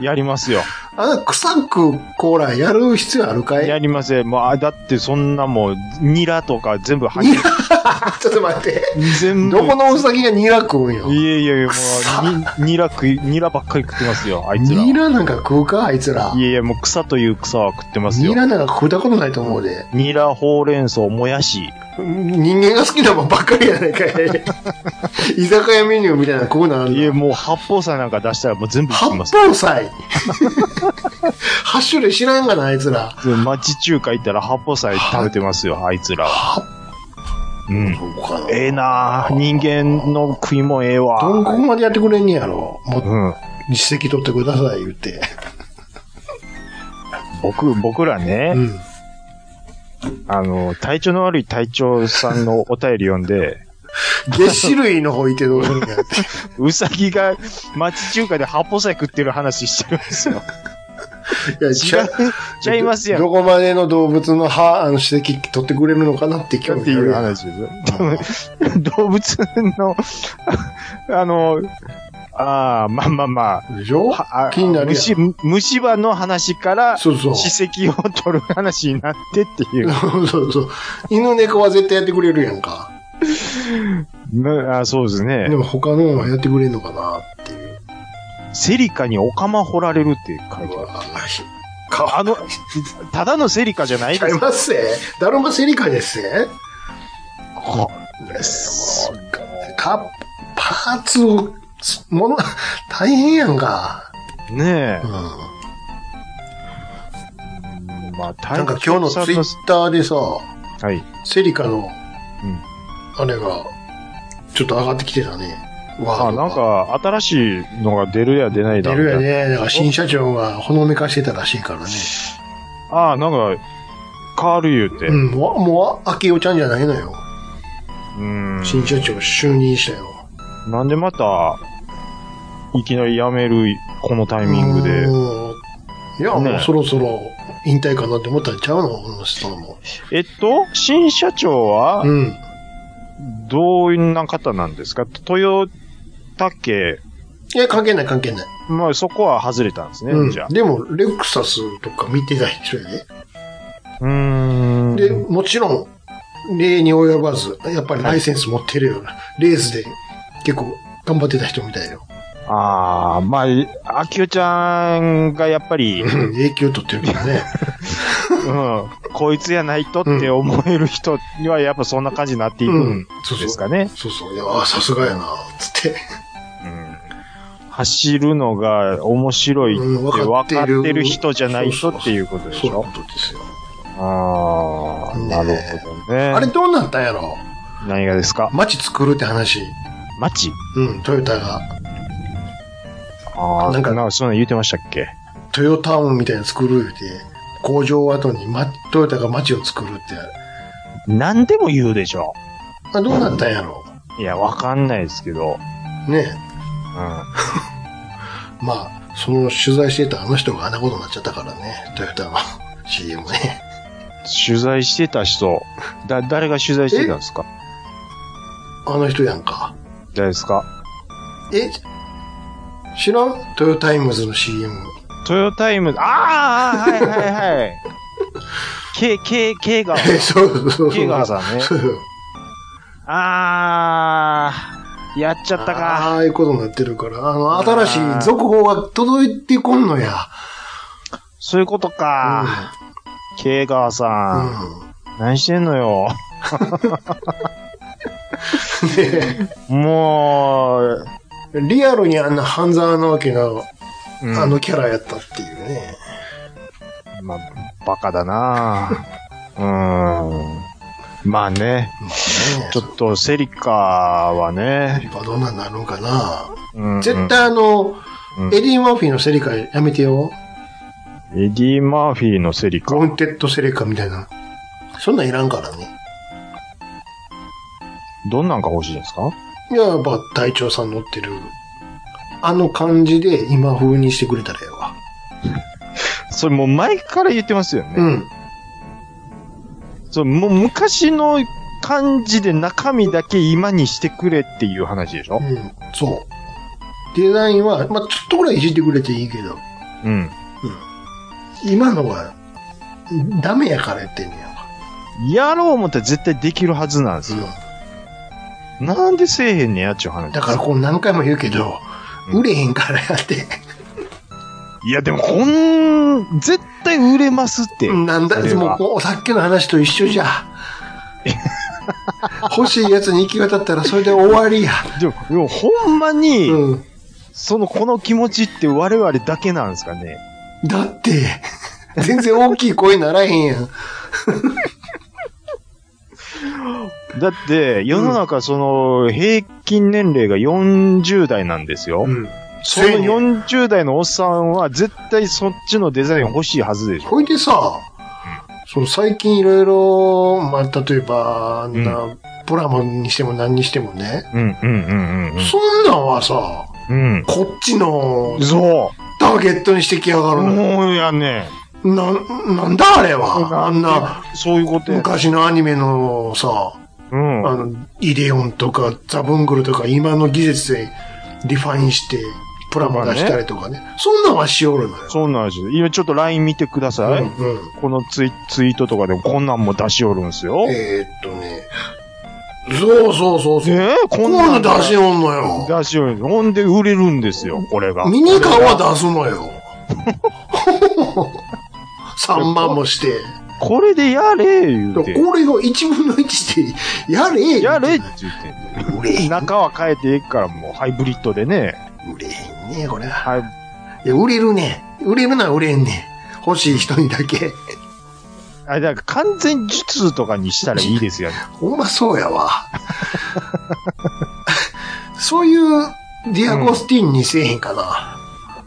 やりますよ。あ、臭くコーラやる必要あるかいやりません。もう、あ、だってそんなもう、ニラとか全部入ニっラ ちょっと待って。全部。どこのウサギがニラ食うんよ。いやいやいや、も、くそうにニラ食い、ニラばっかり食ってますよ、あいつら。ニラなんか食うかあいつらい。やいや、もう草という草は食ってますニよ。ラなんか食ったことないと思うで。ニラ、ほうれん草、もやし。人間が好きなもんばっかりやな いかい。居酒屋メニューみたいなの食うなあんのいや、もう八宝菜なんか出したらもう全部食八います。宝菜八種類知らんがな、あいつら。町中華行ったら八宝菜食べてますよ、あいつらは。八うん。宝かな。ええなぁ、人間の食いもんええわ。どんここまでやってくれんねやろ。もう、うん。実績取ってください、言って。僕、僕らね、うん。あの、体調の悪い隊長さんのお便り読ん で、月種類の方いてどうするんやって。うさぎが町中華で八宝菜食ってる話してるんです よ。いや、 違う、ちゃいますよ。ど こまでの動物の歯、あの、指摘取ってくれるのかなってっ興て味あいるうやん話です。でも動物の、 あの、ああ、まあまあまあでしょはあ、気になるや虫ん。虫歯の話から、歯そうそう。石を取る話になってっていう。そうそう。犬猫は絶対やってくれるやんか。なあそうですねで。も他のはやってくれんのかなっていう。セリカにオカマ掘られるって書いてある。かあの、ただのセリカじゃないちゃでいすか。ますぜ。だるまセリカですぜ。こねえもうか、パーツを、もの、大変やんか。ねうん。え。まあ、なんか今日のツイッターでさ、はい。セリカのうん、あれが、ちょっと上がってきてたね。あ、わなん、か、新しいのが出るや出ないだ出みるたいやなね。なんか新社長がほのめかしてたらしいからね。ああ、なんか、変わる言うて。うん、もう、もう、秋代ちゃんじゃないのよ。うん。新社長就任したよ。なんでまた、いきなり辞める、このタイミングで。うん。いや、ねもうそろそろ引退かなって思ったんちゃうのこの人も。えっと、新社長はう、ん。どういうな方なんですか豊田家、いや、関係ない関係ない。まあそこは外れたんですね、うんじゃあ。でも、レクサスとか見てない人やね。うーん。で、もちろん、例に及ばず、やっぱりライセンス持ってるような、レースで結構頑張ってた人みたいよ。ああ、まあ、秋代ちゃんがやっぱり、ううん永久取ってるからね。ん、こいつやないとって思える人にはやっぱそんな感じになっていくんそうですそう。かね。そうそう。いやー、さすがやな、つって。うん走るのが面白いってうん分かわってる人じゃないとそうそうっていうことでしそういうょことですよ。ああ、ねなるほどね。あれどうなったんやろ何がですか街作るって話。街うん、トヨタが。ああ、ななんんか、かなんかそんなん言ってましたっけトヨタウンみたいなの作る言うて、工場跡に、ま、トヨタが街を作るって。何でも言うでしょ。あどうなったんやろいや、わかんないですけど。ねうん。まあ、その取材してたあの人があんなことになっちゃったからね、トヨタの CM ね。取材してた人、だ、誰が取材してたんですかあの人やんか。誰ですかえ知らんトヨタイムズの CM。トヨタイムズ、ああ、はいはい はい。K、K、K が、え、 そうそうそう。 K がさんね。そうああ、やっちゃったか。ああいうことになってるから、あの、新しい続報が届いてこんのや。そういうことか。K 川うさん、ん。うん。何してんのよ。 ねもう、えリアルにあんな半沢なわけな、うんあのキャラやったっていうね。まあ、バカだなぁうーん。まあね、ねちょっとセリカはね、やっぱどんなんなるんかな、うんうん絶対あの、うんエディ・マーフィーのセリカやめてよ。エディ・マーフィーのセリカゴ。ンテッドセリカみたいな。そんなんいらんからね。どんなんが欲しいですかいや、やっぱ隊長さん乗ってる。あの感じで今風にしてくれたらええわ。それもう前から言ってますよね。うん。それもう昔の感じで中身だけ今にしてくれっていう話でしょうん。そう。デザインは、まあ、ちょっとぐらいいじってくれていいけど。うん。うん。今のは、ダメやからやってんねやわ。やろう思ったら絶対できるはずなんですよ。なんでせえへんねやっちゅう話。だからこう何回も言うけど、うん売れへんからやって。いや、でも、こん、絶対売れますって。なんだ、それもはうもうさっきの話と一緒じゃ。 欲しいやつに行き渡ったらそれで終わりや。でも、でもほんまに、うん。その、この気持ちって我々だけなんですかね。だって、全然大きい声ならへんやん。だって、世の中、その、平均年齢が40代なんですよ。うん。そのついに40代のおっさんは、絶対そっちのデザイン欲しいはずでしょ。ほいでさ、その最近いろいろ、まあ、例えば、あんな、プラモにしても何にしてもね、うん、うん、うん、うんそんなんはさ、うん。こっちのうん。そターゲットにしてきやがう。るのよ。もうやね。なん、なんだあれは。あんな、そういうことや。昔のアニメのさ、うん。あの、イデオンとかザブングルとか今の技術でリファインして、プラモ出したりとかね。そんなんはしおるのよ。そうなんですよ。今ちょっと LINE 見てください。うんうん。このツイツイートとかでもこんなんも出しおるんですよ。ええーっとね。そうそうそうそう。ー、ここんんななんの出しおんのよ。出しおるんですよ。ほんで売れるんですよ、これが。ミニカーは出す のよ。3万もして。これでやれ言うこて。れを1分の1で、やれやれっ売て言っれへて。ん。中は変えていいからもうハイブリッドでね。売れへんね、これは。はい。いや、売れるね。売れるなら売れんね。欲しい人にだけ。 あ、だから完全術とかにしたらいい ですよね。ほんまそうやわ。 そういうディアゴスティーンにせえへんかな。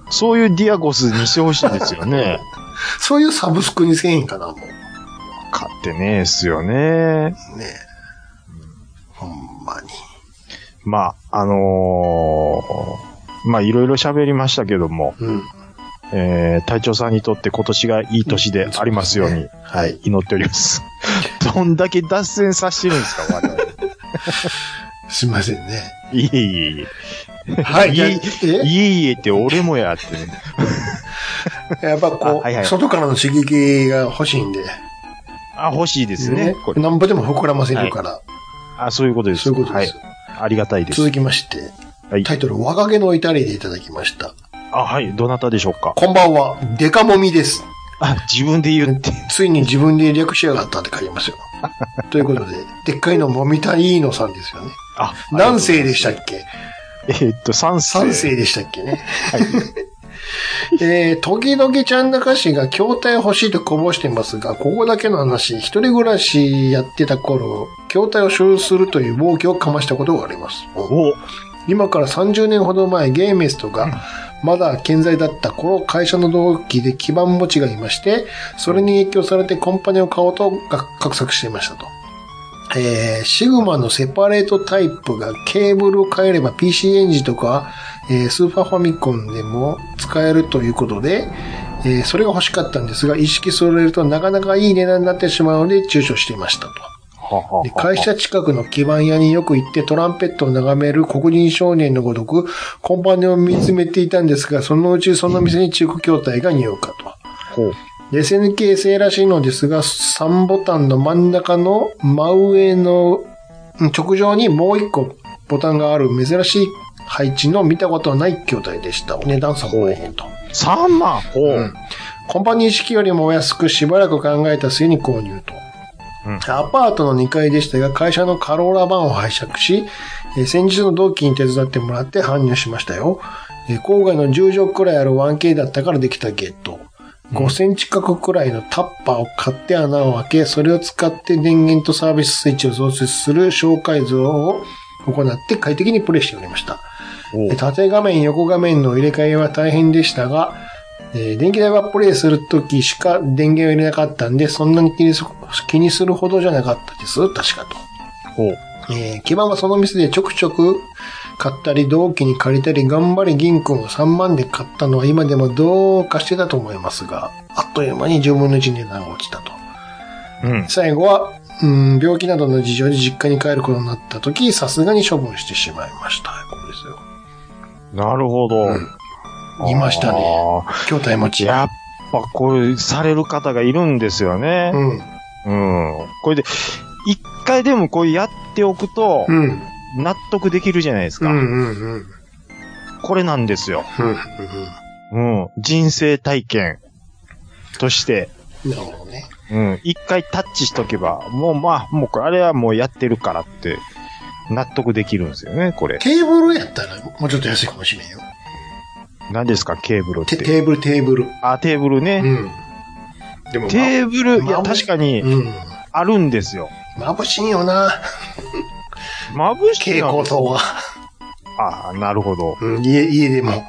そういうディアゴスにしてほしいですよね。 そういうサブスクにせえへんかな、もう。ね買ってねえっすよね。ほんまに。まあ、あのーまあいろいろ喋りましたけども、うん。えー、隊長さんにとって今年がいい年でありますようにはい。祈っております。どんだけ脱線させてるんですか、我々。すいませんね。 いえいえいはいい。じゃあいえ。えいえいえって俺もやってね。やっぱこう、あはいはい外からの刺激が欲しいんで。あ、欲しいですね。これなんぼでも膨らませるから。あ、そういうことです。そういうことです。はい。ありがたいです。続きまして、はいタイトル、若気の至りでいただきました。あ、はい。どなたでしょうか。こんばんは、デカモミです。あ、自分で言って。ついに自分で略しやがったって書いてますよ。ということで、でっかいのもみたいのさんですよね。あ、何世でしたっっけけえーっと、3世。三世でしたっけね。えー、時々ちゃんなかしが筐体欲しいとこぼしてますが、ここだけの話、一人暮らしやってた頃、筐体を所有するという暴挙をかましたことがあります。お、今から30年ほど前、ゲーメストがまだ健在だった頃、会社の同期で基盤持ちがいまして、それに影響されてコンパネを買おうとが画策していましたと。えー、シグマのセパレートタイプがケーブルを変えれば PC エンジンとか、えースーパーファミコンでも使えるということで、えーそれが欲しかったんですが、意識それるとなかなかいい値段になってしまうので、躊躇していましたと。はははで会社近くの基盤屋によく行ってトランペットを眺める黒人少年のごとく、コンパネを見つめていたんですが、そのうちその店に中古筐体が入荷と。ほう。で SNK 製らしいのですが、3ボタンの真ん中の真上のうん直上にもう1個ボタンがある珍しい配置の見たことない筐体でした。お値段3万円と。 3万。ほう。うんコンパニー式よりもお安くしばらく考えた末に購入と。うんアパートの2階でしたが、会社のカローラ版を拝借し、えー先日の同期に手伝ってもらって搬入しましたよ。えー郊外の10畳くらいある 1K だったからできたゲット。5センチ角くらいのタッパーを買って穴を開け、それを使って電源とサービススイッチを増設する小改造を行って快適にプレイしておりました。ほうえー縦画面、横画面の入れ替えは大変でしたが、えー電気代はプレイするときしか電源を入れなかったんで、そんなに気にす気にするほどじゃなかったです。確かと。ほう。えー基盤はその店でちょくちょく買ったり、同期に借りたり、頑張り銀君を3万で買ったのは今でもどうかしてたと思いますが、あっという間に10分の1値段が落ちたと。うん。最後は、うん、病気などの事情で実家に帰ることになったとき、さすがに処分してしまいました。これですよ。なるほど。んいましたねあー筐体持ち。やっぱこれされる方がいるんですよね。うん。うん。これで、一回でもこれやっておくと、うん。納得できるじゃないですうか。ん。うん。うん。うん。これなんですよ。ううんん。人生体験として、なるほどね。うん。一回タッチしとけば、もうまあ、もうこれあれはもうやってるからって、納得できるんですよね、これ。テーブルやったらもうちょっと安いかもしれんよ。何ですか、ケーブルってて。テーブル、テーブル。あ、テーブルうね。ん。でも、テーブル、いまや、あ確かに、うん。あるんですよ。眩しいよな、眩しい蛍な光灯は。ああ、なるほど。うん、家、家でも。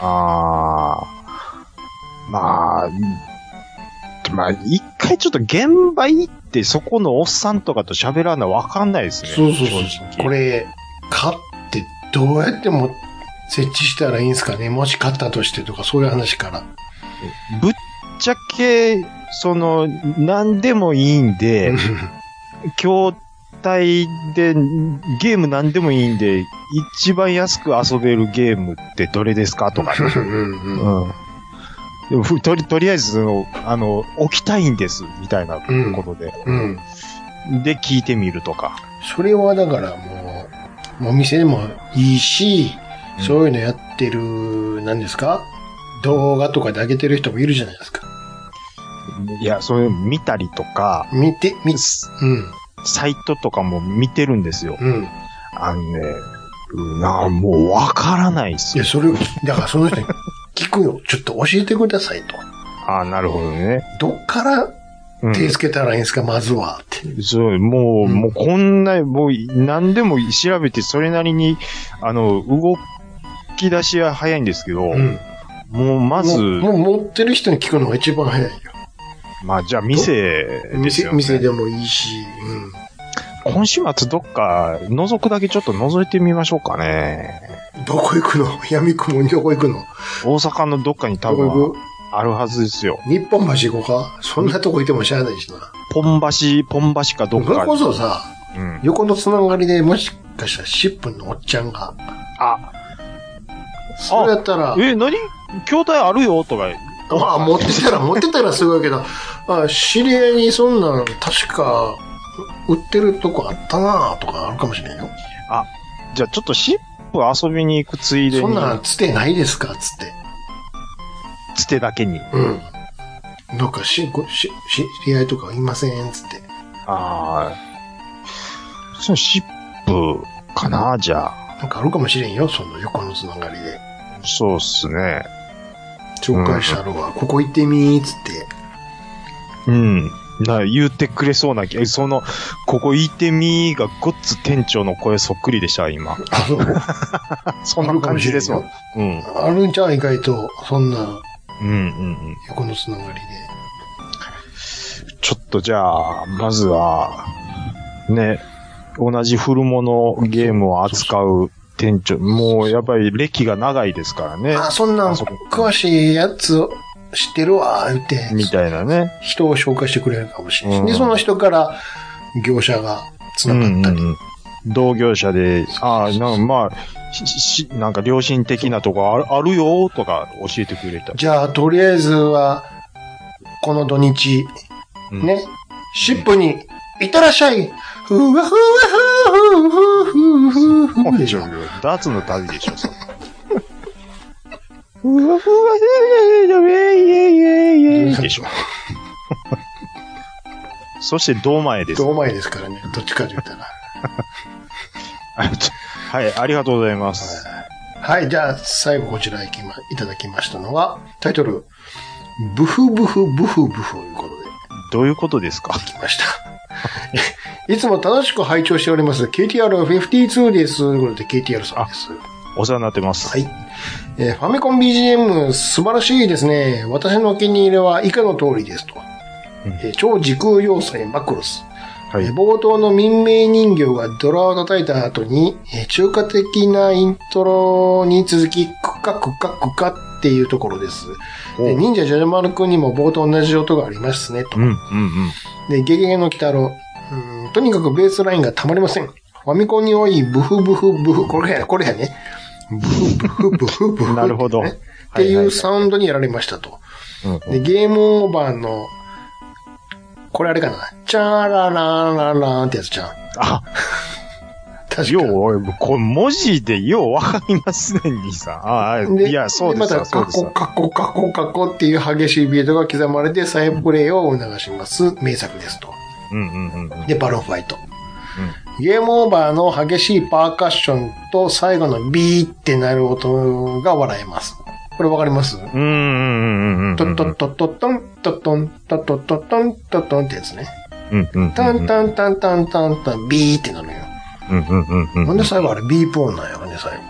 ああ。まあ、うんまあ、一回ちょっと現場行って、そこのおっさんとかと喋らなわかんないですね。そうそうそう正直これ、買ってどうやっても設置したらいいんすかねもし買ったとしてとか、そういう話から。ぶっちゃけ、その、何でもいいんで、筐体で、ゲーム何でもいいんで、一番安く遊べるゲームってどれですかとか、ね、うんうん。でもふとり、とりあえずその、あの、置きたいんです、みたいなことで。うん。で、聞いてみるとか。それはだからもう、お店でもいいし、そういうのやってる、何ですか動画とかで上げてる人もいるじゃないですか。いや、そういうの見たりとか、見て、見、うん、サイトとかも見てるんですよ。うん。あのね、うんなあもうわからないっすいや、よ。それを、だからその人に聞くよ。ちょっと教えてくださいと。ああ、なるほどね。どっからうん手つけたらいいんですか、まずは。って。そう、もう、うんもうこんな、もう何でも調べて、それなりに、あの、動き出しは早いんですけど、うん。もうまず、もう、もう持ってる人に聞くのが一番早いよ。まあじゃあ店です店よ、ね。店でもいいし、今週末どっか覗くだけちょっと覗いてみましょうかね。うん。どこ行くの 闇雲にどこ行くの大阪のどっかに多どこ行分くあるはずですよ。日本橋行こうかそんなとこいても知らないしな。ポン橋、ポン橋かどっそれか。こそさ、うん。横のつながりでもしかしたらシップンのおっちゃんが、あ、そうやったら、え、何筐体あるよとか。ああ、持ってたら、持ってたらすごいけど、あ知り合いにそんなん、確か、売ってるとこあったなとかあるかもしれんよ。じゃあちょっとシップ遊びに行くついでに、そんなん、つてないですかつって。つてだけに。うん。どっかし、ごし、し、知り合いとかいませんつって。ああ。そのシップかなじゃあ。なんかあるかもしれんよ、その横のつながりで。そうっすね。紹介したるわ、ここ行ってみーつ って。うん。な言ってくれそうな気、えその、ここ行ってみーがごっつ店長の声そっくりでした、今。 あ、そう。そんな感じですもん。うん。あるんちゃう意外と、そんなうんうんうん。横のつながりで。ちょっとじゃあ、まずは、ね、同じ古物ゲームを扱う店長、もうやっぱり歴が長いですからね。あ、そんなん、あそこ詳しいやつを知ってるわ、言って、みたいなね。人を紹介してくれるかもしれない。うんで、その人から、業者うが繋んがっうんうたり。ん。同業者で、ああ、なんかまあ、し、しなんか良心的なとこあるあるよとか教えてくれたり。じゃあ、とりあえずは、この土日、うんね、シップに、いってらっしゃいふわふわふわふわふわふわふわふわでしょ。ダーツの旅でしょ、それ。ふわふわせーの、えいえいえいえいでしょ。そして、堂前です。 どう前ですからね、どっちかと言ったら。あちょはい、ありがとうございます。はい、じゃあ、最後こちらいきま、いただきましたのは、タイトル、ブフブフブフブフということで。どういうことですかき ました。いつも楽しく拝聴しております。KTR52 です。ということで KTR さんです。お世話になってます。はい。えーファミコン BGM 素晴らしいですね。私のお気に入りは以下の通りですと。うんえー超時空要塞マクロス。はいえー冒頭の民命人形がドラを叩いた後に、えー中華的なイントロに続き、クカクカクカっていうところです。おえー忍者ジャジャマル君にも冒頭同じ音がありますねと。うん、うん、うん。で、ゲゲゲの鬼太郎。うーんとにかくベースラインがたまりません。ファミコンに多いブフブフブフ。これや、これやね。フープ、フープ、フープ、フープ、なるほどねってはいはいいはいうサウンドにやられましたと。うんで、ゲームオーバーの、これあれかな。チャーララララーンってやつじゃん。あ、確よう、かおいこれ文字でようわかりますね、兄さん。ああ、でいや、そうでますた、わ、そカうですコわ。カコカコカコっていう激しいビートが刻まれて再プレイを促します。名作ですと。うんうんうんうん。で、バロンファイト。ゲームオーバーの激しいパーカッションと最後のビーってなる音が笑えます。これわかりますうんうんうんうんうんうん。トットットットットン、トットン、トットットットン、トットンってやつね。うんうんうんうん。タンタンタンタンタンタン、ビーってなるよ。うんうんうんうん。ほんで最後あれビーポーンなんや、ほんで最後。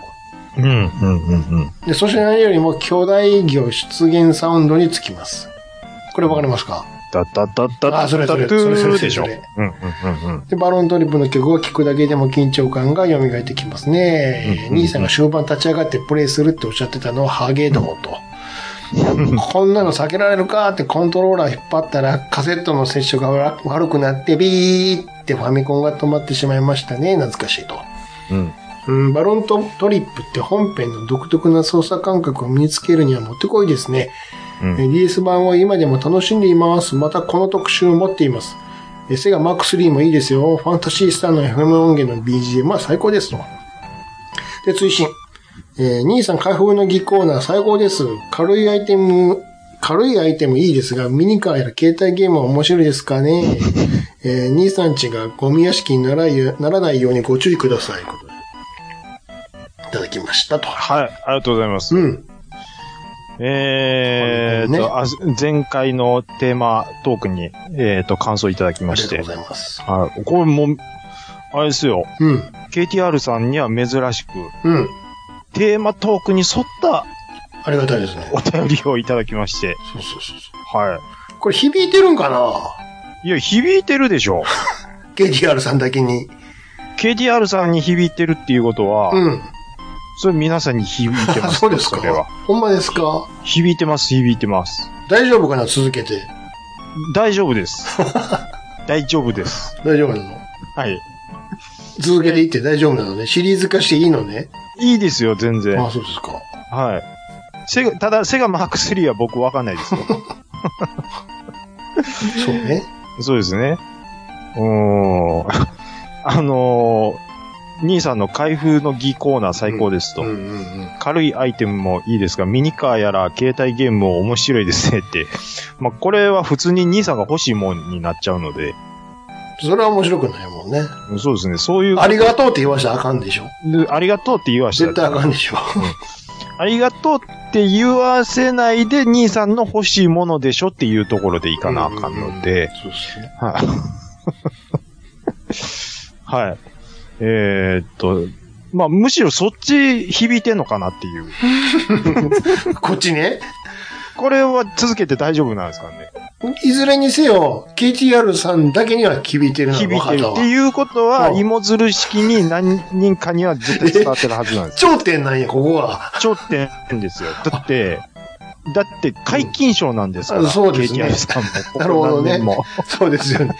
うんうんうんうん。で、そして何よりも巨大魚出現サウンドにつきます。これわかりますかだだだだだあそれそれだだそれそれでしょ。そうれんうんうんうん。で、バロントリップの曲を聴くだけでも緊張感が蘇ってきますね。うん兄さんが終盤立ち上がってプレイするっておっしゃってたのはハゲドウと。こんなの避けられるかってコントローラー引っ張ったらカセットの接触が悪悪くなってビーってファミコンが止まってしまいましたね。懐かしいと。うんうん、バロントトリップって本編の独特な操作感覚を身につけるにはもってこいですね。うんえー DS 版を今でも楽しんでいます。またこの特集を持っています。えーセガ Mark3 もいいですよ。ファンタシースターの FM 音源の BGM は最高ですと。で、追伸。えー兄さん開封の儀コーナー最高です。軽いアイテム、軽いアイテムいいですが、ミニカーや携帯ゲームは面白いですかね。えー兄さんちがゴミ屋敷にならいならないようにご注意ください。いただきましたと。はい、ありがとうございます。うん。えーっと、あ前回のテーマトークに、えーっと、感想いただきあまりしがとうてご。ざいます。はい、これもう、あれですよ。うん。 KTR さんには珍しく、うん。テーマトークに沿ったありがたいですね。お便りをいただきまして。そうそうそうそは。う。これ響いてるんかないいや、響いてるでしょ。 ?KTR さんだけに。 KTR さんに響いてるっていうことは、うん。それ皆さんに響いてまあす。 そうですそれかは。ほんまですか響いてます、響いてます。大丈夫かな続けて。大丈夫です。 大丈夫です。大丈夫なのはい。続けていって大丈夫なのね。シリーズ化していいのね。いいですよ、全然。あ、そうですか。はい。セガ、ただ、セガマーク3は僕わかんない ですよ。そうね。そうですね。うーん。 あのー兄さんの開封の儀コーナー最高ですと。うんうんうん。軽いアイテムもいいですが、ミニカーやら携帯ゲームも面白いですねって。 まあ、これは普通に兄さんが欲しいもんになっちゃうので、それは面白くないもんね。そうですね、そういう、ありがとうって言わしたらあかんでしょ。でありがとうって言わせ絶対あかんでしょ。ありがとうって言わせないで、兄さんの欲しいものでしょっていうところでいかなあかんので、うんうんうん。そうですね。はい。 はい。えーっと、まあ、むしろそっち響いてんのかなっていう。こっちね。これは続けて大丈夫なんですかね。いずれにせよ、KTR さんだけには響いてるの響がいてる分ったかってわ。いうことは、うん芋づる式に何人かには絶対伝わってるはずなんで す。頂点なんや、ここは。頂点ですよ。だって、だって解禁賞なんですから、あそうですね KTR さんも。 なるほどねここ何年もそうですよね。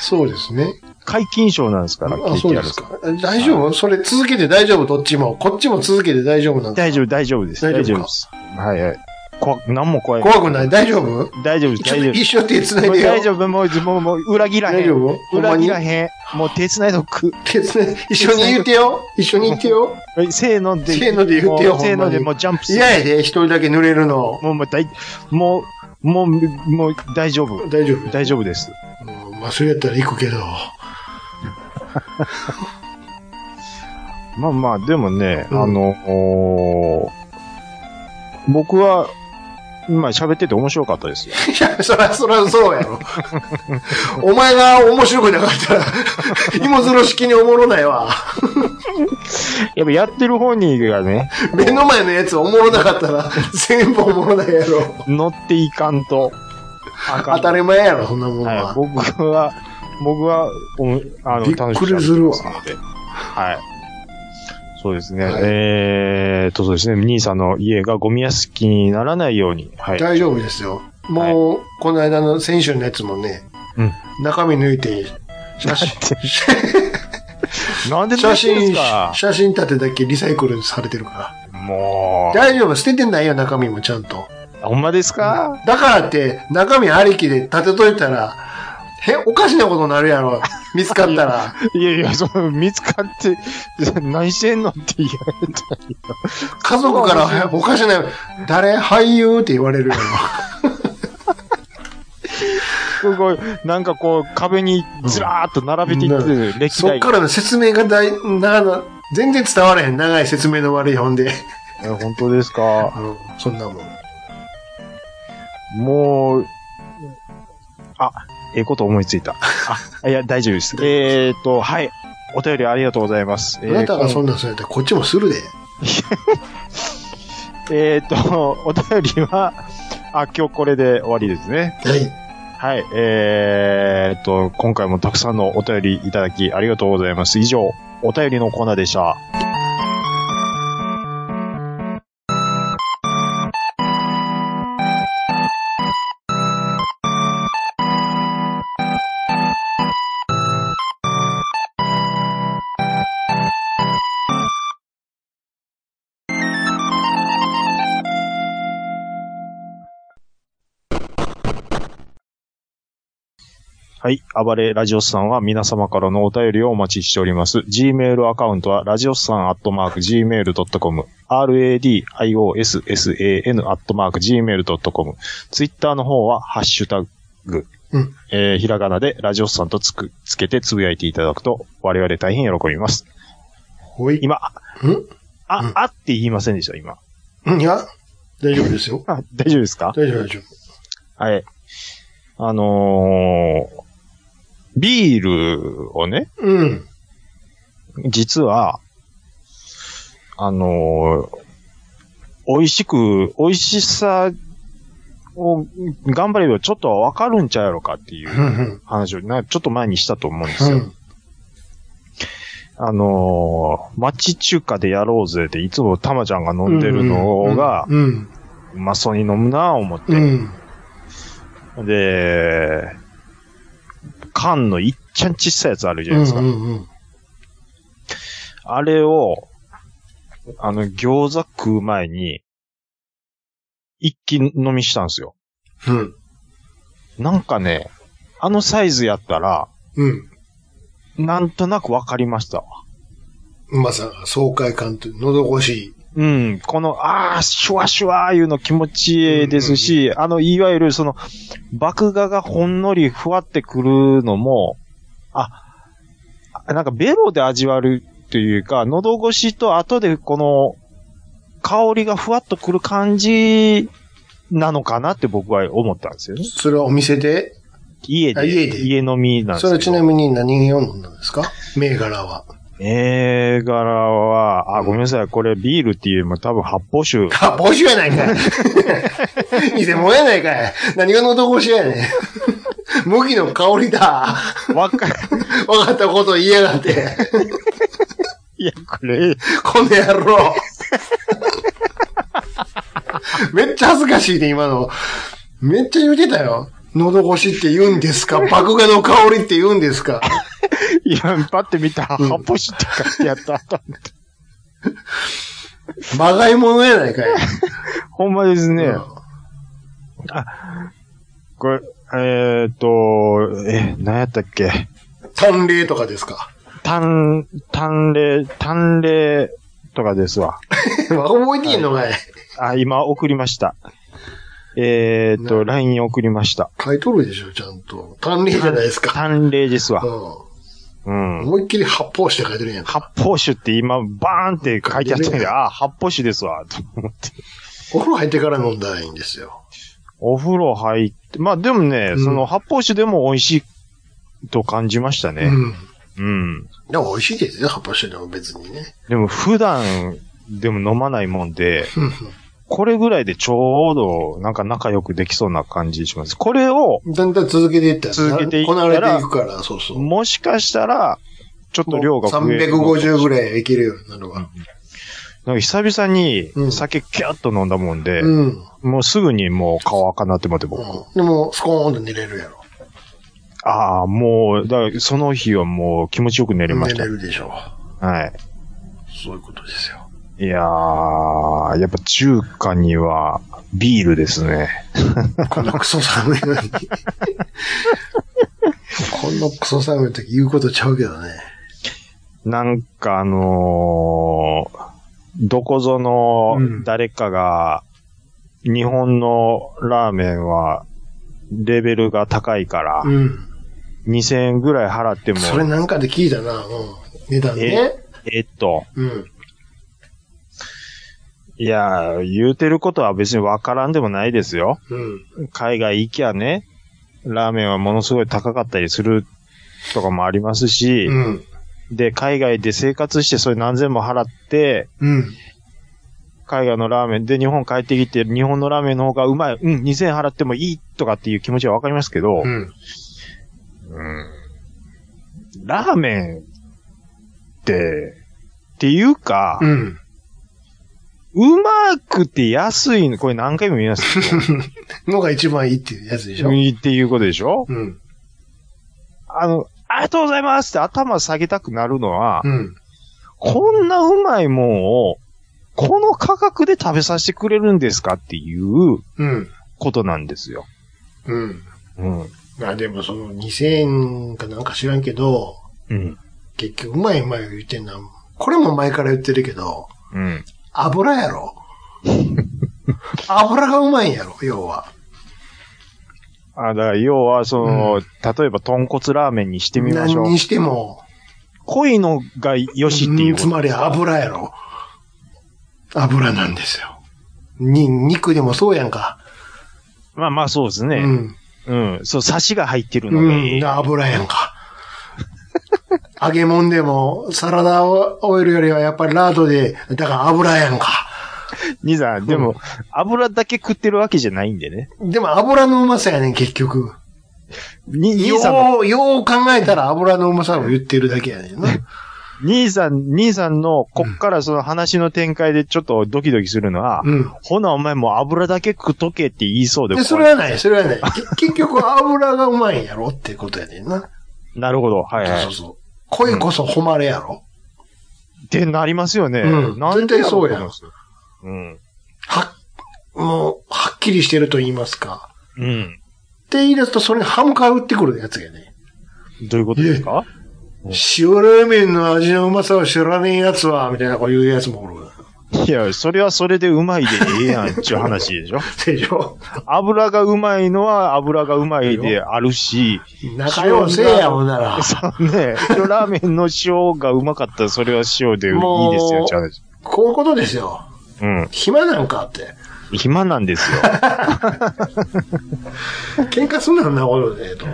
そうですね。解禁賞なんですから、あ、そうで KTR すさん。か。大丈夫それ続けて大丈夫どっちも。こっちも続けて大丈夫なの大丈夫、大丈夫です。大大丈丈夫夫かです。はいはい。怖く、何も怖い。怖くない大丈夫大丈夫です、ちょ大丈夫っとです一。緒手繋いでよ。大丈夫、もう、もう、もう、裏切らへ大丈ん。夫ほんま裏切にらへん。もう手繋いどく。 手繋い一緒に言うてよ。一緒に言って よ。はいせーので。せーので言ってよもせーので、ほんまにもうジャンプする。嫌やで、一人だけ濡れるの。もう、もう、大、もう、もう、もう、大丈夫。大丈夫大丈夫です。うんまあ、それやったら行くけど。まあまあ、でもね、うんあの、おー僕は、今喋ってて面白かったですよ。いや、そら、そら、そうや ろ。お前が面白くなかったら、芋づろ式におもろないわ。やっぱやってる本人がね、目の前のやつおもろなかったら、全部おもろないやろ。乗っていかんと。あかん当たり前やろ、そんなもんはい、は。僕は、僕は、おもあの、びっ楽しくりするわみですのではい。そうですね。はいえーっと、そうですね。兄さんの家がゴミ屋敷にならないように。はい。大丈夫ですよ。もう、この間の選手のやつもね、うん 中身抜いて、写真、なんで写泣いてるんです真、か写真立てだけリサイクルされてるから。もう、大丈夫、捨ててないよ、中身もちゃんと。ほんまですかだからって、中身ありきで立てといたら、へ、おかしなことになるやろ。見つかったら。 いやいや、その、見つかって、何してんのって言われたり。家族からへおかしな、誰俳優って言われるやろ。すごい、なんかこう、壁にずらーっと並べていってる、歴そっ代からの説明が大、長な、全然伝わらへん。長い説明の悪い本で。え本当ですかうん、そんなもん。もう、あ、ええこと思いついた。あ、いや、大丈夫です。 えーっと、はい。お便りありがとうございます。えあなたがその、んなんそうやったらこっちもするで。えーっと、お便りは、あ、今日これで終わりですね。はい。はい。えーっと、今回もたくさんのお便りいただきありがとうございます。以上、お便りのコーナーでした。はい。暴れラジオスさんは皆様からのお便りをお待ちしております。Gmail アカウントは、ラジオスさんアットマーク Gmail.com、radiossan アットマーク Gmail.com、Twitter の方は、ハッシュタグ、うんえーひらがなでラジオスさんとつく、つけてつぶやいていただくと、我々大変喜びます。ほい。今、んあ、うんあって言いませんでした、今。うんいや、大丈夫ですよ。あ大丈夫ですか大丈夫、大丈夫。はい。あのー、ビールをね、うん。。実は、あのー美味しく、美味しさを頑張ればちょっとはわかるんちゃうやろかっていううん話をな、ちょっと前にしたと思うんですうよ。ん。あのー町中華でやろうぜっていつもたまちゃんが飲んでるのが、うん。うまそうに飲むなぁ思って。うん。で、缶のいっちゃんちっさいやつあるじゃないですか。うんうんうんあれを、あの、餃子食う前に、一気飲みしたんですよ。うん。なんかね、あのサイズやったら、うん。なんとなくわかりましたわ。うまさが爽快感と、喉越しうん、この、あー、シュワシュワーいうの気持ちいいですし、あの、いわゆるその、麦芽がほんのりふわってくるのも、あ、なんかベロで味わるというか、喉越しと後でこの、香りがふわっとくる感じなのかなって僕は思ったんですよね。それはお店で家あで、家で家飲みなんですそけれど。はちなみに何を飲んだんですか銘柄は。銘柄は、あ、ごめんなさい。これビールっていうよりも多分発泡 酒。あ、帽子やないかい。偽物やないかい。何が喉越しやねん。麦の香りだ。わか、分かったこと言いやがって。いや、これ、この野郎。めっちゃ恥ずかしいね、今の。めっちゃ言うてたよ。喉越しって言うんですか麦芽の香りって言うんですかいや、パって見たら、うんハポシって書いてあった。まがい物やないかい。 ほんまですね。うんこれ、えー、っと、え、何やったっけ淡麗とかですか単、単麗、単麗とかですわ。覚えてんのかい。あ、今送りました。えー、っと、LINE 送りました。書いとるでしょ、ちゃんと。淡麗じゃないですか。単麗ですうわ。んうん。思いっきり発泡酒って書いてるやんか。発泡酒って今、バーンって書いてあったんで、あ、発泡酒ですわ、と思って。お風呂入ってから飲んだらいいんですよ。お風呂入って、まあでもね、うんその発泡酒でも美味しいと感じましたうね。ん。うんでも美味しいですよ、発泡酒でも別にね。でも普段でも飲まないもんで、うんこれぐらいでちょうどなんか仲良くできそうな感じします。これを、だんだん続けていったら、続けていったこらなれていくから、そうそう。もしかしたら、ちょっと量が増えるの。 350ぐらいいけるようになるわ。なんか久々うんに酒キャッと飲んだもんで、うん。もうすぐにもう顔赤なって思って僕。うんでも、スコーンと寝れるやろ。ああ、もう、だからその日はもう気持ちよく寝れま寝したれ。るでしょはい。う。そういうことですよ。いやー、やっぱ中華にはビールですね。こんなクソ寒いのに。こんなクソ寒い時言うことちゃうけどね。なんかあのーどこぞのうん誰かが、日本のラーメンはレベルが高いから、うん。 2000円ぐらい払っても、それなんかで聞いたな、うん。値段ね。えっと、うん。いやー、言うてることは別にわからんでもないですよ。うん。海外行きゃね、ラーメンはものすごい高かったりするとかもありますし、うん。で、海外で生活してそれ何千も払って、うん。海外のラーメンで日本帰ってきて、日本のラーメンの方がうまい、うん、2000払ってもいいとかっていう気持ちはわかりますけど、うん。うんラーメンって、っていうか、うん。うまくて安いの、これ何回も言いますけのが一番いいっていうやつでしょど、。いいっていうことでしょうん。あの、ありがとうございますって頭下げたくなるのは、うん。こんなうまいもんを、この価格で食べさせてくれるんですかっていううん。ことなんですよ。うん。うん。まあでもその2000かなんか知らんけど、うん。結局うまいうまい言ってんな。これも前から言ってるけど、うん。油や ろ。油がうまいんやろ、要は。あ、だから要は、その、例えば豚骨ラーメンにしてみましょ何う。にしても、。濃いのが良しっていううんつまり油やろ。油なんですよ。に、肉でもそうやんか。まあまあそうですうね。ん。うん。そう、サシが入ってるのがいい。うん。油やんか。 揚げ物でも、サラダオイルよりはやっぱりラードで、だから油やんか。兄さん、でも、油だけ食ってるわけじゃないんでね。でも油のうまさやねん、結局。によ兄さんの、う、よう考えたら油のうまさを言ってるだけやねんな。兄さん、兄さんの、こっからその話の展開でちょっとドキドキするのは、うん。ほな、お前もう油だけ食っとけって言いそうで。で、それはない、それはない。 け結局油がうまいんやろってことやねんな。なるほど。はいはいそうそう。そう。恋こそ誉れやろ。ってなりますよね。うんなんで絶対そうやんろと思いますはっ、もう、はっきりしてると言いますか。うん。うん。って言い出すと、それに歯向かうってくるやつやね。どういうことですか塩ラーメンの味のうまさを知らねえやつは、みたいなこういうやつもおる。いや、それはそれでうまいでええやんっていう話でし ょ。でしょ油がうまいのは油がうまいである し、仲良せえや、ほんなら。そうね、塩ラーメンの塩がうまかったらそれは塩でいいですよもうって話。こういうことですよ。うん。暇なんかって。暇なんです よ。喧嘩すんな、んなことで、と。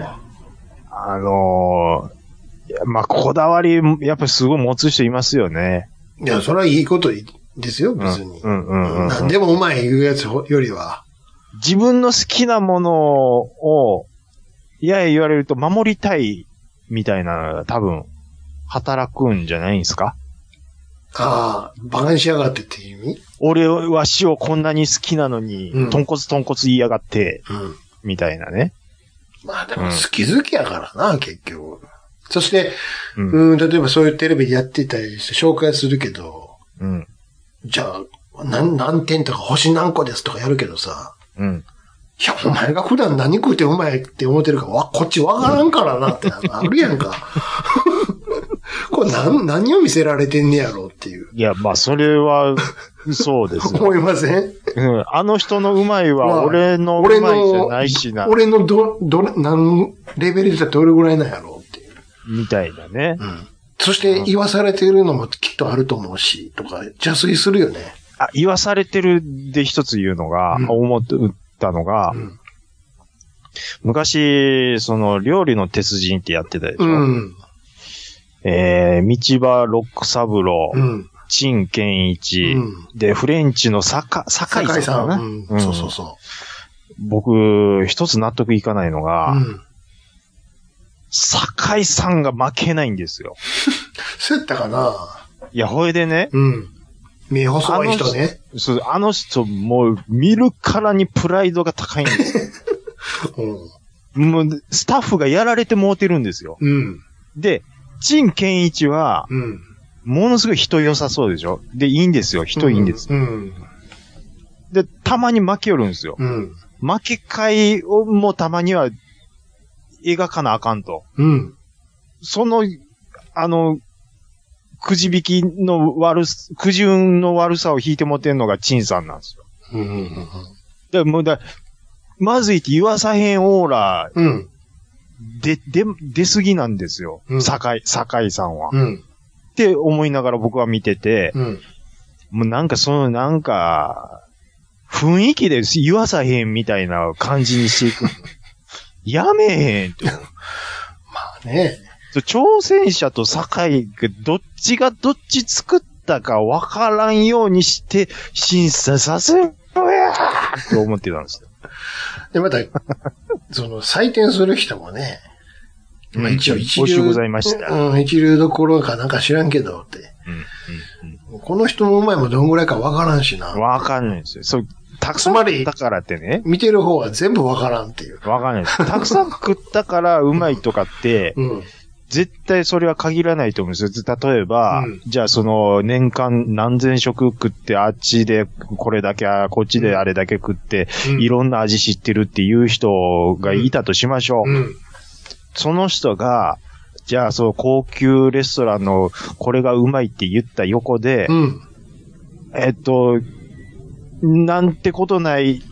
あのーいやまあ、こだわり、やっぱりすごい持つ人いますよね。いや、それはいいことですよ、うん別に。うんうんうんうん何でもうまい言うやつよりは。自分の好きなものを、いやいや言われると守りたいみたいな、多分、働くんじゃないんですかああ、馬鹿にしやがってっていう意味俺は塩こんなに好きなのに、うん豚骨豚骨言いやがって、うん。みたいなね。まあでうもん好き好きやからな、結局。そして、うんうん、例えばそういうテレビでやってたりして紹介するけど、うん。じゃあ、何、何点とか星何個ですとかやるけどさ、うん。いや、お前が普段何食うてうまいって思ってるか、わ、こっちわからんからなってあるや んか。これ何、何を見せられてんねやろうっていう。いや、まあ、それは、そうです よ、思いませんうん。あの人のうまいまあは、俺のうまいじゃないしな、俺のど、ど、何、レベルじゃどれぐらいなんやろうっていう。みたいなね。うん。そして、言わされてるのもきっとあると思うし、とか、邪推するよね。あ、言わされてるで一つ言うのが、うん思ったのが、うん昔、その、料理の鉄人ってやってたでしょ、うん。えー、道場六三郎う、ん。陳健一、うんで、フレンチの坂、坂井酒井ささんかな。ん。ううんん。そうそうそ僕、一つ納得いかないのう。が、うん。坂井さんが負けないんですよ。そうやったかないや、ほいでね、うん。目細い人ね。そうあ の人、もう、見るからにプライドが高いんですよ。うん。もう、スタッフがやられてもうてるんですよ。うん。で、陳健一は、うん。ものすごい人良さそうでしょで、いいんですよ。人いいんです。うん。で、たまに負けよるんですよ。うん。負け会をもたまには描かなあかんと。うん。その、あの、くじ引きの悪す、くじ運の悪さを引いてもてんのが陳さんなんですよ。うん。だからもうだ、まずいって言わさへんオーラ、うん。で、で、出すぎなんですよ。うん酒井、酒井さんは。っうん。て思いながら僕は見てて、うん。もうなんかその、なんか、雰囲気で言わさへんみたいな感じにしてい く。やめへんって。ね挑戦者と酒井がどっちがどっち作ったかわからんようにして審査させろやーって思ってたんですよ。で、また、その、採点する人もね、まあ一応一おし流。ございました。うんうん、一流どころかなんか知らんけどって。うんこの人のうまいもどんぐらいかわからんしうな。んわかんないんですよ。そう、たくつさんま食りったからってね。見てる方は全部わからんっていう。わかんない です。たくさん食ったからうまいとかって、うん。絶絶対それは限らないと思うんですよ。例えば、うんじゃあその年間何千食食って、あっちでこれだけ、あこっちであれだけ食って、いろんな味知ってるっていう人がいたとしましょう。うん。その人が、じゃあ、そう、高級レストランの、これがうまいって言った横で、うん。えっと、なんてことない、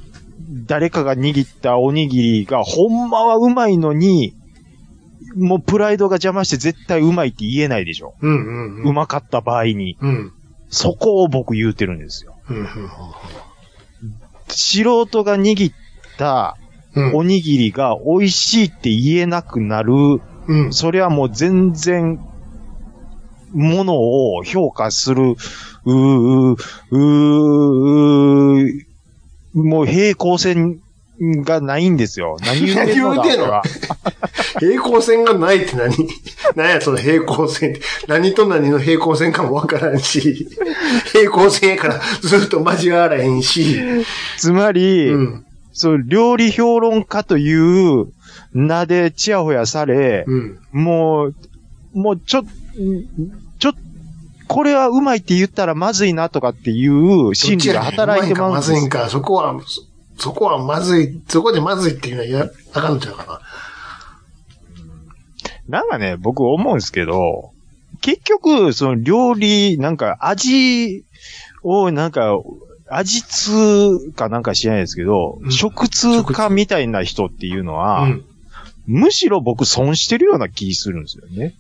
誰かが握ったおにぎりが、ほんまはうまいのに、もうプライドが邪魔して絶対うまいって言えないでしょ。うん。うん。うまかった場合に。うん。そこを僕言うてるんですよ。うん。素人が握ったうん。おにぎりが美味しいって言えなくなる、うん。それはもう全然、ものを評価する、うー、うー、うー、もう平行線がないんです よ。何言ってんのだ何言うてんの俺は平行線がないって何 何やその平行線って。何と何の平行線かもわからんし、平行線やからずっと交わらへんし。つまり、うん。そう、料理評論家という名でチヤホヤされ、うん。もう、もうちょ、ちょ、これはうまいって言ったらまずいなとかっていう心理が働いてまますずいんか、そこは、そそこはまずい、そこでまずいっていうのはや、あかんのちゃうかなんかね、僕思うんですけど、結局、その料理、なんか味を、なんか、味通かなんか知らないですけど、うん食通かみたいな人っていうのな。は、うん。むしろ僕損してるような気するんですよね。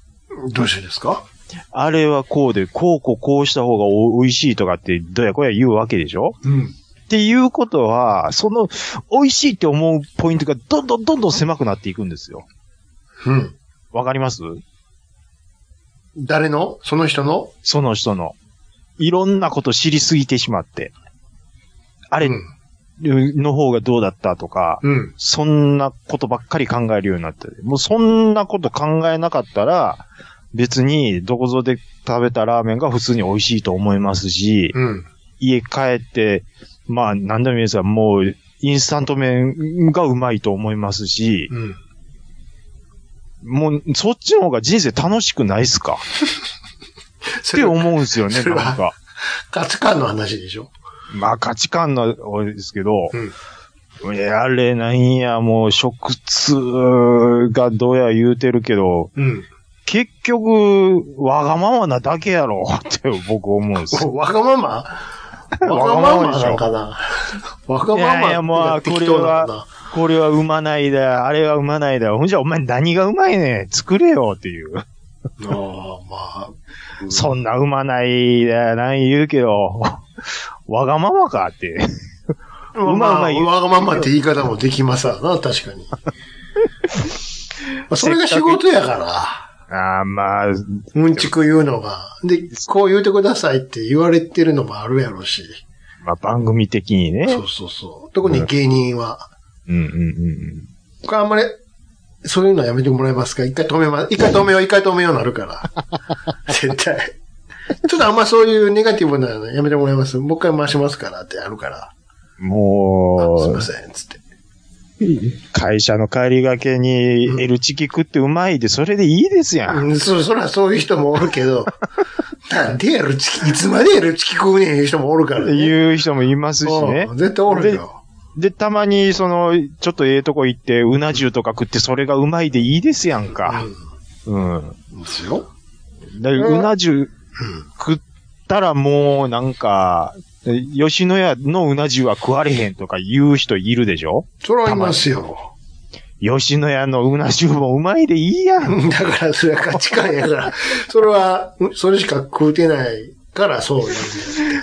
どうしてですかあれはこうで、こうこうこうした方がお美味しいとかって、どやこや言うわけでしょうん。っていうことは、その、美味しいって思うポイントがどんどんどんどん狭くなっていくんですよ。うん。わかります誰のその人のその人の。いろんなこと知りすぎてしまって。あうれん。の方がどうだったとか、うん。そんなことばっかり考えるようになって。もうそんなこと考えなかったら、別にどこぞで食べたラーメンが普通に美味しいと思いますし、うん。家帰って、まあ何でもいいですが、もうインスタント麺がうまいと思いますし、うん。もうそっちの方が人生楽しくないっすかっそれては思うんですよね、それはなんか。価値観の話でしょまあ価値観の、あれですけど、うん。いやあれなんや、もう食通がどうや言うてるけど、うん。結局、わがままなだけやろって 僕思うんですよ。わがままわわががままままでしょなんかな。わがままいやいやまあって適当なのかなこれは生まないだ、あれは生まないだ。ほんじゃお前何がうまいねん作れよっていう。ああ、まあ。そんな生まないだ、何言うけど、 わがままかって。まあ、 うまうま言うわがままって言い方もできますわな、確 かに。まあそれが仕事やから、ああ、まあ、うんちく言うのが。で、こう言うてくださいって言われてるのもあるやろうし。まあ番組的にね。そうそうそう。特に芸人は。うんうんうん僕はあんまり、そういうのはやめてもらえますか一回止めま、一回止めよう、一回止めような るから。絶対。ちょっとあんまそういうネガティブなのやめてもらえますもう一回回しますからってあるから。うん。もすいうま、せん、つって。会社の帰りがけにん L チキ食ってうまいで、それでいいですやん。うん、そ、そらそういう人もおるけ ど、なんでやるチキ、いつまでやるチキ食うねんいう人もおるから、ってね。いう人もいますしねう。ん絶対おるよ。で、たまに、その、ちょっとええとこ行って、うな重とか食って、それがうまいでいいですやんか。うん。うん。ですよ。だからうな重食ったらもう、なんか、吉野家のうな重は食われへんとか言う人いるでしょそらいますよ。吉野家のうな重もうまいでいいやん。うんだから、それは価値観やから、それは、うんそれしか食うてないから、そうなんだよ。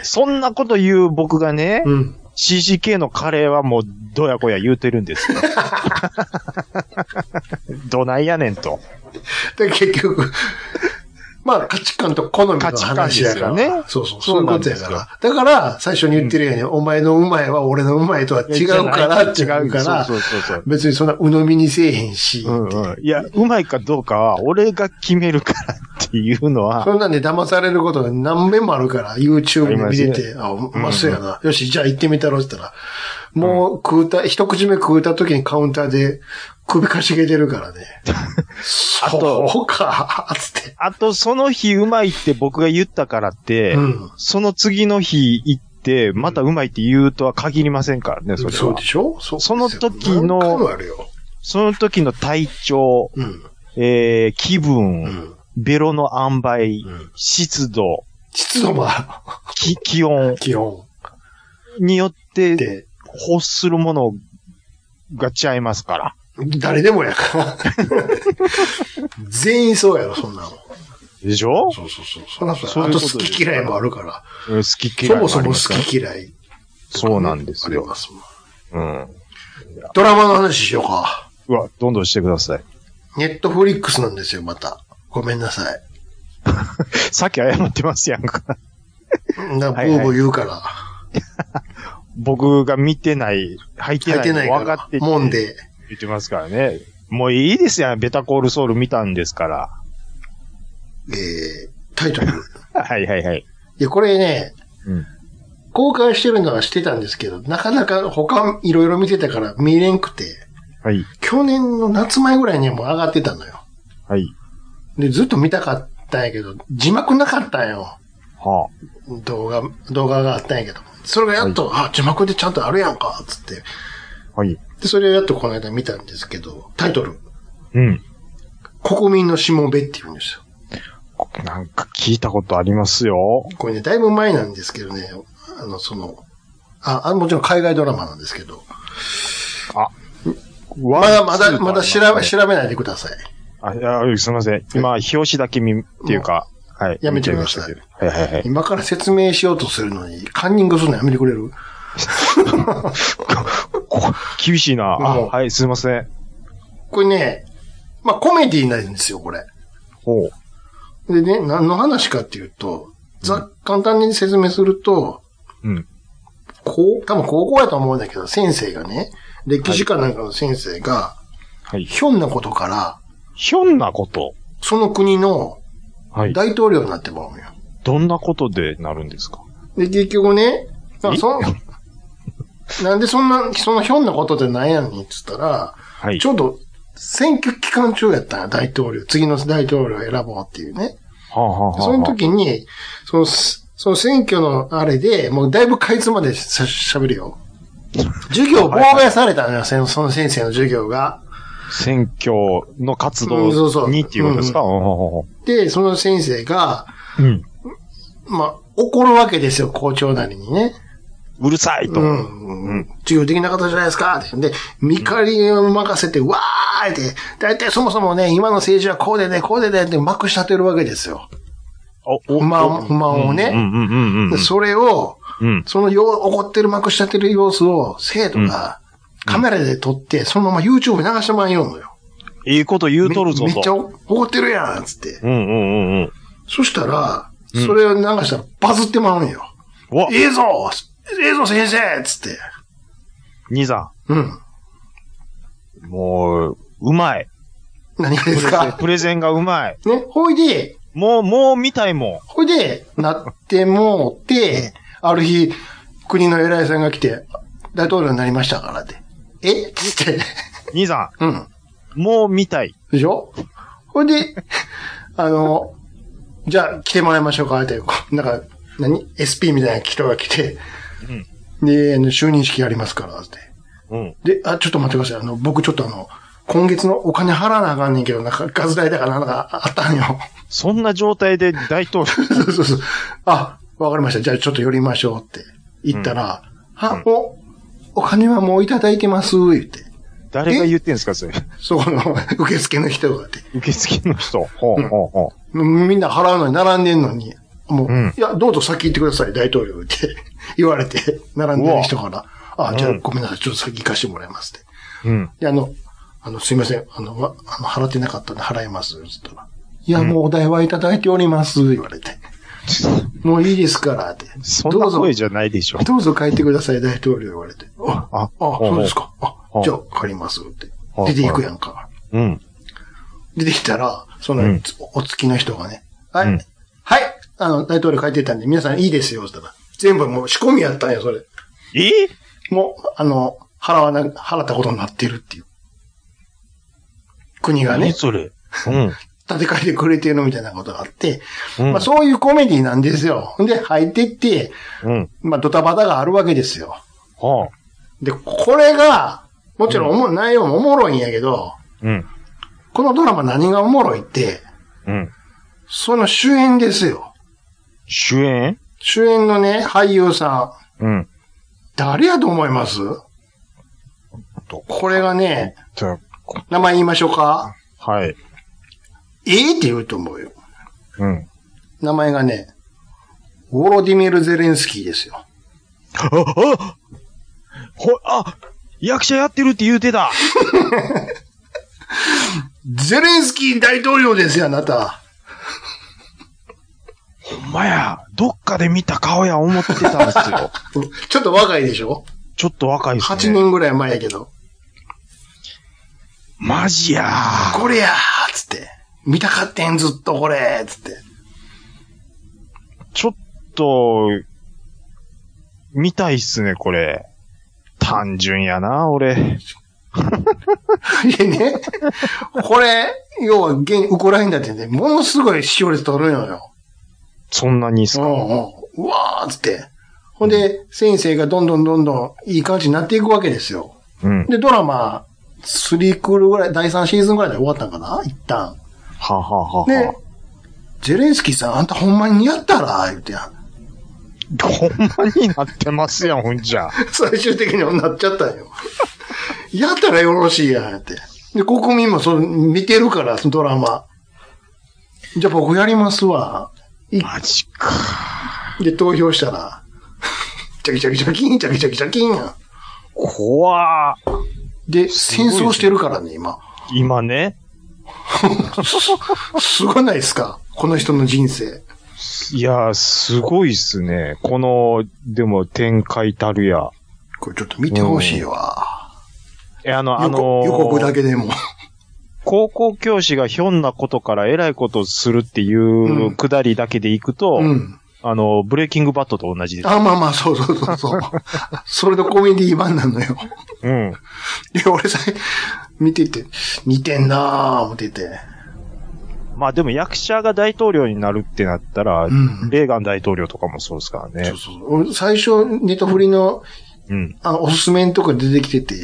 そんなこと言う僕がね、うん。 CCK のカレーはもう、どやこや言うてるんです よ。どないやねんと。で、結局、まあ価値観と好みの話だから。価値観ですよねそうそう、そそうういうなこんとでやすかよら。だから、最初に言ってるように、お前のうまいは俺のうまいとは違うからって違言ううかから。らそ、うそうそうそう。別にそんな鵜呑みにせえへんし、うんうん。いや、うまいかどうかは、俺が決めるからっていうのは、そんなんで騙されることが何遍もあるから、YouTube で見てあて、あ、うまそうやな。よし、じゃあ行ってみたろって言ったら、もう食うた、一口目食うた時にカウンターで首かしげてるからね。 あとそうか、つって。あと、その日うまいって僕が言ったからって、うん。その次の日行って、またうまいって言うとは限りませんからね、それそうはで。しょうその時の何回もあるよ。その時の体調、うん。えー、気分、うん。ベロの塩梅、うん湿度、湿度もあき気温る。気温によって、で、欲するものが違いますから。誰でもやから。 全員そうやろ、そんなの。でしょそうそうそう。そらそそううやいうあこととです好き嫌いもあるから。うん好き嫌そいありもますそからも好き嫌い。そうなんですありよ。ますもんうん。ドラマの話しようか。うわ、どんどんしてください。ネットフリックスなんですよ、また。ごめんなさい。さっき謝ってますやんか。 な、ブはいはいーブー言うから。僕が見てない、履いて入なっいてないの分かかってら。もんで。言ってますからね。もういいですやん。ベタコールソウル見たんですから。 えー、タイトル。はいはいはい。いや、これね、うん公開してるのはしてたんですけど、なかなか他いろいろ見てたから見れんくて、はい。去年の夏前ぐらいにはもう上がってたのよ。はい。で、ずっと見たかったんやけど、字幕なかったんよ。は動画、動画があったんやけど。それがやっと、あ、字幕でちゃんとあるやんか、つって。あ。はい。で、それをやっとこの間見たんですけど、タイトル、うん。国民のしもべっていうんですよ。なんか聞いたことありますよ。これね、だいぶ前なんですけどね、あの、その、あ、あもちろん海外ドラマなんですけど、ままだまだ、まだ調べ、調べないでください。あ、いやすみません。今、表紙だけ見、っていうか、はい。やめてくだ見ちゃさいいましたけどはいはいはい。今から説明しようとするのに、カンニングするのやめてくれるこ厳しいな。あ、うんはい、すみません。これね、まあコメディーなんですよ、これ。ほう。でね、何の話かっていうと、ざ、簡単に説明すると、うん。こう、多分高校やと思うんだけど、先生がね、歴史かなんかの先生が、はい。ひょんなことから、ひょんなこと。その国のはい。大統領になってもらうよ。どんなことでなるんですかで、結局ね、なえんか そんなんでそんな、そのひょんなことってなんやねんって言ったら、はいち。ょうど選挙期間中やったんや大統領。次の大統領を選ぼうっていうね。はあ、はあはあ、その時に、その、すその選挙のあれで、もうだいぶかいつまでしゃ喋るよ。授業妨害されたのよ、そのその先生の授業が。選挙の活うんそうそ動うにっていうことですか、うんで、その先生が、うんうんうんまあ、怒るわけですよ、校長なりにね。うるさいと。うん。うん授業できなかったじゃないですかって。で、見返りを任せて、わーって、だいたいそもそもね、今の政治はこうでね、こうでねってまくし立てるわけですよ。お不満、不満をうんね。うんうんうんうでん。それを、うん。そのよう怒ってるまくし立てる様子を生徒がカメラで撮って、そのまま YouTube に流してまんようのよ。いいこと言うとるぞと。めめっちゃ怒ってるやんつって。うんうんうんうん。そしたら、うんそれを流したらバズってまうんよ。うわ、ええぞええぞ先生つって。兄さうん。ん。もう、うまい。何がでプすレゼン かプレゼンがうまい。ね、ほいで、もう、もう見たいもほいで、なってもうて、ある日、国の偉いさんが来て、大統領になりましたからって。ええつって。兄さうん。ん、もう見たい。でしょほんで、あの、じゃあ来てもらいましょうか、って、なんか、何 ?SP みたいな人が来て、で、あの就任式やりますから、って。うん。で、あ、ちょっと待ってください。あの、僕ちょっとあの、今月のお金払わなあかんねんけど、なんかガズ代だからなんかあったんよ。そんな状態で大統 領。 そうそうそう。あ、わかりました。じゃあちょっと寄りましょうって言ったら、あ、お、お金はもういただいてます、言って。誰が言ってんすか、それ。そこの 受付の人がって。受付の人。ほうほうほみんな払うのに並んでんのに、もう、うんいや、どうぞ先行ってください、大統領って 言われて、並んでる人から、あ、じゃあうんごめんなさい、ちょっと先行かしてもらいますって。う。うん。で、あの、あの、すいません、あの、わあの払ってなかったんで払います、つったら。いや、もうお代はいただいております、言わ れて。もういいですから、って。そんなどう声ぞ、じゃないでしょ。どうぞ帰ってください、大統領言われて。あ、あ、あ、そうですか。うあん、じゃあ帰ります、ってう。ん出ていくやんか。うん。出てきたら、その、うんお付きの人がね、はい、うんはい、あの、大統領帰ってたんで、皆さんいいですよ、つったら。全部もう仕込みやったんよ、それ。えもう、あの、払わな、払ったことになってるっていう。国がね何、それ。うん。建て替えてくれてるみたいなことがあって、うんまあそういうコメディなんですよ。で、入ってって、うん。まあドタバタがあるわけですよ。はあ。で、これが、もちろんおも、内容もおもろいんやけど、うん。このドラマ何がおもろいって、うん。その主演ですよ。主演主演のね、俳優さん、うん。誰やと思いますこれがね、じゃ名前言いましょうか。あはい。ええって言うと思うよ。うん。名前がね、ウォロディミール・ゼレンスキーですよ。あ、あほ、あ役者やってるって言うてた。ゼレンスキー大統領ですよ、あなた。ほんまや。どっかで見た顔や思ってたんです よ。ちょっと若いでしょちょっと若いですね。 8年ぐらい前やけど。マジやー。これやーっつって。見たかってん、ずっとこれーっつって。ちょっと、見たいっすね、これ。単純やな、俺。でね、これ、要は現、ウクライナでね、ものすごい視聴率取るのよ。そんなにっすうんか。うん。うわーっつって。ほんで、先生がどんどんどんどんいい感じになっていくわけですよ。うん。で、ドラマ、3クールぐらい、第3シーズンぐらいで終わったんかな一旦。はあはあはあでは、ゼレンスキーさん、あんたほんまにやったら言うて、あ。ほんまになってますやん、ほんじゃ。 最終的にはなっちゃったんよ。 やったらよろしいやん、って。で、国民もその見てるから、そのドラマ。じゃあ僕やりますわ。いマジか。で、投票したら、 チャキチャキチャキン、チャキチャキチャキンやん。怖ー。で、戦争してるからね、今。今ね、すごないですかこの人の人生。いやー、すごいっすね。この、でも、展開たるや。これちょっと見てほしいわ。え、あの、あ予の告ー予告だけでも。高校教師がひょんなことから偉いことをするっていううんくだりだけでいくと、うん。あの、ブレイキングバットと同じです。あ、まあまあ、そうそうそ うそう。それのコメディ版なのよ。うん。で、俺さ、見てて、似てんなぁ、思ってて。まあでも役者が大統領になるってなったら、んレーガン大統領とかもそうですからそねう。そう俺最初、ネットフリの、うん。あの、おすすめのとこ出てきてて、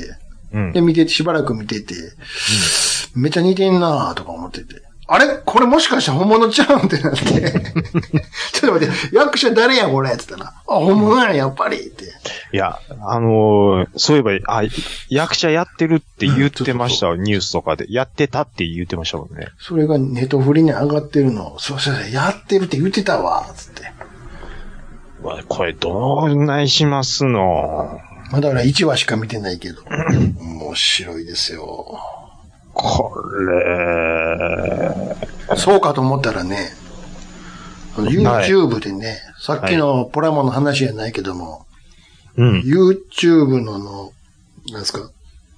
うんで、。見てて、しばらく見てて、めっちゃ似てんなぁ、とか思ってて。あれこれもしかして本物ちゃうんって なって。ちょっと待って、役者誰やこれって言ったら、あ、本物やん、やっぱりって。いや、あのーそういえば、あ、役者やってるって言ってましたわ、ニュースとかで。やってたって言ってましたもんね。それがネットフリに上がってるの。そうそうそう、やってるって言ってたわ、つって。うわこれどうないしますのまあだから1話しか見てないけ ど。面白いですよ。これ、そうかと思ったらね、あの YouTube でね、さっきのポラモの話じゃないけども、うん。 YouTube のあの、なんですか、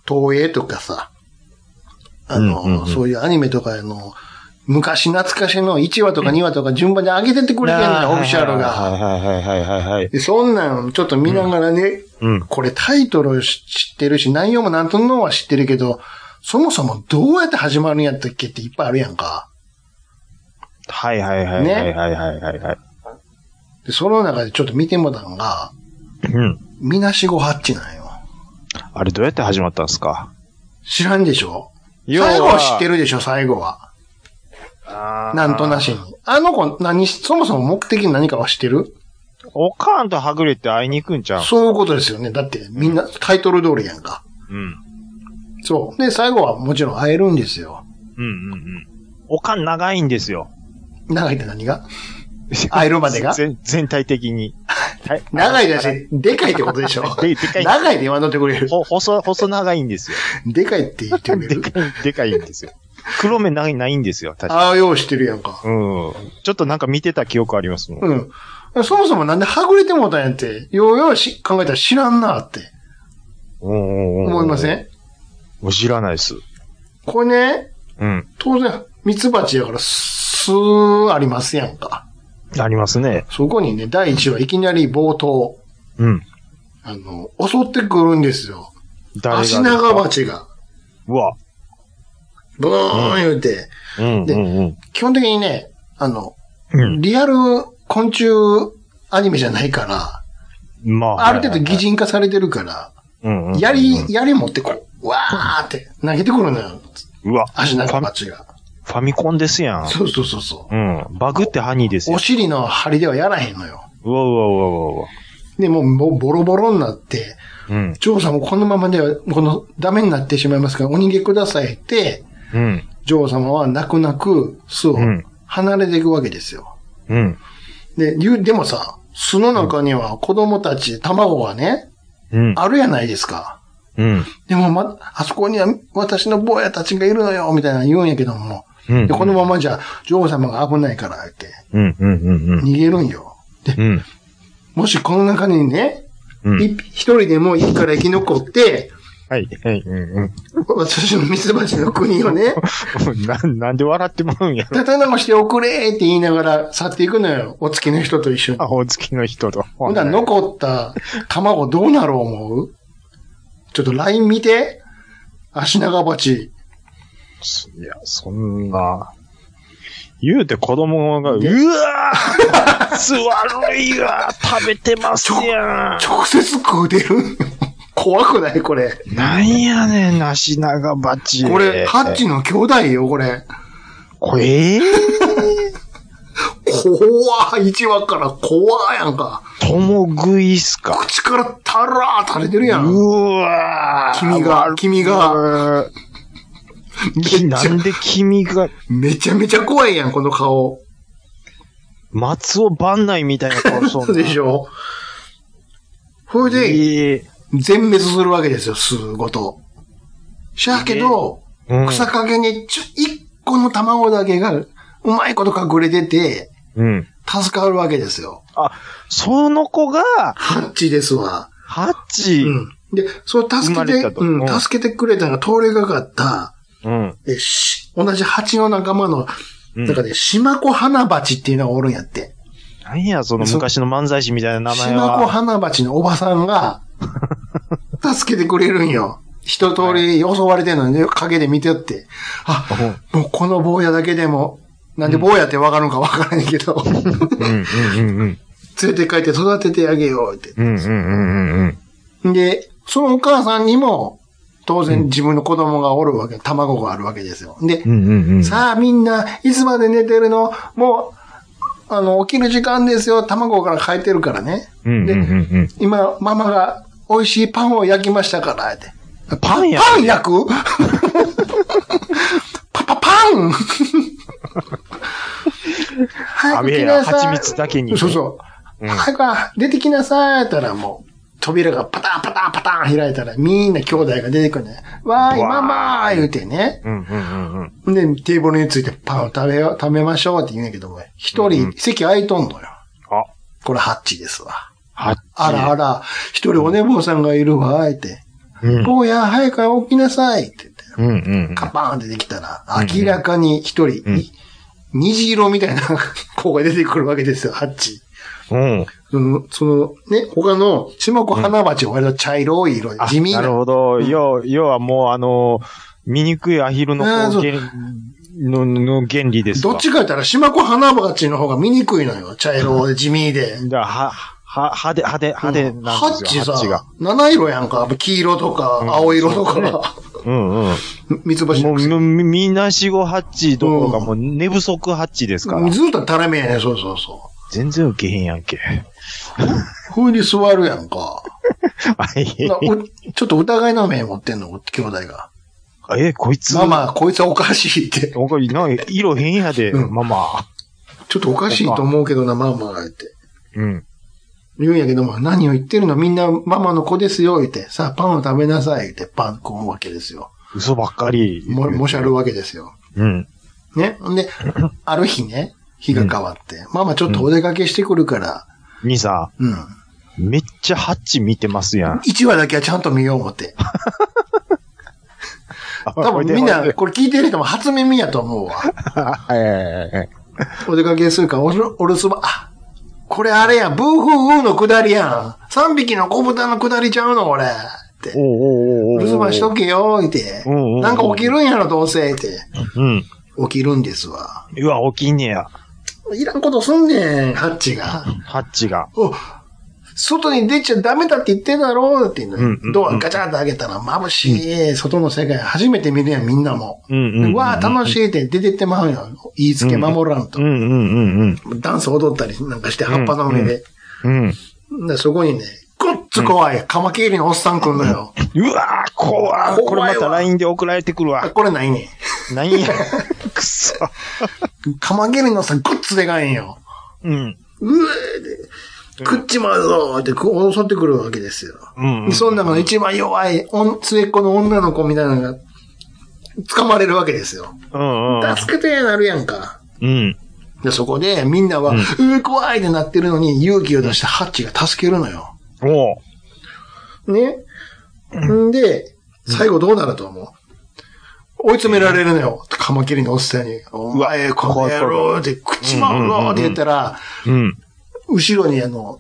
東映とかさ、あの、うんうんうんそういうアニメとかの、昔懐かしの1話とか2話とか順番に上げてってくれてんのよ、オフィシャルが。はいはいはいはいはいはい。でそんなんちょっと見ながらね、うん。これタイトル知ってるし、内容もなんとのは知ってるけど、そもそもどうやって始まるんやったっけっていっぱいあるやんか。はいはいはいはいはいはいはいはい。で、その中でちょっと見てもたんが、うん。みなしごハッチなんよ。あれどうやって始まったんですか知らんでしょ要最後は知ってるでしょ最後は。なんとなしに。あの子、何し、そもそも目的何かは知ってるおかんとはぐれって会いに行くんちゃうそういうことですよね。だって、みんな、タイトル通りやんか。うん。そう。で、最後はもちろん会えるんですよ。うんうんうん。おかん長いんですよ。長いって何が会えるまでが全全体的に。はい 長いだし、でかいってことでしょ ででかい長いで言わんとってくれる。ほ、細、細長いんですよ。でかいって言ってく れでる。かい、でかいんですよ。黒目ない、ないんですよ、確かああ、よう知ってるやんか。うん。ちょっとなんか見てた記憶ありますもん。うん。そもそもなんではぐれてもうたんやって、ようようし考えたら知らんなって思思いませんもう知らないです。これね、うん。当然、ミツバチやから、すーありますやんか。ありますね。そこにね、第一話いきなり冒頭、うん。あの、襲ってくるんですよ。誰が足長バチが。うわ。ブーン言うて、うん、うん、でうん。基本的にね、あの、うんリアル昆虫アニメじゃないから、まあ。ある程度擬人化されてるから、うんうん。やうんり、やり持ってこう、わーって投げてくるのよ。うわ。足長バフチが。ァファミコンですやん。そうそうそうそうん。バグってハニーですう。およ。尻の針ではやらへんのよ。うわうわうわうわうわ。で、もうもうボロボロになって、うん。ジョーさんもこのままでは、この、ダメになってしまいますから、お逃げくださいって、うん。ジョー様は泣く泣く巣をうん離れていくわけですよ。うん。で、言うでもさ、巣の中には子供たち、卵がね、うん。あるやないですか。うん。でもま、あそこには私の坊やたちがいるのよ、みたいなの言うんやけども。うんで、このままじゃ、女王様が危ないから、って、うん。うん。うん。逃げるんよ。で、うん。もしこの中にね、うん。い一人でもいいから生き残って、はい。はい。うん。私のミツバチの国 をね、うん。な、なんで笑ってまうんやろ。立て直しておくれって言いながら去っていくのよ。お月の人と一緒に。あ、お付きの人と。ほんなら残った卵どうなる思うちょっと LINE 見て。足長鉢。いや、そんな。言うて子供が、うわーつわるいわ食べてますやん直接食うてる 怖くないこれ。なんやねん、なしながばち。これ、ハッチの兄弟よ、これ。これ、えー、怖い。一話から怖いやんか。ともぐいっすか口からたらー垂れてるうやん。わー君が、君が、が、めきちなゃ、んで君が、めちゃめちゃ怖いやん、この顔。松尾番内みたいな顔しとんそうでしょ。ょ。それで、ええ全滅するわけですよ、巣ごと。しゃあけど、うん草陰にちょ、一個の卵だけが、うまいこと隠れてて、うん。助かるわけですよ。あ、その子が、ハッチですわ。ハッチ。うん。で、そう助生まけれて、たとううんん、助けてくれたのが通れがかった、うん。えし同じ蜂の仲間のうん中で、島子花鉢っていうのがおるんやって。何や、そのそ昔の漫才師みたいな名前島子は。花鉢のおばさん が、助けてくれるんよ。一通り襲われてるのに、陰で見てって。あ、もうこの坊やだけでも、なんで坊やってわかるのかわからない けど、うんうんうん連れて帰って育ててあげようって。うん。うんうんうんうんうん。で、そのお母さんにも、当然自分の子供がおるわけ、卵があるわけですよ。でう、んうんうん。さあみんないつまで寝てるのもう、あの、起きる時間ですよ。卵から帰ってるからね。うんうんうんうん。今、ママが美味しいパンを焼きましたから、って。パンやパン焼くパパパン早あくべ来や、なさい蜂蜜だけに。そうそう。うん早く出てきなさいって言ったらもう、扉がパタンパタンパタン開いたらみんな兄弟が出てくるね。わーわーい、いママー言うてね。う。うんうんうんうん。で、テーブルについてパンを食べよう、食べましょうって言うんやけども、一う人ん席空いとんのよ。あ、これハッチですわ。ハッチ。あらあら、一人お寝坊さんがいるわ、って。うん。うん坊や、早く起きなさいって言って、うんうん。カパーンって出てきたらうん、明らかに一人、うん い虹色みたいな子が出てくるわけですよ、ハッチ。うん。その、そのね、他の、下子花鉢は割と茶色い色で、あ地味ななるほど。うん要要はもう、あの、醜いアヒルのあーこそうう原のの原理ですどわ。っちか言ったら、島子花鉢の方が見にくいのよ。茶色で地味で。だからは、は、派手、派手、派手なんハッですチよ、ハッチさが。、七色やんか。やっぱ黄色とか、うん青色とそうねか、うんうん。三つ星ものう、癖みみみなしごハッチどころか、うんもう寝不足ハッチですから。ずっと垂れ目やね、そうそうそ全然受けへんやん け。う。風に座るやんか。なはいおちょっと疑いの目持ってんの、兄弟が。え、こいつ。ママ、こいつはおかしいって。おかしいな、色変やで、うんママ。ちょっとおかしいと思うけどな、ママが言って。うん。言うんやけども、何を言ってるのみんなママの子ですよ、言って。さあ、パンを食べなさい、言って、パン食うわけですよ。嘘ばっかり。も、もしゃるわけですよ。うん。ね。んで、ある日ね、日が変わって、ママちょっとお出かけしてくるから、にさ、うん。めっちゃハッチ見てますやん。 1話だけはちゃんと見よう思って。多分みんはな、 いこれ聞いてる人も初耳やと思うわ。はいはいはい。お出かけするから、おろ、お留守番、あ、これあれや、ブーフーウーの下りやん。3匹の小豚の下りちゃうの、俺。って。おうおうおうおうお留守番しとけよ、言ってうんうんう。んなんか起きるんやろ、どうせ、って。うん。起きるんですわ。うわ、起きんねや。いらんことすんねん、ハッチが。ハッチが。お外に出ちゃダメだって言ってんだろうって言うのに、うんうんうんドアガチャンと開けたら眩しい、外の世界初めて見るやん、みんなも。うんうんううん。わあ、楽しいって出てってまうよ。言いつけ守らんとう。んうんうんうん。ダンス踊ったりなんかして、葉っぱの上で。うん。でそこにね、ごっつ怖い、カマキリのおっさん来んのよ。うわー怖い怖いわこれまた LINE で送られてくるあ、わ。これないね。何 や。くそ。カマキリのおっさんごっつでかいんよ。うん。うえで、食っちまうぞってこう襲ってくるわけですよ。うん。でその中の一番弱い、おん末っ子の女の子みたいなのが、捕まれるわけですよ。うんうん。助けてなるやんか。うん。で、そこで、みんなは、ううんー、怖いってなってるのに、勇気を出してハッチが助けるのよ。おう。ね。んで、最後どうなると思う追い詰められるのよ。カマキリのおっさんに。お前、この野郎って、食っちまうぞって言ったら、うん。後ろにあの、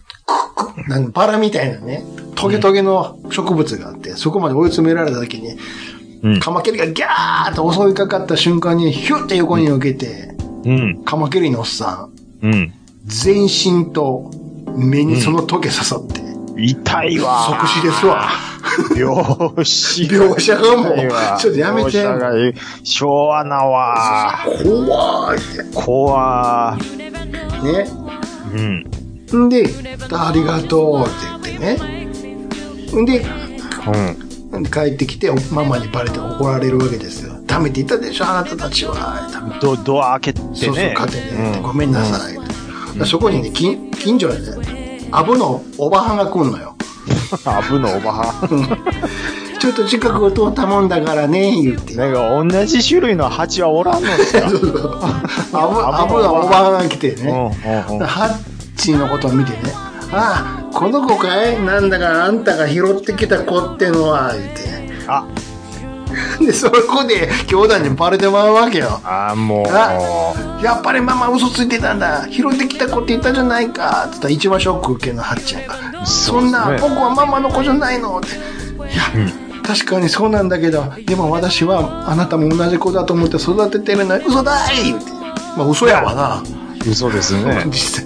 くくなんバラみたいなね、トゲトゲの植物があって、そこまで追い詰められた時に、うんカマキリがギャーッと襲いかかった瞬間に、ヒュッて横に避けて、うん。カマキリのおっさん、うん。全身と目にそのトゲ刺さって、痛いわ即死ですわ。病死。描写がもう痛いわちょっとやめて描写がいい昭和なわ怖いって。怖ね。うん。んで、ありがとうって言ってね。んで、うん。帰ってきて、ママにバレて怒られるわけですよ。ダメって言ったでしょ、あなたたちは。ド、ドア開けてね。そうそう、勝てね、うんごめんなさい。そこにね、近近所でね、アブのおばはんが来んのよ。アブのおばはん。ちょっと近くを通ったもんだからね、言って。なんか同じ種類の蜂はおらんのですかアブアブのおばはんが来てね、うんうんうんハッチーのことを見てね、ああ、この子かいなんだかあんたが拾ってきた子ってのは、言って。あ、で、そこで兄弟にバレてまうわけよ。あーもう。あやっぱりママ嘘ついてたんだ拾ってきた子って言ったじゃないかっつったら一番ショック受けるのはっちゃんがそんな僕はママの子じゃないのっていや、確かにそうなんだけどでも私はあなたも同じ子だと思って育ててるのに嘘だいってまあ嘘やわな、嘘ですね。実際、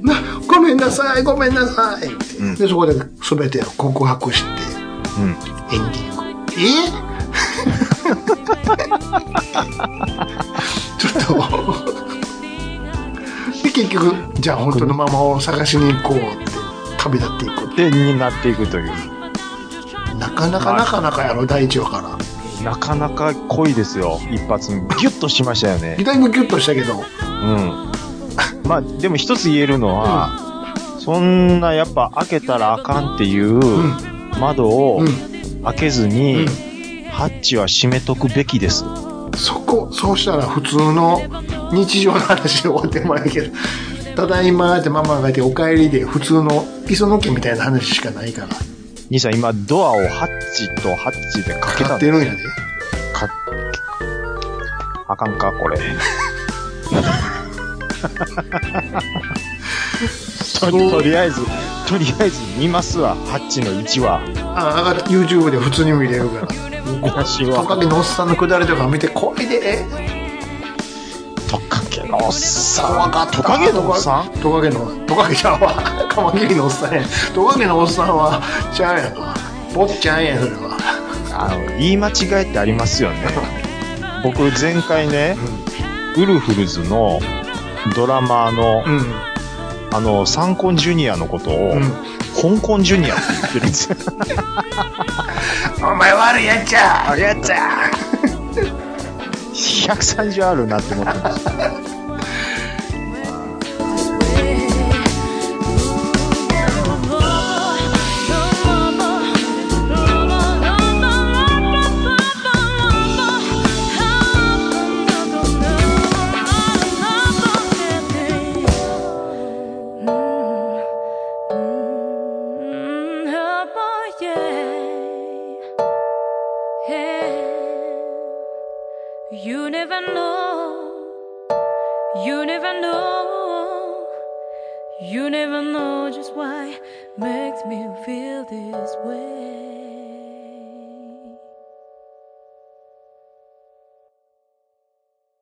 なごめんなさいごめんなさいって、うんでそこで全てを告白してうん。 エンディングえちょっとで結局じゃあ本当のママを探しに行こうって旅立っていくで、になっていくという。なかなかなかなかやろ第一話からなかなか濃いですよ。一発目。ギュッとしましたよね。だいぶギュッとしたけどうん。まあ、でも一つ言えるのは、そんなやっぱ開けたらあかんっていううん窓をう開けずに、うんハッチは閉めとくべきです。んそこそうしたら普通の日常の話で終わってもらうけどただいまってママがいてお帰りで普通の磯野家みたいな話しかないから兄さん、今、ドアをハッチとハッチでかけ買たっんてで、るんやでか、あかんか、これ。ととりあえず、とりあえず見ますわ、ハッチの1話。あ、上がって YouTube で普通に見れるから。私トは、カゲのおっさんのくだりとか見て怖いで。トカゲのおっさ怖ん。かった。トカゲのおっさんトカゲの、トカゲちゃんは、 カマキリのおっさんや。トカゲのおっさんは、ちゃうやん。坊ちゃんや、それは。あの、言い間違いってありますよね。僕、前回ね、ウルフルズのドラマの、うん。あの、サンコンジュニアのことを、うん。香港ジュニアって言ってるん ですよ。お前悪いやっちゃやっちゃ !130 あるなって思ってました。 You never know, you never know. You never know just why makes me feel this way.